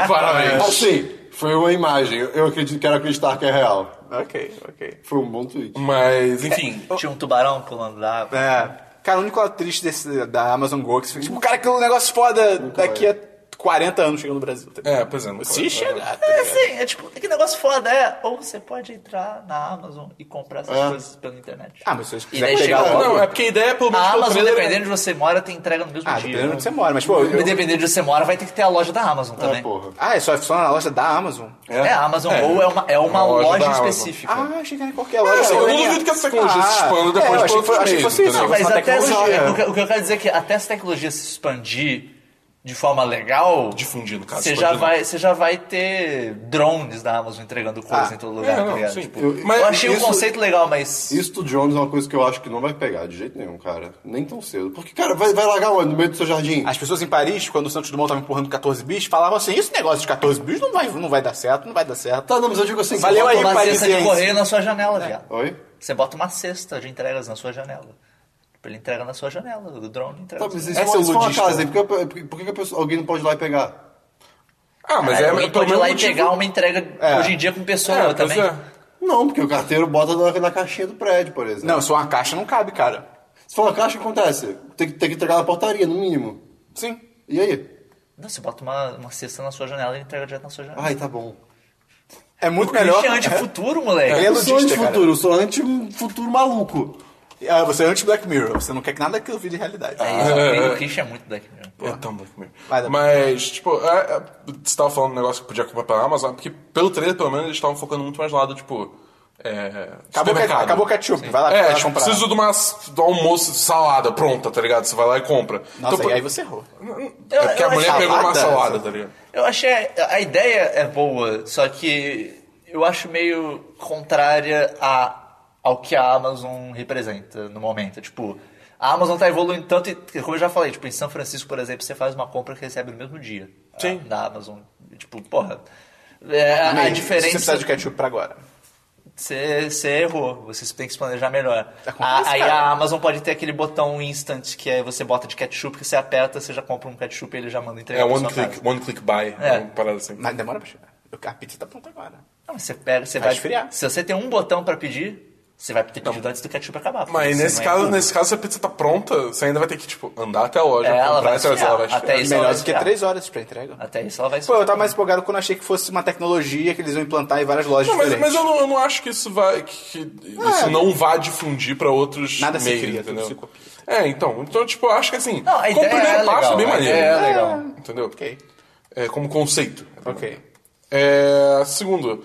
S4: Parabéns.
S3: Assim, foi uma imagem. Eu acredito, quero acreditar que é real.
S1: tá. Ok, ok.
S3: Foi um bom tweet.
S4: Mas, enfim.
S2: Tinha um tubarão pulando da água.
S1: É. Cara, o único lado triste desse, da Amazon Go é que você fica tipo, cara, aquele negócio foda daqui
S3: vai.
S1: a 40 anos chegando no Brasil. tá ligado?
S4: É, pois é. não-
S1: Se chegar. tá
S2: É
S1: ligado?
S2: assim, é tipo, que negócio foda é. Ou você pode entrar na Amazon e comprar essas coisas pela internet.
S1: Ah, mas se você
S2: E daí
S1: quiser pegar
S2: chega-
S1: logo...
S4: Não, é porque a ideia é pelo menos
S2: A
S4: pelo
S2: Amazon,
S4: trailer,
S2: dependendo de onde você mora, tem entrega no mesmo
S1: Ah,
S2: dia. né?
S1: dependendo de onde você mora, mas pô... eu-
S2: Dependendo de onde você mora, vai ter que ter a loja da Amazon
S3: É,
S2: também.
S3: porra.
S1: Ah, é só funciona na loja da Amazon?
S2: É, a Amazon Go é uma, é uma
S4: Uma loja
S2: loja,
S4: da Amazon.
S2: específica.
S1: Ah, achei que era em qualquer loja.
S4: assim, eu não duvido que essa tecnologia se
S1: é, eu
S4: expanda depois de
S1: achei que
S4: outros
S1: foi- achei que
S4: meios,
S1: fosse isso.
S4: entendeu?
S1: fosse
S2: Mas
S1: uma
S2: até essa,
S1: tecnologia.
S2: o, que, o que eu quero dizer é que até essa tecnologia se expandir de forma legal.
S4: Difundindo, cara,
S2: Você já,
S4: expandindo.
S2: vai, você já vai ter drones da Amazon entregando coisa
S1: Ah,
S2: em todo lugar.
S4: é,
S2: tá
S4: não,
S2: ligado?
S4: sim.
S2: Tipo,
S4: Eu-
S2: eu,
S4: mas
S2: achei o
S3: isso-
S2: conceito legal, mas.
S3: Isso do Jones é uma coisa que eu acho que não vai pegar de jeito nenhum, cara. Nem tão cedo. Porque, cara, vai, vai largar onde? No meio do seu jardim?
S1: As pessoas em Paris, quando o Santos Dumont tava empurrando 14 bis, falavam assim, esse negócio de 14 bis não vai, não vai dar certo, não vai dar certo.
S3: Tá, não, mas eu digo assim...
S1: Valeu
S3: bota
S1: aí,
S3: lá-
S2: uma cesta de
S1: parisiense.
S2: correio na sua
S4: É.
S2: janela, viado.
S3: Oi?
S2: Você bota uma cesta de entregas na sua janela. Tipo, Ele entrega na sua janela, o drone entrega.
S3: Tá, mas isso
S1: Essa
S3: é uma,
S1: é o
S3: isso é uma
S1: ludista.
S3: casa. aí. Por que, por que- por que a pessoa- alguém não pode ir lá e pegar?
S4: Ah, mas é,
S2: Aí alguém
S4: pelo
S2: pode ir
S4: mesmo
S2: lá e
S4: motivo-
S2: pegar uma entrega hoje em dia com pessoa
S4: É, pois
S2: também.
S4: é.
S3: Não, porque o carteiro bota na, na caixinha do prédio, por exemplo.
S1: Não, só uma caixa não cabe, cara.
S3: Se for uma caixa, o que acontece? Tem, que- tem que entregar na portaria, no mínimo.
S1: Sim.
S3: E aí?
S2: Não, você bota uma, uma cesta na sua janela e entrega direto na sua janela.
S3: Ai, tá bom.
S1: É muito
S2: Isso
S1: melhor.
S2: é anti-futuro, moleque.
S1: Ele é
S3: eu sou
S1: ludista, cara.
S3: anti-futuro, eu sou anti-futuro maluco.
S1: Ah, você [LAUGHS] é anti-Black Mirror, você não quer que nada daquilo vire realidade.
S2: É isso, o Chris- o Christian é muito daqui mesmo.
S4: Eu também comigo.
S1: Vai dar
S4: Mas, tipo, é, é, você tava falando um negócio que podia comprar pela Amazon, é porque pelo trailer, pelo menos, eles estavam focando muito mais no lado, tipo, é,
S1: Acabou, que,
S4: supermercado.
S1: acabou o ketchup, vai lá, vai
S4: É,
S1: lá
S4: tipo,
S1: comprar.
S4: preciso de uma do almoço de salada pronta, tá ligado? Você vai lá e compra.
S1: Nossa,
S4: Então,
S1: e aí você errou.
S4: É porque
S2: Eu-
S4: a
S2: eu
S4: mulher
S2: acho-
S4: pegou uma
S1: salada?
S4: salada, tá ligado?
S2: Eu achei. A a ideia é boa, só que eu acho meio contrária a, ao que a Amazon representa no momento. Tipo, a Amazon tá evoluindo tanto, e, como eu já falei, tipo, em São Francisco, por exemplo, você faz uma compra que recebe no mesmo dia
S4: Sim.
S2: a- da Amazon. Tipo, porra. é, a,
S1: Amém. Você
S2: diferença.
S1: precisa de ketchup pra agora.
S2: Você você errou, você tem que se planejar melhor.
S4: Tá
S1: Acontece,
S2: A- aí
S1: cara.
S2: a Amazon pode ter aquele botão instant que é você bota de ketchup, que você aperta, você já compra um ketchup e ele já manda entregar
S4: É
S2: pra
S4: one
S2: sua
S4: click,
S2: casa.
S4: one click buy,
S2: É.
S4: uma parada assim.
S1: Mas demora pra chegar. A pizza tá pronta agora.
S2: Não, você pega, você
S4: Tá
S1: Vai
S2: vai.
S1: esfriar.
S2: Se você tem um botão pra pedir, você vai ter pedido antes do ketchup acabar. porque
S4: Mas
S2: você
S4: nesse
S2: não é
S4: caso,
S2: burro.
S4: nesse caso, se a pizza tá pronta, você ainda vai ter que, tipo, andar até a loja,
S2: É, ela
S4: comprar
S2: vai
S4: e trazer,
S2: esfriar.
S4: ela vai esfriar.
S2: Até isso
S1: Melhor
S2: ela
S1: do que
S2: vai
S1: três horas pra entrega.
S2: Até isso ela vai
S1: Pô, eu tava mais empolgado quando achei que fosse uma tecnologia que eles iam implantar em várias lojas
S4: Não, mas,
S1: diferentes.
S4: mas eu, não, eu não acho que isso vai. Que, que isso
S1: é.
S4: não vá difundir pra outros
S1: Nada se
S4: meios,
S1: cria, tudo
S4: entendeu?
S1: se copia.
S4: É, então. Então, tipo, eu acho que assim,
S2: Não, a
S4: como
S2: ideia
S4: primeiro
S2: é legal,
S4: passo é bem
S2: a
S4: maneiro.
S2: ideia é legal.
S4: Entendeu?
S1: Ok.
S4: É, como conceito.
S1: Ok.
S4: É, segundo,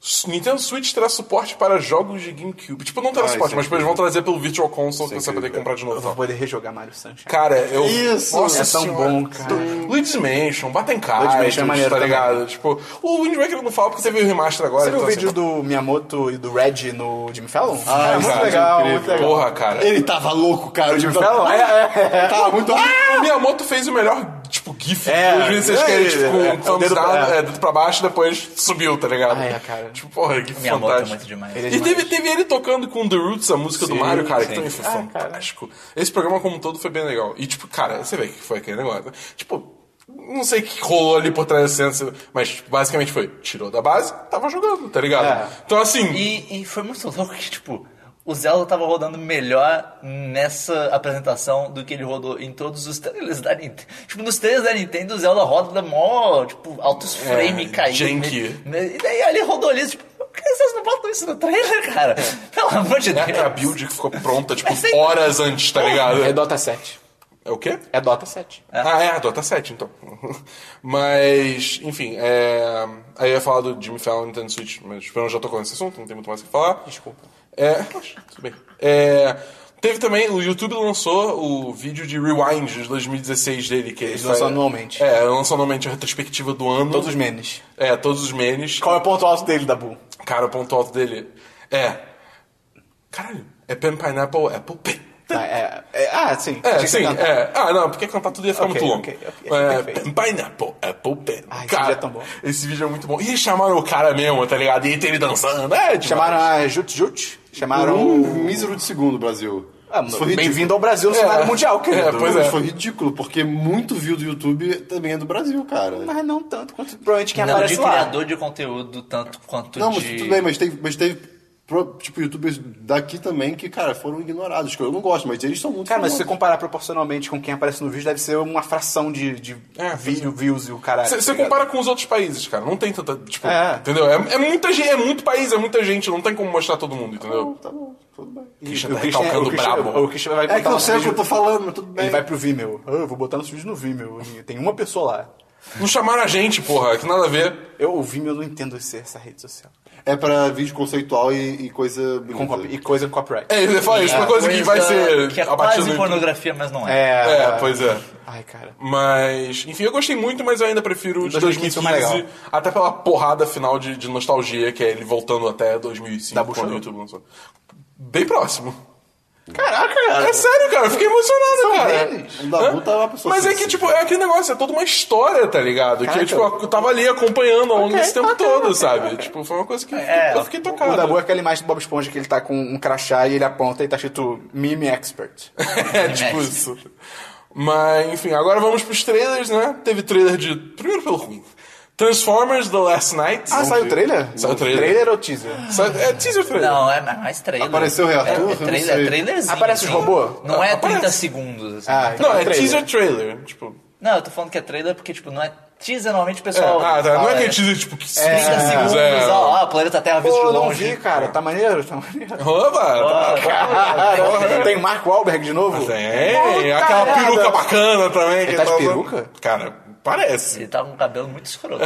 S4: s- Nintendo Switch terá suporte para jogos de GameCube. Tipo, não terá
S3: Ah,
S4: suporte,
S3: isso é
S4: mas tipo, eles vão trazer pelo Virtual Console
S3: Isso é
S4: que você vai ter que
S3: incrível.
S4: comprar de novo.
S1: Eu
S4: e tal.
S1: vou poder rejogar Mario Sunshine.
S4: Cara, eu.
S3: Isso,
S4: Nossa,
S1: é tão
S4: senhora.
S1: bom, cara.
S4: Luigi's Mansion, Batem
S1: Luigi's
S4: Kai,
S1: Mansion é maneiro
S4: tá
S1: também.
S4: ligado? Tipo, o Luigi's Mansion não fala porque você viu o remaster agora.
S1: Você viu o
S4: então,
S1: vídeo
S4: assim,
S1: do Miyamoto e do Reggie no Jimmy Fallon?
S3: Ah,
S1: Cara, muito
S4: cara,
S1: legal,
S3: incrível.
S1: muito legal.
S4: Porra, cara.
S3: Ele tava louco, cara. O Jimmy
S1: Fallon? É, é, é.
S3: Tava muito.
S2: Ah!
S4: O Miyamoto fez o melhor, tipo, gif.
S1: É,
S4: Às vezes vocês
S1: é,
S4: querem, tipo,
S1: é,
S4: um
S1: é,
S4: thumbs
S1: dedo pra-
S4: down,
S1: é.
S4: é, dedo pra baixo, depois subiu, tá ligado?
S1: Ai, é, cara.
S4: Tipo, porra, gif
S2: Minha moto é
S4: fantástico.
S2: muito demais.
S1: Ele é
S4: E
S1: demais.
S4: teve, teve ele tocando com The Roots, a música do Mario, cara, que
S2: sim.
S4: também foi
S1: Ah, cara.
S4: fantástico. Esse programa como um todo foi bem legal. E, tipo, cara, você vê o que foi aquele negócio. né? Tipo, não sei o que rolou ali por trás da cena, mas tipo, basicamente foi, tirou da base, tava jogando, tá ligado?
S1: É.
S4: Então, assim,
S2: E, e foi muito louco que, tipo, o Zelda tava rodando melhor nessa apresentação do que ele rodou em todos os trailers da Nintendo. Tipo, nos trailers da Nintendo, o Zelda roda da mó, tipo, altos
S4: É,
S2: frame caindo.
S4: janky.
S2: né? E daí ali rodou ali, tipo, por que vocês não botam isso no trailer, cara? [LAUGHS] Pelo amor de Deus.
S4: é a build que ficou pronta, tipo,
S2: É sempre-
S4: horas antes, tá ligado?
S1: É Dota 7.
S4: É o quê?
S1: É Dota 7.
S4: Ah, é, a Dota 7, então. [LAUGHS] mas, enfim, é... aí eu ia falar do Jimmy Fallon Nintendo Switch, mas tipo, eu já tocou nesse assunto, não tem muito mais o que falar.
S1: Desculpa.
S4: É, relaxa, tudo bem. É, Teve também, o YouTube lançou o vídeo de Rewind de 2016 dele, que ele
S1: lançam
S4: faz-
S1: anualmente.
S4: É, lançou anualmente a retrospectiva do ano.
S1: Todos os memes.
S4: É, todos os memes.
S1: Qual é o ponto alto dele, Dabu?
S4: Cara, o ponto alto dele é. Caralho, é Pen Pineapple Apple Pen.
S1: Ah, é, é- ah, sim. Tinha
S4: É,
S1: que
S4: sim,
S1: cantar.
S4: é. Ah, não, porque cantar tudo ia ficar
S1: Ok,
S4: muito longo.
S1: ok, ok,
S4: É,
S1: perfeito.
S4: Pineapple, Apple Pen.
S1: Ah, esse
S4: Cara,
S1: vídeo é tão bom.
S4: Esse vídeo é muito bom. E eles chamaram o cara mesmo, tá ligado? E aí tem ele dançando. É, demais. Uh,
S1: Chamaram a Jutjut. Chamaram...
S3: Um mísero de segundo, Brasil.
S1: Ah,
S3: Isso foi ridículo.
S1: Bem-vindo ao Brasil no cenário mundial, querido.
S4: É, pois
S3: Pois
S4: é.
S3: Foi ridículo, porque muito view do YouTube também é do Brasil, cara.
S1: Mas não tanto quanto provavelmente quem
S2: Não de
S1: aparece
S4: é
S1: lá.
S2: criador de conteúdo tanto quanto
S3: Não, mas
S2: de...
S3: tudo bem, mas teve, mas teve pro- tipo, youtubers daqui também que, cara, foram ignorados. Que eu não gosto, mas eles são muito
S1: Cara, mas se você
S3: famosos.
S1: comparar proporcionalmente com quem aparece no vídeo, deve ser uma fração de, de
S4: É,
S1: vídeo, views e o caralho.
S4: Você
S1: tá ligado?
S4: compara com os outros países, cara. Não tem tanta. Tipo,
S1: É.
S4: entendeu? É, é muita gente, é muito país, é muita gente. Não tem como mostrar todo mundo, entendeu?
S3: Tá bom, tudo bem.
S1: E
S4: Christian
S1: o
S4: tá
S1: Christian- é-
S4: recalcando
S1: o Christian-
S4: brabo.
S1: O Christian vai
S3: É que
S1: botar
S3: eu
S1: nosso
S3: sei o que
S1: um
S3: eu
S1: vídeo-
S3: tô falando, mas tudo bem.
S1: Ele vai pro Vimeo. Ah, eu vou botar nosso vídeo no Vimeo. Tem uma pessoa lá.
S4: Não chamaram a gente, porra, que nada a ver.
S1: Eu, o Vimeo, eu não entendo esse- essa rede social.
S3: É pra vídeo conceitual e, e coisa bonita.
S1: Com copy- e coisa com copyright.
S4: É, ele fala isso,
S2: É
S4: uma coisa que vai ser
S2: que é
S4: abatida.
S2: quase
S4: no-
S2: pornografia, mas não é.
S1: É,
S4: É, pois é.
S1: Ai, cara.
S4: Mas, enfim, eu gostei muito, mas eu ainda prefiro o de
S1: 2015
S4: 2015,
S1: foi é mais
S4: até pela porrada final de, de nostalgia, que é ele voltando até 2005,
S1: Da
S4: quando o
S1: Buchana?
S4: YouTube lançou. Bem próximo.
S1: Caraca, cara.
S4: É sério, cara, eu fiquei emocionado,
S1: São
S4: cara.
S1: deles.
S3: O Dabu
S4: Hã?
S3: tá uma pessoa
S4: Mas é que,
S3: sensível.
S4: tipo, é aquele negócio, é toda uma história, tá ligado? Que,
S1: Caraca.
S4: tipo, eu tava ali acompanhando ao longo
S1: Ok,
S4: desse tempo
S1: ok,
S4: todo,
S1: ok,
S4: sabe? Tipo, foi uma coisa que
S2: É,
S4: eu fiquei tocado.
S1: O Dabu é aquela imagem do Bob Esponja que ele tá com um crachá e ele aponta e tá escrito Meme Expert.
S4: É, tipo isso. Mas, enfim, agora vamos pros trailers, né? Teve trailer de. Primeiro pelo ruim. Transformers The Last Night.
S1: Ah, saiu o trailer?
S4: Saiu o trailer.
S1: Trailer ou teaser?
S4: Sa- É teaser trailer.
S2: Não, é mais trailer.
S3: Apareceu o reator?
S2: É,
S3: Eu
S2: é
S3: não
S2: trailer,
S3: sei.
S2: é trailerzinho.
S1: Aparece os
S2: assim.
S1: robô?
S2: Não é 30
S4: Aparece.
S2: segundos, assim.
S1: Ah, então
S4: Não, é
S1: trailer.
S4: teaser trailer. Tipo.
S2: Não, eu tô falando que é trailer porque, tipo, não é teaser, normalmente o
S4: é,
S2: pessoal...
S4: ah, tá. Não é
S2: fala,
S4: aquele teaser tipo que
S2: 30 segundos,
S4: é.
S2: ó, ó, o planeta Terra visto
S1: Pô,
S2: de
S1: não
S2: [LAUGHS] longe.
S1: vi, cara. Tá maneiro? Tá maneiro.
S4: Oba, tá.
S1: Caraca, tem Marco Wahlberg de novo?
S4: Tem.
S1: Puta
S4: Aquela
S1: merda.
S4: peruca bacana também. que
S1: tá de
S4: tava-
S1: peruca?
S4: Cara, parece.
S2: Ele tava com um cabelo muito escroto.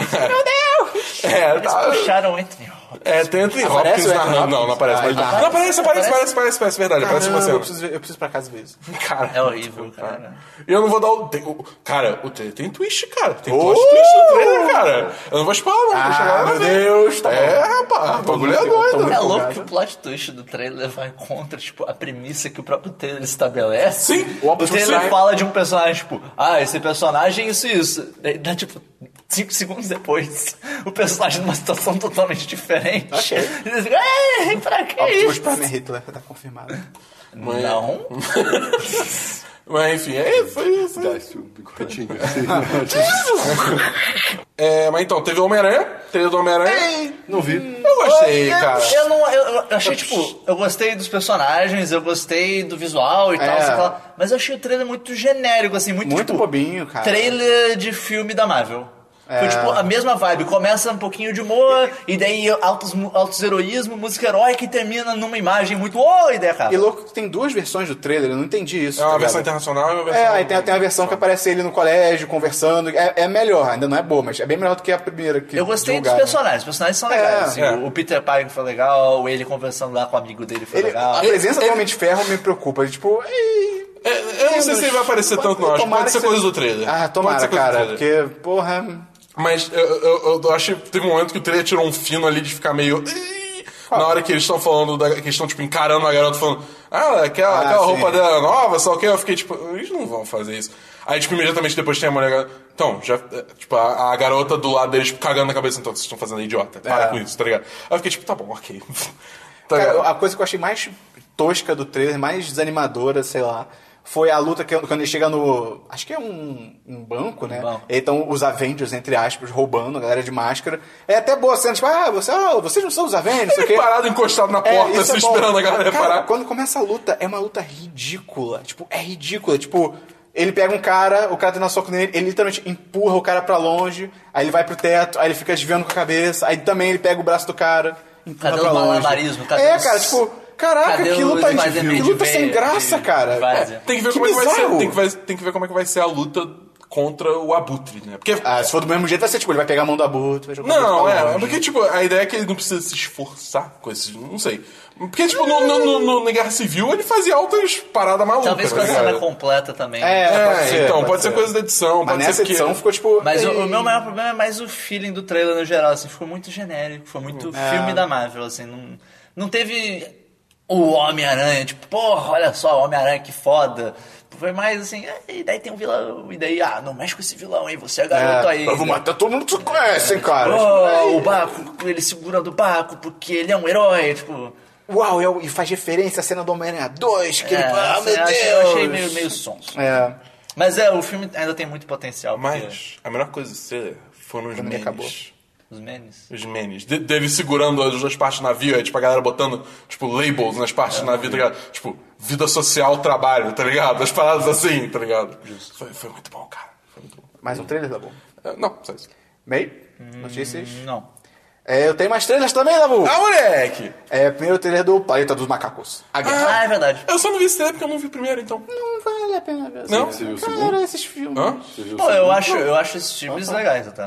S4: É,
S2: Eles
S4: tá.
S2: puxaram entre nós.
S4: É, tem Anthony
S1: Aparece
S4: Hopkins
S1: o Anthony
S4: narrando.
S1: Hopkins?
S4: Não, não aparece.
S1: Ah,
S4: mas-
S1: tá.
S4: Não, aparece, aparece, aparece, aparece, parece, verdade. Aparece
S1: Caramba, Ah,
S4: uma
S1: eu
S4: cena.
S1: preciso, ver, eu preciso ir pra casa ver isso.
S4: Cara,
S2: É horrível, cara.
S4: E eu não vou dar o. tem- o- cara, o trailer tem twist, cara. Tem
S1: Oh!
S4: plot twist no trailer, cara. Eu não vou spoiler, não. vou
S1: Ah,
S4: chegar lá na
S1: meu
S4: frente.
S1: Deus, tá
S4: É,
S1: bom. tá
S4: rapaz, o bagulho é
S1: muito- eu tô
S4: doido.
S1: muito-
S2: É louco
S1: Empolgado.
S2: que o plot twist do trailer vai contra, tipo, a premissa que o próprio trailer estabelece.
S4: Sim,
S1: o
S2: o,
S1: Optimus
S2: trailer
S1: Prime-
S2: fala de um personagem, tipo, ah, esse personagem é isso e isso. Daí dá, tipo, cinco segundos depois, o personagem numa situação totalmente diferente.
S1: Ok.
S2: E eles ficam, "É, pra que
S1: Optimus
S2: isso?
S1: Prime é Hitler, tá confirmado.
S2: Não.
S4: Mas enfim, é, foi, foi
S3: Desce o bigodinho.
S4: É, mas então, teve Homem-Aranha, teve do Homem-Aranha.
S3: não vi.
S4: Eu gostei, cara.
S2: Eu não. Eu, eu achei, tipo, eu gostei dos personagens, eu gostei do visual e tal,
S1: É.
S2: sei lá, mas eu achei o trailer muito genérico, assim, muito.
S1: Muito
S2: tipo,
S1: bobinho, cara. É.
S2: Trailer de filme da Marvel. Foi tipo a mesma vibe. Começa um pouquinho de humor, e daí altos, mu- altos heroísmo, música heróica e termina numa imagem muito. Oh, ideia cara.
S1: E louco que tem duas versões do trailer, eu não entendi isso.
S4: É
S1: tá
S4: uma
S1: ligado?
S4: versão internacional e uma versão.
S1: É, aí tem, tem a versão que aparece ele no colégio, conversando. É, é melhor, ainda não é boa, mas é bem melhor do que a primeira que
S2: Eu gostei
S1: divulgaram.
S2: dos personagens, os personagens são legais. assim.
S4: é.
S2: O Peter Parker foi legal, ele conversando lá com o amigo dele foi
S1: Ele, é
S2: legal.
S1: a presença do Homem de Ferro me preocupa. ele, Tipo, "Ei,
S4: É, eu não sei se ele vai aparecer tanto, não. Acho que
S1: Tomara
S4: pode ser
S1: que
S4: coisa
S1: você-
S4: do trailer.
S1: Ah,
S4: Pode
S1: tomara,
S4: ser coisa do
S1: cara.
S4: trailer.
S1: Porque, porra.
S4: Mas eu, eu, eu achei que teve um momento que o trailer tirou um fino ali de ficar meio. Na hora que eles estão falando, da, que eles estão tipo encarando a garota falando, ah, aquela,
S1: Ah,
S4: aquela
S1: sim.
S4: roupa dela é nova, só que eu fiquei tipo, eles não vão fazer isso. Aí, tipo, imediatamente depois tem a mulher. Então, já. é, Tipo, a, a garota do lado deles tipo, cagando na cabeça, então vocês estão fazendo idiota, para
S1: É.
S4: com isso, tá ligado? Aí eu fiquei tipo, tá bom, ok. [LAUGHS] tá ligado?
S1: Cara, a coisa que eu achei mais tosca do trailer, mais desanimadora, sei lá, foi a luta que quando ele chega no. Acho que é um, um banco, né?
S2: banco.
S1: E Então os Avengers, entre aspas, roubando a galera de máscara. É até boa cena, tipo, ah, você, ah, vocês não são os Avengers, não sei o
S4: Ele [LAUGHS]
S1: quê.
S4: parado encostado na
S1: É,
S4: porta,
S1: isso
S4: assim,
S1: é bom.
S4: esperando a galera
S1: Cara,
S4: parar.
S1: Quando começa a luta, é uma luta ridícula. Tipo, é ridícula. Tipo, ele pega um cara, o cara tem na soco nele, ele literalmente empurra o cara pra longe, aí ele vai pro teto, aí ele fica desviando com a cabeça, aí também ele pega o braço do cara, empurra
S2: Cadê
S1: pra
S2: o
S1: longe.
S2: malabarismo? Cadê
S1: é,
S2: os-
S1: cara, tipo, caraca,
S2: cadê
S1: que
S2: os
S1: luta,
S2: Spider-Man
S1: que
S2: de
S1: luta sem
S2: veia,
S1: graça,
S2: de-
S1: cara.
S2: de várzea?
S1: É,
S4: Tem que ver
S1: Que
S4: como é que vai ser.
S1: bizarro.
S4: Tem que, vai- tem que ver como é que vai ser a luta contra o Abutre, né? Porque.
S1: Ah, se for do mesmo jeito, vai ser tipo, ele vai pegar a mão do aborto, vai jogar o aborto
S4: Não,
S1: pra
S4: é,
S1: longe.
S4: porque, tipo, a ideia é que ele não precisa se esforçar com esses. Não sei. Porque, tipo, no, no, no- no- na Guerra Civil ele fazia altas paradas malucas.
S2: Talvez com a
S4: né,
S2: cena
S4: cara?
S2: completa também.
S1: É,
S4: É,
S1: pode ser,
S4: então, pode,
S1: pode
S4: ser
S1: ser.
S4: coisa da edição,
S1: Mas
S4: pode
S1: nessa
S4: ser porque.
S1: edição ficou tipo.
S2: Mas o,
S1: ei.
S2: o meu maior problema é mais o feeling do trailer no geral, assim, ficou muito genérico, foi muito
S1: É.
S2: filme da Marvel, assim, não, não teve o Homem-Aranha, tipo, porra, olha só, Homem-Aranha, que foda. Foi mais assim, "Ah, e daí tem um vilão, e daí, ah, não mexe com esse vilão, hein, você é garoto aí.
S1: Eu vou matar todo mundo que você conhece, hein, cara.
S2: Oh, o Baco, ele segura do Baco porque ele é um herói, tipo...
S1: Uau, eu- e faz referência à cena do Homem-Aranha 2, que ele.
S2: é,
S1: Ah, meu
S2: eu
S1: Deus!
S2: achei, eu achei meio, meio sonso.
S1: É.
S2: Mas é, o filme ainda tem muito potencial. porque
S4: [LAUGHS] Mas a melhor coisa de ser foram os
S1: Quando ele
S4: memes.
S1: é. acabou.
S2: Os memes.
S4: Os memes. De, dele segurando as duas partes do navio, aí, tipo, a galera botando, tipo, labels nas partes do
S1: É.
S4: navio, tá ligado? Tipo, vida social, trabalho, tá ligado? As paradas assim, tá ligado? Foi, foi muito bom, cara. Foi muito bom.
S1: Mais um trailer, tá bom.
S4: É, Não, só isso.
S1: Meio?
S2: Hum.
S1: Notícias?
S2: Não.
S1: É, eu tenho mais trailers também, Dabu!
S4: Ah, moleque!
S1: É, primeiro trailer do Planeta dos Macacos. A guerra.
S2: Ah, é verdade.
S4: Eu só não vi esse trailer porque eu não vi o primeiro, então.
S1: Não vale a pena ver.
S4: Não?
S3: Você viu o
S1: Cara,
S3: segundo?
S1: esses filmes.
S4: Hã?
S3: Você viu o
S2: Pô, eu
S3: segundo?
S2: acho, eu acho esses filmes legais até.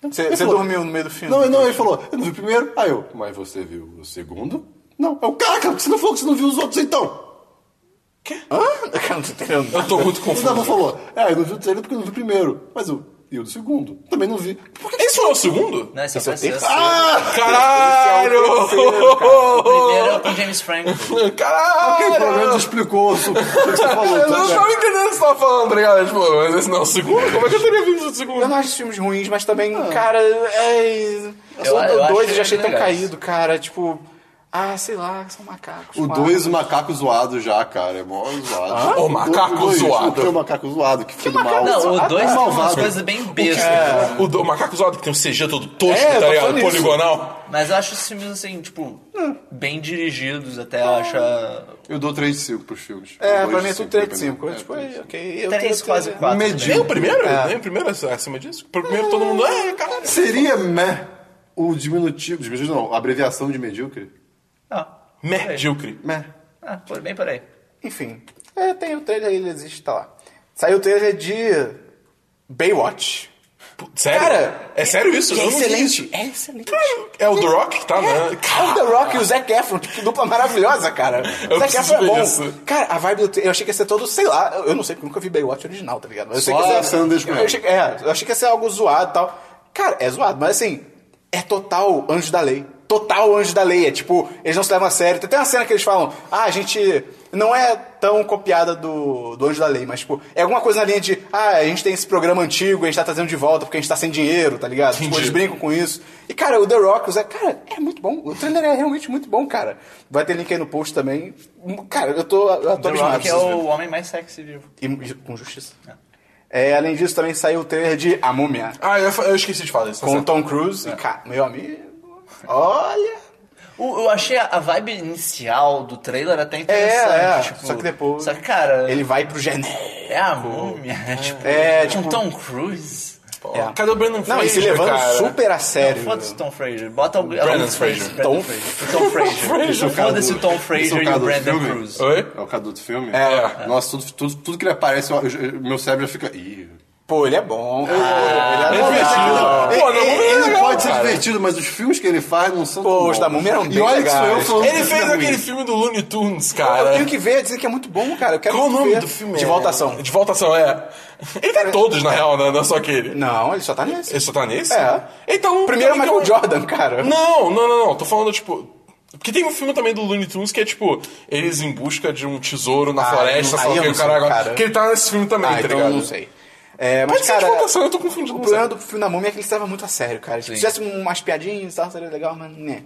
S1: Você você dormiu no meio do [LAUGHS] filme?
S3: um Não, não, ele falou, eu não vi o primeiro. Aí eu, mas você viu o segundo? Não, eu, caraca, você não falou que você não viu os outros então?
S1: Hã? Cara, não tô entendendo.
S4: Eu tô muito
S3: O Dabu
S4: confuso.
S3: falou, é, eu não vi o terceiro porque eu não vi o primeiro. Mas eu, e o do segundo? Também não vi. Por que
S4: Esse não é o segundo?
S2: Não, esse
S1: Esse
S2: é o
S1: é o
S2: terceiro.
S1: terceiro.
S3: Ah!
S4: Caralho!
S2: O primeiro é o com James Franco.
S4: Caralho!
S3: pelo menos explicou o que você falou?
S4: Eu não
S3: tá
S4: tava entendendo o que você tava falando, tá ligado? Tipo, mas esse não é o segundo? Como é que eu teria visto o
S1: Eu
S4: segundo?
S1: não acho esses filmes ruins, mas também, cara, é.
S2: Ah. Eu-
S1: Só
S2: eu
S1: do dois
S2: acho é
S1: eu já achei tão
S2: legais.
S1: caído, cara. Tipo, ah, sei lá, são macacos.
S3: O
S1: quatro.
S3: 2, o macaco zoado já, cara. É mó zoado.
S4: O macaco
S3: dois,
S4: zoado.
S3: O que é o macaco zoado? Que filho do mal. Ah,
S2: Não, o dois é umas
S3: malvado.
S2: coisas bem bestas.
S4: O, do- o macaco zoado que tem um CG todo tosco,
S1: É, eu
S4: tá
S1: tô
S4: ligado?
S1: falando isso.
S4: Poligonal.
S2: Mas eu acho esses filmes, assim, tipo, bem dirigidos até, eu acho.
S3: Eu dou 3 de 5 pros filmes.
S1: É,
S3: Eu dou
S1: pra mim é
S3: de
S1: tudo
S3: cinco,
S1: 3 de 5.
S3: dependendo.
S1: Tipo,
S3: É,
S1: é, ok. eu tenho-
S2: Três, ah, quase
S1: tenho-
S2: quatro. né?
S3: Medi-
S4: Nem o primeiro?
S1: É.
S4: Nem o primeiro ac- acima disso? Pro primeiro todo mundo. É, caralho.
S3: Seria meh o diminutivo. Diminutivo não, a abreviação de medíocre?
S2: Ah,
S4: Medíocre.
S3: Meh.
S2: ah, foi bem por aí.
S1: Enfim, é, tem o trailer, ele existe, tá lá. Saiu o trailer de Baywatch.
S4: Pô, Sério?
S1: Cara,
S4: é sério isso?
S1: que
S4: Eu não vi
S1: excelente,
S4: isso. É excelente. É o The Rock que tá, né?
S1: É o The Rock e o Zac Efron, que dupla maravilhosa, cara.
S4: Eu
S1: O Zac Efron
S4: preciso
S1: é
S4: ver
S1: bom.
S4: isso.
S1: Cara, a vibe do trailer, eu achei que ia ser todo, sei lá, eu eu não sei, porque eu nunca vi Baywatch original, tá ligado? Mas Eu sei
S3: Só
S1: que ia
S3: a Sandra
S1: ser,
S3: Bullock.
S1: eu achei, é, eu achei que ia ser algo zoado e tal. Cara, é zoado, mas assim, é total anjo da lei. Total anjo da lei. É tipo, eles não se levam a sério. Tem até uma cena que eles falam, ah, a gente não é tão copiada do, do anjo da lei, mas tipo, é alguma coisa na linha de, ah, a gente tem esse programa antigo, a gente tá trazendo de volta porque a gente tá sem dinheiro, tá ligado? Tipo,
S4: Entendi.
S1: eles brincam com isso. E, cara, o The Rock, o Zé, cara, é muito bom. O trailer é realmente muito bom, cara. Vai ter link aí no post também. Cara, eu tô, eu tô
S2: The Rock
S1: abismado.
S2: é o homem mais sexy vivo.
S1: E ju- com justiça. É, além disso, também saiu o trailer de A Múmia,
S4: Ah, eu, fa- eu esqueci de falar isso. tá
S1: com o
S4: certo.
S1: Tom Cruise. E, cara, meu amigo, olha...
S2: O- eu achei a, a vibe inicial do trailer até interessante.
S1: é.
S2: tipo,
S1: Só que depois-
S2: Só que, cara,
S1: Ele vai pro genérico.
S2: é a múmia, né? [LAUGHS] Tipo,
S1: É,
S2: com
S1: tipo-
S2: Tom Cruise.
S4: Ó,
S1: É.
S4: Cadê o Brandon Fraser?
S1: Não, e se levando
S4: um cara? É um
S1: super a sério.
S2: Foda-se o Tom Fraser. Bota o
S4: Brandon
S2: Fraser.
S4: Fraser.
S2: é. Tom Fraser. Tom Fraser. Foda-se é o Tom Fraser e o Brandon Cruz.
S4: Oi?
S3: É o Cadu do filme? Ah,
S4: É.
S3: Nossa, tudo, tudo, tudo que ele aparece, eu- eu- meu cérebro já fica. Ih. assim,
S1: Pô, ele é bom. cara. ele é
S4: é
S1: bom.
S4: divertido.
S1: cara.
S4: Pô, não,
S3: ele
S4: é
S3: ele
S4: legal,
S3: pode ser
S4: cara.
S3: divertido, mas os filmes que ele faz não são.
S1: Pô,
S3: tão
S1: os
S3: bons.
S1: da Múmia eram
S3: E
S1: bem
S3: olha que sou eu
S1: legais.
S3: falando.
S4: Ele
S3: que
S4: fez
S3: filme é
S4: aquele
S3: ruim.
S4: filme do Looney Tunes,
S1: Eu
S4: cara.
S1: tenho que ver, dizem que é muito bom, cara. Eu quero
S4: Qual o
S1: muito
S4: nome
S1: ver.
S4: do filme?
S1: De
S4: É-
S1: voltação.
S4: De voltação, é. Ele tá em todos, na real, né? Não é só aquele.
S1: Não, ele só tá nesse.
S4: Ele só tá nesse?
S1: É.
S4: Ele tá um
S1: Primeiro
S4: também que
S1: Michael
S4: eu-
S1: Jordan, cara.
S4: Não, não, não, não. Tô falando, tipo. Porque tem um filme também do Looney Tunes que é tipo, eles em busca de um tesouro na
S1: Ah,
S4: floresta,
S1: eu-
S4: só
S1: aí eu
S4: que
S1: não
S4: o cara
S1: sei,
S4: agora.
S1: cara.
S4: Que ele tá nesse filme também,
S1: Ah,
S4: tá
S1: então eu
S4: ligado?
S1: não sei. É, mas,
S4: Pode ser de
S1: cara,
S4: votação, eu tô confundindo.
S1: o
S4: não
S1: problema
S4: sei.
S1: do filme da Múmia é que ele estava muito a sério, cara. Se fizesse um, umas piadinhas e tal, seria legal, mas... Né.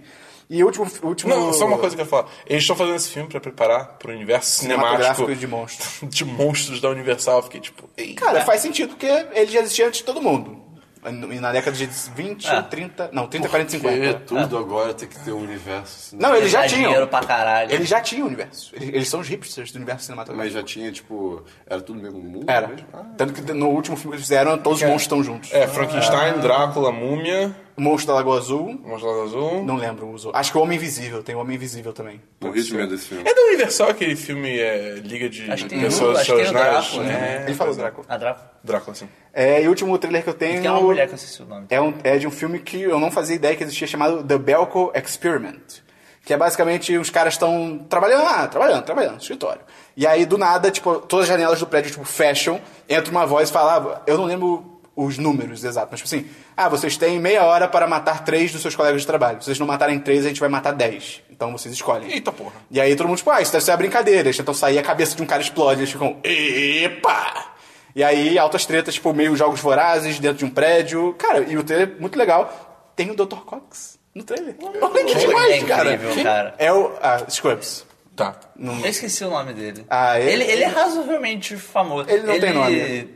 S1: E o último... o último
S4: Não, só uma coisa que eu ia falar. Eles estão fazendo esse filme pra preparar pro universo cinemático
S1: Cinematográfico de monstros.
S4: de monstros da Universal. Eu fiquei tipo, ei.
S1: Cara, faz sentido, porque ele já existia antes de todo mundo. E na década de 20,
S2: Ah.
S1: 30... Não, 30, 40, 50.
S3: Porque tudo agora tem que ter um universo.
S1: Não, eles já tinham.
S2: Dinheiro pra caralho.
S1: Eles já tinham o universo. Eles, eles são os hipsters do universo cinematográfico.
S3: Mas já tinha, tipo. Era tudo mesmo mundo?
S1: Era.
S3: mesmo? Ah,
S1: Tanto que no último filme que eles fizeram, todos os monstros estão juntos.
S4: É, Frankenstein, Drácula, Múmia,
S1: O Monstro da Lagoa Azul...
S4: Monstro do Azul.
S1: Não lembro o uso. Acho que o Homem Invisível. Tem o Homem Invisível também.
S3: Morri de medo desse filme.
S4: É da Universal aquele filme é, Liga de
S2: Acho que tem o-
S4: Pessoas
S2: acho que tem o
S4: Extraordinárias?
S2: Drácula, né?
S4: É,
S1: Ele falou Drácula.
S2: A Drácula.
S4: Drácula, sim.
S1: É, e o último trailer que eu tenho...
S2: Tem uma mulher que eu esqueci o
S1: [LAUGHS]
S2: nome.
S1: É, um- é de um filme que eu não fazia ideia que existia, chamado The Belko Experiment. Que é basicamente os caras estão trabalhando lá, trabalhando, trabalhando, no escritório. E aí, do nada, tipo, todas as janelas do prédio, tipo, fecham, entra uma voz e fala, ah, eu não lembro os números exatos, mas tipo assim, ah, vocês têm meia hora para matar três dos seus colegas de trabalho. Se vocês não matarem três, a gente vai matar dez. Então vocês escolhem.
S4: Eita porra.
S1: E aí todo mundo, tipo, ah, isso deve ser uma brincadeira. Eles tentam sair, a cabeça de um cara explode, eles ficam, epa! E aí, altas tretas, tipo, meio jogos vorazes dentro de um prédio. Cara, e o trailer é muito legal. Tem o Dr. Cox no trailer. Olha que
S2: Ele
S1: demais,
S2: é incrível,
S1: cara.
S2: cara.
S1: É o ah, Scrubs.
S4: Tá.
S2: Eu esqueci o nome dele.
S1: Ah, ele-
S2: ele, ele é razoavelmente famoso.
S1: Ele não tem nome.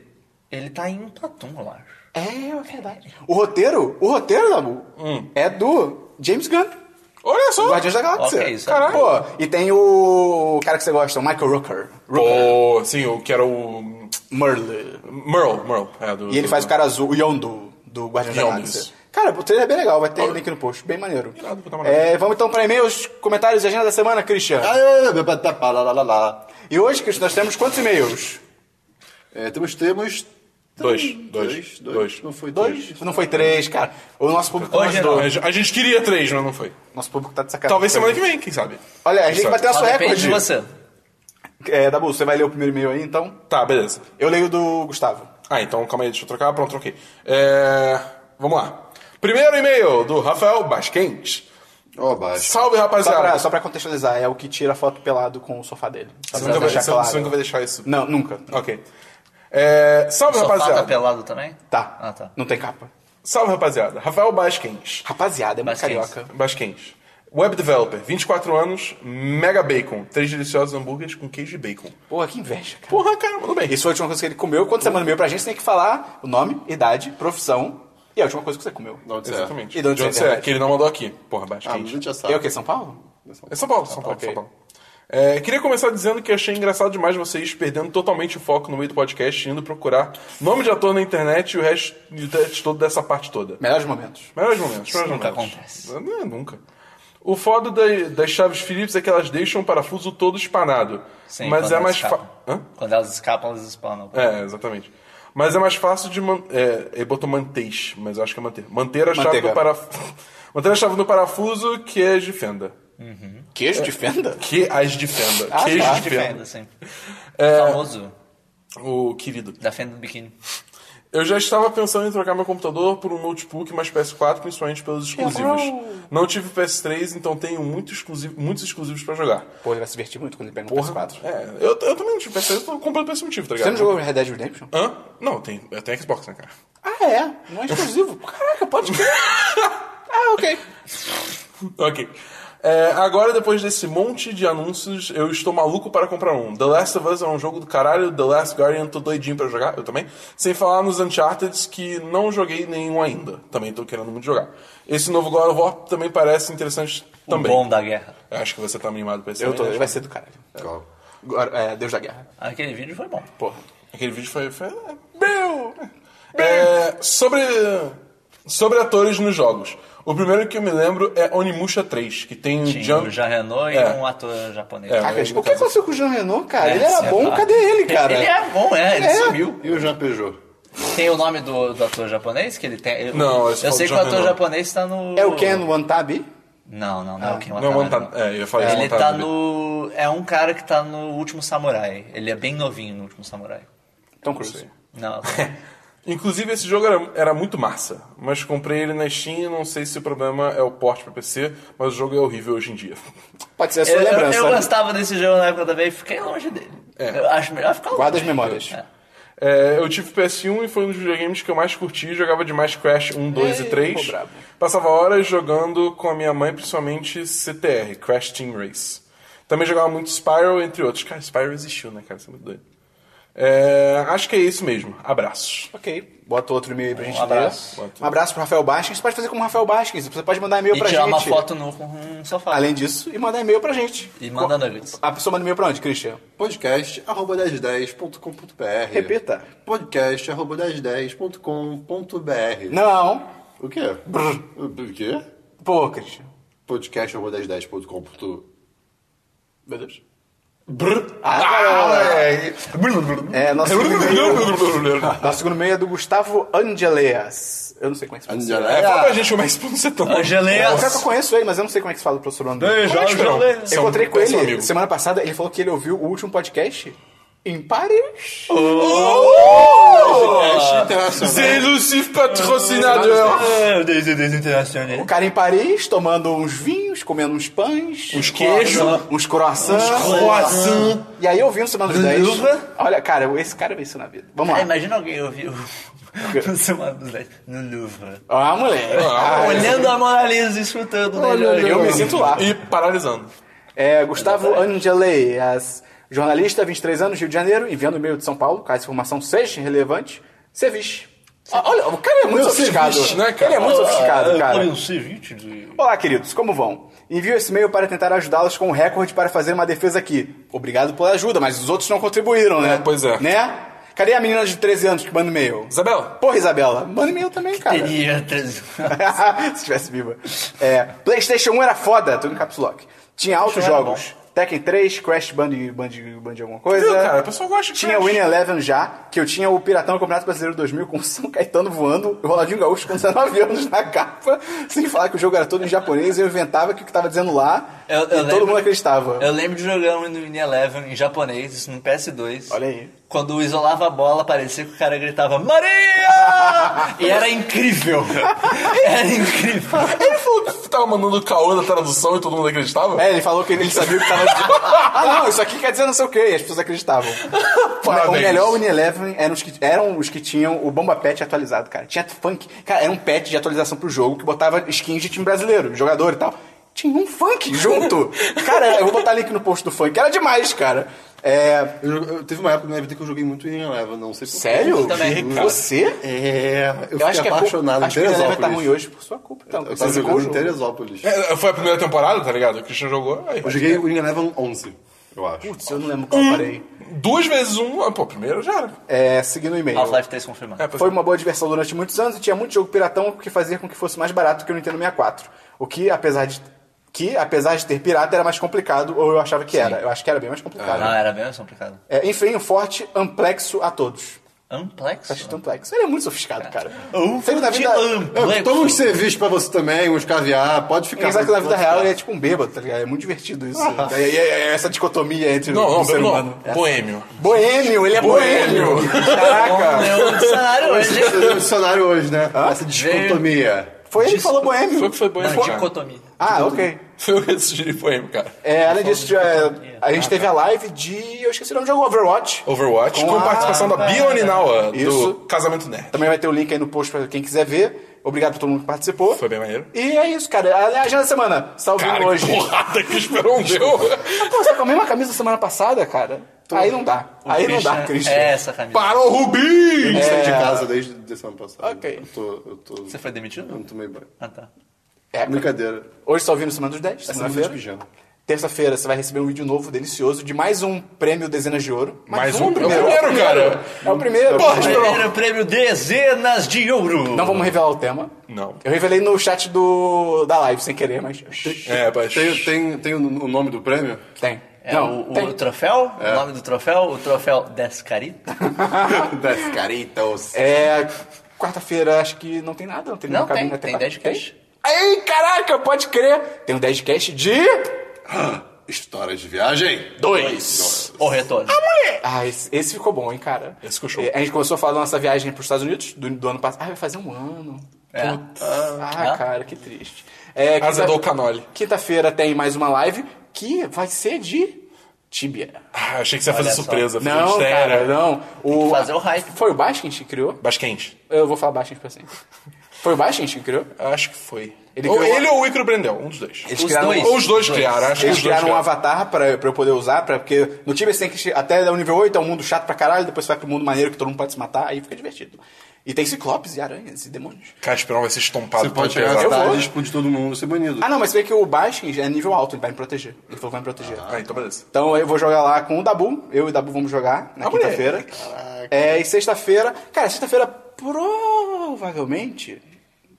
S2: Ele tá em Platão, eu acho.
S1: É, é verdade. O roteiro, o roteiro, Dabu,
S2: Hum.
S1: é do James Gunn,
S4: Olha
S1: do
S4: só.
S1: Guardiões da Galáxia.
S2: Ok, isso é
S1: Caralho. Pô, e tem o cara que você gosta, o Michael Rooker.
S4: Pô, sim, eu quero o.
S1: Merle.
S4: Merle, Merle. É, do,
S1: E ele
S4: do-
S1: faz o cara azul, o Yondu, do Guardiões da
S4: Yondu,
S1: Galáxia.
S4: isso.
S1: Cara, o trailer é bem legal, vai ter link no post, bem maneiro.
S4: Irado, vou dar uma
S1: É, vamos então para e-mails, comentários e agenda da semana, Christian.
S3: Ah, lá, lá, lá, lá.
S1: E hoje, Christian, nós temos quantos e-mails?
S3: É, temos temos
S4: Dois, dois, dois.
S3: Não foi dois?
S1: Dois? Não foi três, cara. O nosso público não
S2: Hoje
S1: ajudou.
S2: não.
S4: A gente queria três, mas não foi.
S1: Nosso público tá de sacanagem.
S4: Talvez semana que vem, quem sabe.
S1: Olha, a
S4: Quem
S1: gente
S4: sabe?
S1: bateu a
S2: Só
S1: sua
S2: depende de
S1: recorde.
S2: você.
S1: É, Dabu, você vai ler o primeiro e-mail aí, então?
S4: Tá, beleza.
S1: Eu leio o do Gustavo.
S4: Ah, então calma aí, deixa eu trocar. Pronto, troquei. É, Vamos lá. Primeiro e-mail do Rafael Basquente.
S3: Ó, baixo.
S4: Salve,
S1: Só
S4: rapaziada.
S1: pra, só pra contextualizar, é o que tira a foto pelado com o sofá dele. Só
S4: Você
S1: pra
S4: nunca vai-
S1: deixar
S4: você-
S1: claro.
S4: você nunca vai deixar isso.
S1: Não, nunca.
S4: Ok. É, Salve,
S2: O sofá tá
S4: rapaziada.
S2: pelado também?
S1: Tá.
S2: Ah, tá.
S1: Não tem capa.
S4: Salve, rapaziada. Rafael Basquens.
S1: Rapaziada, é muito
S2: Mas quem?
S1: carioca.
S4: Basquens. Web developer, 24 anos, mega bacon. Três deliciosos hambúrgueres com queijo e bacon.
S1: Porra, que inveja, cara.
S4: Porra, cara, mandou bem.
S1: Isso foi a última coisa que ele comeu. Quando você manda um e-mail pra gente, você tem que falar o nome, idade, profissão e é a última coisa que você comeu.
S3: Não, onde você é?
S4: Exatamente.
S1: E de onde você é, verdade?
S4: Que ele não mandou aqui. Porra,
S3: Ah, mas a
S4: Basquens.
S3: gente já
S1: É
S3: sabe.
S1: o que? São Paulo?
S4: É São Paulo, São Paulo,
S1: ok.
S4: São Paulo. É, queria começar dizendo que achei engraçado demais vocês perdendo totalmente o foco no meio do podcast e indo procurar nome de ator na internet e o resto, e o resto todo dessa parte toda.
S1: Melhores momentos.
S4: Melhores momentos, melhores
S2: nunca
S4: momentos.
S2: acontece.
S4: Não, é nunca. O foda da- das chaves Phillips é que elas deixam o parafuso todo espanado.
S2: Sim,
S4: mas
S2: quando
S4: é
S2: elas
S4: mais
S2: escapam.
S4: fácil. Hã?
S2: Quando elas escapam, elas espanam.
S4: É, exatamente. Mas é mais fácil de man... é, ele botou mantês, mas eu acho que é manter. Manter a chave
S1: Manteiga.
S4: no [LAUGHS] parafuso. manter a chave no parafuso que é de fenda.
S1: Queijo de fenda?
S4: Que as de fenda.
S1: Ah,
S4: Queijo
S1: tá.
S4: de
S2: De
S4: fenda.
S2: fenda, sim.
S1: [LAUGHS] É.
S2: Famoso.
S4: O querido.
S2: Da fenda do biquíni.
S4: Eu já estava pensando em trocar meu computador por um notebook mais PS4, principalmente pelos exclusivos. Não tive PS3, então tenho muito exclusivo, muitos exclusivos pra jogar.
S1: Pô, ele vai se divertir muito quando ele pega um PS4.
S4: É, eu, eu também não tive PS3, eu tô comprando por esse motivo, tá ligado?
S1: Você não jogou Red Dead Redemption?
S4: Hã? Não, tem, eu tenho Xbox, né, cara?
S1: Ah, é? Não é exclusivo? [LAUGHS] Caraca, pode crer. Ah, ok.
S4: Ok. É, agora, depois desse monte de anúncios, eu estou maluco para comprar um. The Last of Us é um jogo do caralho, The Last Guardian tô doidinho pra jogar, eu também. Sem falar nos Uncharted, que não joguei nenhum ainda. Também tô querendo muito jogar. Esse novo God of War também parece interessante
S2: O
S4: também.
S2: bom da guerra.
S4: Eu Acho que você tá mimado pra esse
S1: Eu tô,
S4: também,
S1: ele
S4: né?
S1: vai ser do caralho.
S3: Legal.
S1: Agora, é, Deus da Guerra.
S2: Aquele vídeo foi bom.
S1: Porra.
S4: Aquele vídeo foi... foi... é, Meu! É, sobre, sobre atores nos jogos. O primeiro que eu me lembro é Onimusha 3, que tem o
S2: Tinha o
S4: Jean...
S2: Jean Reno e
S4: É.
S2: um ator japonês.
S4: É.
S1: Ah, cara,
S4: eu-
S1: o que aconteceu com o Jean Renault, cara? ele era
S2: sei
S1: bom,
S2: lá.
S1: cadê É, ele, cara?
S2: Ele é bom, é, ele
S1: É.
S2: sumiu.
S3: E o Jean Peugeot?
S2: Tem o nome do, do ator japonês que ele tem? Eu-
S4: Não, esse
S2: eu sei
S4: foi o
S2: que o
S4: John
S2: ator
S4: Renault.
S2: japonês tá no.
S1: É o Ken Wantabi?
S2: Não, não, não é o Ken
S4: Não,
S2: Watanabe,
S4: Wanta- é, eu ia falar isso,
S2: Ele tá
S4: Watanabe.
S2: no. É um cara que tá no Último Samurai. Ele é bem novinho no Último Samurai.
S1: Tom Cruise.
S4: [LAUGHS]
S2: Não.
S4: Inclusive, esse jogo era, era muito massa, mas comprei ele na Steam e não sei se o problema é o porte pra PC, mas o jogo é horrível hoje em dia. [LAUGHS]
S1: Pode ser a sua
S2: Eu, eu,
S1: lembrança.
S2: eu gostava desse jogo na época também e fiquei longe dele.
S4: É.
S2: Eu acho melhor ficar longe.
S1: Guarda as memórias.
S2: É.
S4: É, eu tive PS1 e foi um dos videogames que eu mais curti, jogava demais Crash 1, 2 e
S1: Ei, pô,
S4: 3.
S1: brabo.
S4: Passava horas jogando com a minha mãe, principalmente CTR, Crash Team Race. Também jogava muito Spyro, entre outros. Cara, Spyro existiu, né, cara? Isso é muito doido. É, acho que é isso mesmo. Abraços.
S1: Ok. Bota outro e-mail aí pra gente
S2: abraço.
S1: ler. Um abraço pro Rafael Basquins. Você pode fazer como o Rafael Basquins. Você pode mandar e-mail
S2: E
S1: pra
S2: tirar
S1: gente.
S2: uma foto no, com um sofá.
S1: Além disso, e mandar e-mail pra gente.
S2: E manda nuggets.
S1: A pessoa manda e-mail pra onde, Christian?
S3: Podcast arroba 1010.com.br
S1: Repita.
S3: Podcast arroba 1010.com.br
S1: Não.
S3: O quê? O quê?
S1: Pô, Christian.
S3: Podcast arroba 1010.com.br
S1: Meu Deus.
S4: Brr.
S1: Ah,
S4: é.
S1: É, nosso segundo e-mail, nosso segundo e-mail é do Gustavo Angeleas. Eu não sei como é que se fala.
S4: É, fala pra
S3: Angela.
S4: gente como é que se pronuncia tão
S2: Angeleia.
S1: Eu, pior que eu conheço ele, mas eu não sei como é que se fala o sobrenome dele.
S4: Beijo,
S2: Lógico que não.
S4: Angela.
S1: Eu encontrei
S4: São-
S1: com ele
S4: são amigos.
S1: semana passada, ele falou que ele ouviu o último podcast em Paris.
S3: Podcast internacional.
S4: Elusive patrocinador.
S1: O cara em Paris, tomando uns vinhos, comendo uns pães,
S4: Uns queijo.
S1: uns croissants.
S4: Croissant.
S1: E aí eu vi no Semana dos 10.
S2: Luva.
S1: Olha, cara, esse cara venceu na vida. Vamos
S2: Ah,
S1: lá.
S2: imagina alguém ouvir [LAUGHS] o Semana dos Dez no Louvre.
S1: Ah, moleque.
S4: Ah,
S1: Ah,
S2: Olhando a Mona Lisa, escutando né, o
S1: eu, eu me sinto lá.
S4: E paralisando.
S1: É, Gustavo Angelei, as- jornalista, 23 anos, Rio de Janeiro, enviando e-mail de São Paulo, caso a informação seja relevante. Ceviche. Ah, Olha, o cara é muito
S3: Meu
S1: sofisticado.
S3: ceviche,
S4: né, cara?
S1: Ele é muito sofisticado, cara.
S2: Eu sei, 20 um de...
S1: Olá, queridos, como vão? Envio esse e-mail para tentar ajudá-los com um recorde para fazer uma defesa aqui. Obrigado pela ajuda, mas os outros não contribuíram, né?
S4: É, pois é.
S1: Né? Cadê a menina de 13 anos que manda e-mail?
S4: Isabela.
S1: Porra, Isabela, manda e-mail também, cara.
S2: Teria três...
S1: [LAUGHS] Se estivesse viva. É, PlayStation 1 era foda, tudo em caps lock. Tinha altos
S2: era
S1: jogos. Tekken 3, Crash Bandicoot, Bandicoot, Bandicoot alguma coisa.
S4: Viu, cara? O pessoal gosta de
S1: é. Tinha
S4: Crash.
S1: Win Eleven já, que eu tinha o Piratão do Campeonato Brasileiro 2000 com o São Caetano voando e o Ronaldinho Gaúcho com 19 [LAUGHS] anos na capa, sem falar que o jogo era todo em japonês e eu inventava que o que tava dizendo lá
S2: Eu- eu
S1: e todo
S2: lembro-
S1: mundo acreditava.
S2: [LAUGHS] Eu lembro de jogar um no Mini Eleven em japonês, isso no PS2.
S1: Olha aí.
S2: Quando isolava a bola, parecia que o cara gritava Maria! e
S1: [LAUGHS]
S2: era incrível. era incrível.
S4: Ele falou que tava mandando caô na tradução e todo mundo acreditava?
S1: É, ele falou que ele sabia o que tava dizendo. ah, não, isso aqui quer dizer não sei o que, as pessoas acreditavam. o
S4: Parabéns.
S1: melhor Win Eleven eram os, que, eram os que tinham o Bomba Pet atualizado, cara. Tinha funk. Cara, era um pet de atualização pro jogo que botava skins de time brasileiro, jogador e tal. Tinha um funk junto. cara, eu vou botar link no post do funk. Era demais, cara. É.
S3: Eu, jo- eu- teve uma época na minha vida que eu joguei muito em Eleva, não sei porquê.
S1: Sério?
S2: também, cara.
S1: Você?
S3: É,
S1: Eu
S3: eu, fiquei
S1: acho que é
S3: apaixonado
S1: culpa,
S3: em
S1: acho que o Win Eleven
S3: Teresópolis.
S1: tá ruim hoje por sua culpa. Então,
S3: Eu
S1: você
S3: tava
S1: zicou o
S3: jogando em
S1: jogo.
S3: Teresópolis.
S4: É, Foi a primeira temporada, tá ligado? O Christian jogou. Aí.
S3: Eu joguei o In Eleven 11, eu acho.
S1: Putz, eu não lembro qual eu parei.
S4: Duas vezes um. ah, Pô, primeiro já era.
S1: É, seguindo o e-mail.
S2: Half-Life 3 confirmado.
S4: É, pois
S1: Foi
S4: é.
S1: uma boa diversão durante muitos anos e tinha muito jogo piratão que fazia com que fosse mais barato que o Nintendo 64. O que, apesar de que, apesar de ter pirata, era mais complicado, ou eu achava que era. Eu acho que era bem mais complicado.
S4: Ah.
S2: Não, Ah, era bem complicado.
S1: É, enfim, um forte amplexo a todos.
S2: Amplex?
S1: Forte amplexo. Ele é muito sofisticado, cara.
S2: Um
S1: Sempre na
S2: de
S1: vida...
S2: Amplex.
S3: É, Toma uns serviços pra você também, uns caviar, pode ficar.
S1: Exato, na vida real ele é tipo um bêbado, tá ligado? É muito divertido isso. É, é- é essa dicotomia entre
S4: Ah. Não,
S1: o
S4: não,
S1: ser
S4: não.
S1: humano. É.
S4: Boêmio.
S1: Boêmio, ele é boêmio! Caraca! [LAUGHS]
S2: Leu o dicionário hoje.
S3: Esse é o dicionário hoje, né? Essa dicotomia.
S1: Foi ele que
S2: Dis-
S1: falou boêmio.
S4: Foi o que foi
S2: Não,
S4: boêmio, cara.
S2: dicotomia.
S1: Ah, ok.
S4: Foi o que sugeri boêmio, cara.
S1: É, além disso, já-
S2: dicotomia.
S1: a gente teve a live de. Eu esqueci o nome do jogo, Overwatch.
S4: Overwatch,
S1: Com
S4: com,
S1: a-
S4: a participação da Bia Oninawa,
S1: Isso.
S4: do Casamento Nerd.
S1: Também vai ter o link aí no post pra quem quiser ver. Obrigado pra todo mundo que participou.
S4: Foi bem maneiro.
S1: E é isso, cara. A a agenda da semana. Você tá ouvindo
S4: Cara,
S1: hoje.
S4: que porrada que esperou um meu.
S1: [LAUGHS] Pô, você tá com a mesma camisa da semana passada, cara? Aí não dá. Aí não dá, Christian.
S2: É essa camisa.
S4: Parou o Rubinho!
S1: É.
S3: Eu saí de casa desde a semana passada.
S1: Ok.
S3: Eu tô. Eu tô.
S2: Você foi demitido?
S3: Eu não tomei banho.
S2: Ah, tá.
S1: É,
S3: Brincadeira.
S1: Hoje você tá ouvindo Semana dos 10,
S3: Essa semana eu tô de
S1: segunda-feira.
S3: pijama.
S1: Terça-feira você vai receber um vídeo novo, delicioso, de mais um prêmio Dezenas de Ouro.
S4: Mais um? É o primeiro, cara.
S1: É o primeiro.
S4: Porra,
S1: Mas
S2: Primeiro prêmio Dezenas de Ouro.
S1: Não vamos revelar o tema.
S4: Não.
S1: Eu revelei no chat do, da live, sem querer, mas...
S4: É, mas...
S3: Tem, tem, tem o o nome do prêmio?
S1: Tem.
S2: É
S1: Não,
S2: o, o
S1: tem. É.
S2: troféu? O nome do troféu? O troféu Descarita?
S3: [LAUGHS] das caritas.
S1: É... Quarta-feira acho que não tem nada. Não tem
S2: Não,
S1: nenhuma
S2: tem.
S1: cabine até
S2: Tem
S1: quarta.
S2: 10 de cash.
S1: Ei, caraca, pode crer. Tem um 10 de cast de...
S3: História de viagem.
S1: Dois.
S2: O retorno.
S1: Ah, esse, esse ficou bom, hein, cara.
S4: Esse ficou show.
S1: É, A gente começou a falar da nossa viagem para os Estados Unidos do, do ano passado. Ah, vai fazer um ano.
S2: É.
S1: Putz. Ah,
S2: Ah.
S1: cara, que triste. É, quinta-
S4: Azedou o canole.
S1: Quinta-feira tem mais uma live que vai ser de Tibia.
S4: Ah, achei que você ia fazer
S2: Olha só.
S4: surpresa. fazer
S1: Não,
S4: mistério.
S1: cara, não. O,
S2: fazer o hype.
S1: Foi o Baskin que criou?
S4: Mas quente.
S1: Eu vou falar Baskin pra sempre. Foi o Baskin que criou?
S4: Acho que foi.
S1: Ele
S4: ou
S1: criou-
S4: ele ou o Icaro Brendel, um dos dois.
S1: Eles
S2: Os
S1: criaram
S2: dois.
S4: Ou os dois,
S2: Dois.
S4: criaram, acho que
S1: Eles
S4: os dois
S1: criaram um
S4: criaram.
S1: avatar pra, pra eu poder usar, pra, porque no Tibia você tem que che- até o nível 8 é um mundo chato pra caralho, depois você vai pro mundo maneiro que todo mundo pode se matar, aí fica divertido. E tem ciclopes e aranhas e demônios.
S4: Cara, o Esperão vai ser estompado.
S3: Você pode
S4: tão
S3: chegar na
S4: pesado.
S1: Eu vou.
S3: cidade e explodir todo mundo e ser banido.
S1: Ah não, mas você vê que o Bastion já é nível alto, ele vai me proteger. Ele falou que vai me proteger.
S4: Ah, então beleza.
S1: Então eu vou jogar lá com o Dabu, eu e o Dabu vamos jogar na
S4: Ah, moleque.
S1: quinta-feira. É, e sexta-feira, cara, sexta-feira provavelmente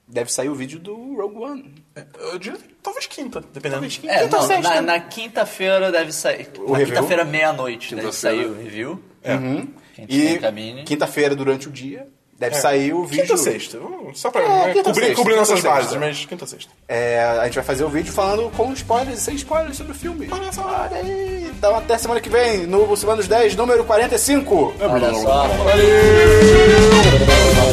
S1: deve sair o vídeo do Rogue One.
S4: É, Eu diria, talvez quinta, dependendo.
S1: Talvez quinta
S2: É,
S1: ou
S2: não,
S1: sexta.
S2: na, na quinta-feira deve sair. na
S1: né? review?
S2: quinta-feira, meia-noite, deve
S3: Quinta-feira.
S2: sair o review.
S4: É.
S1: Uhum.
S2: Quem tiver em
S1: E
S2: cabine.
S1: quinta-feira durante o dia deve sair o vídeo.
S4: É. Quinta ou sexta. Hum, Só pra
S1: É,
S4: né,
S1: quinta ou
S4: cobrir,
S1: sexta,
S4: cobrir
S1: quinta
S4: nossas
S1: ou
S4: bases,
S1: sexta.
S4: mas quinta ou sexta.
S1: É, a gente vai fazer o vídeo falando com spoilers e sem spoilers sobre o filme. Olha É só, olha aí. Então até semana que vem, no Semana dos 10, número 45.
S2: Olha só.
S4: Valeu!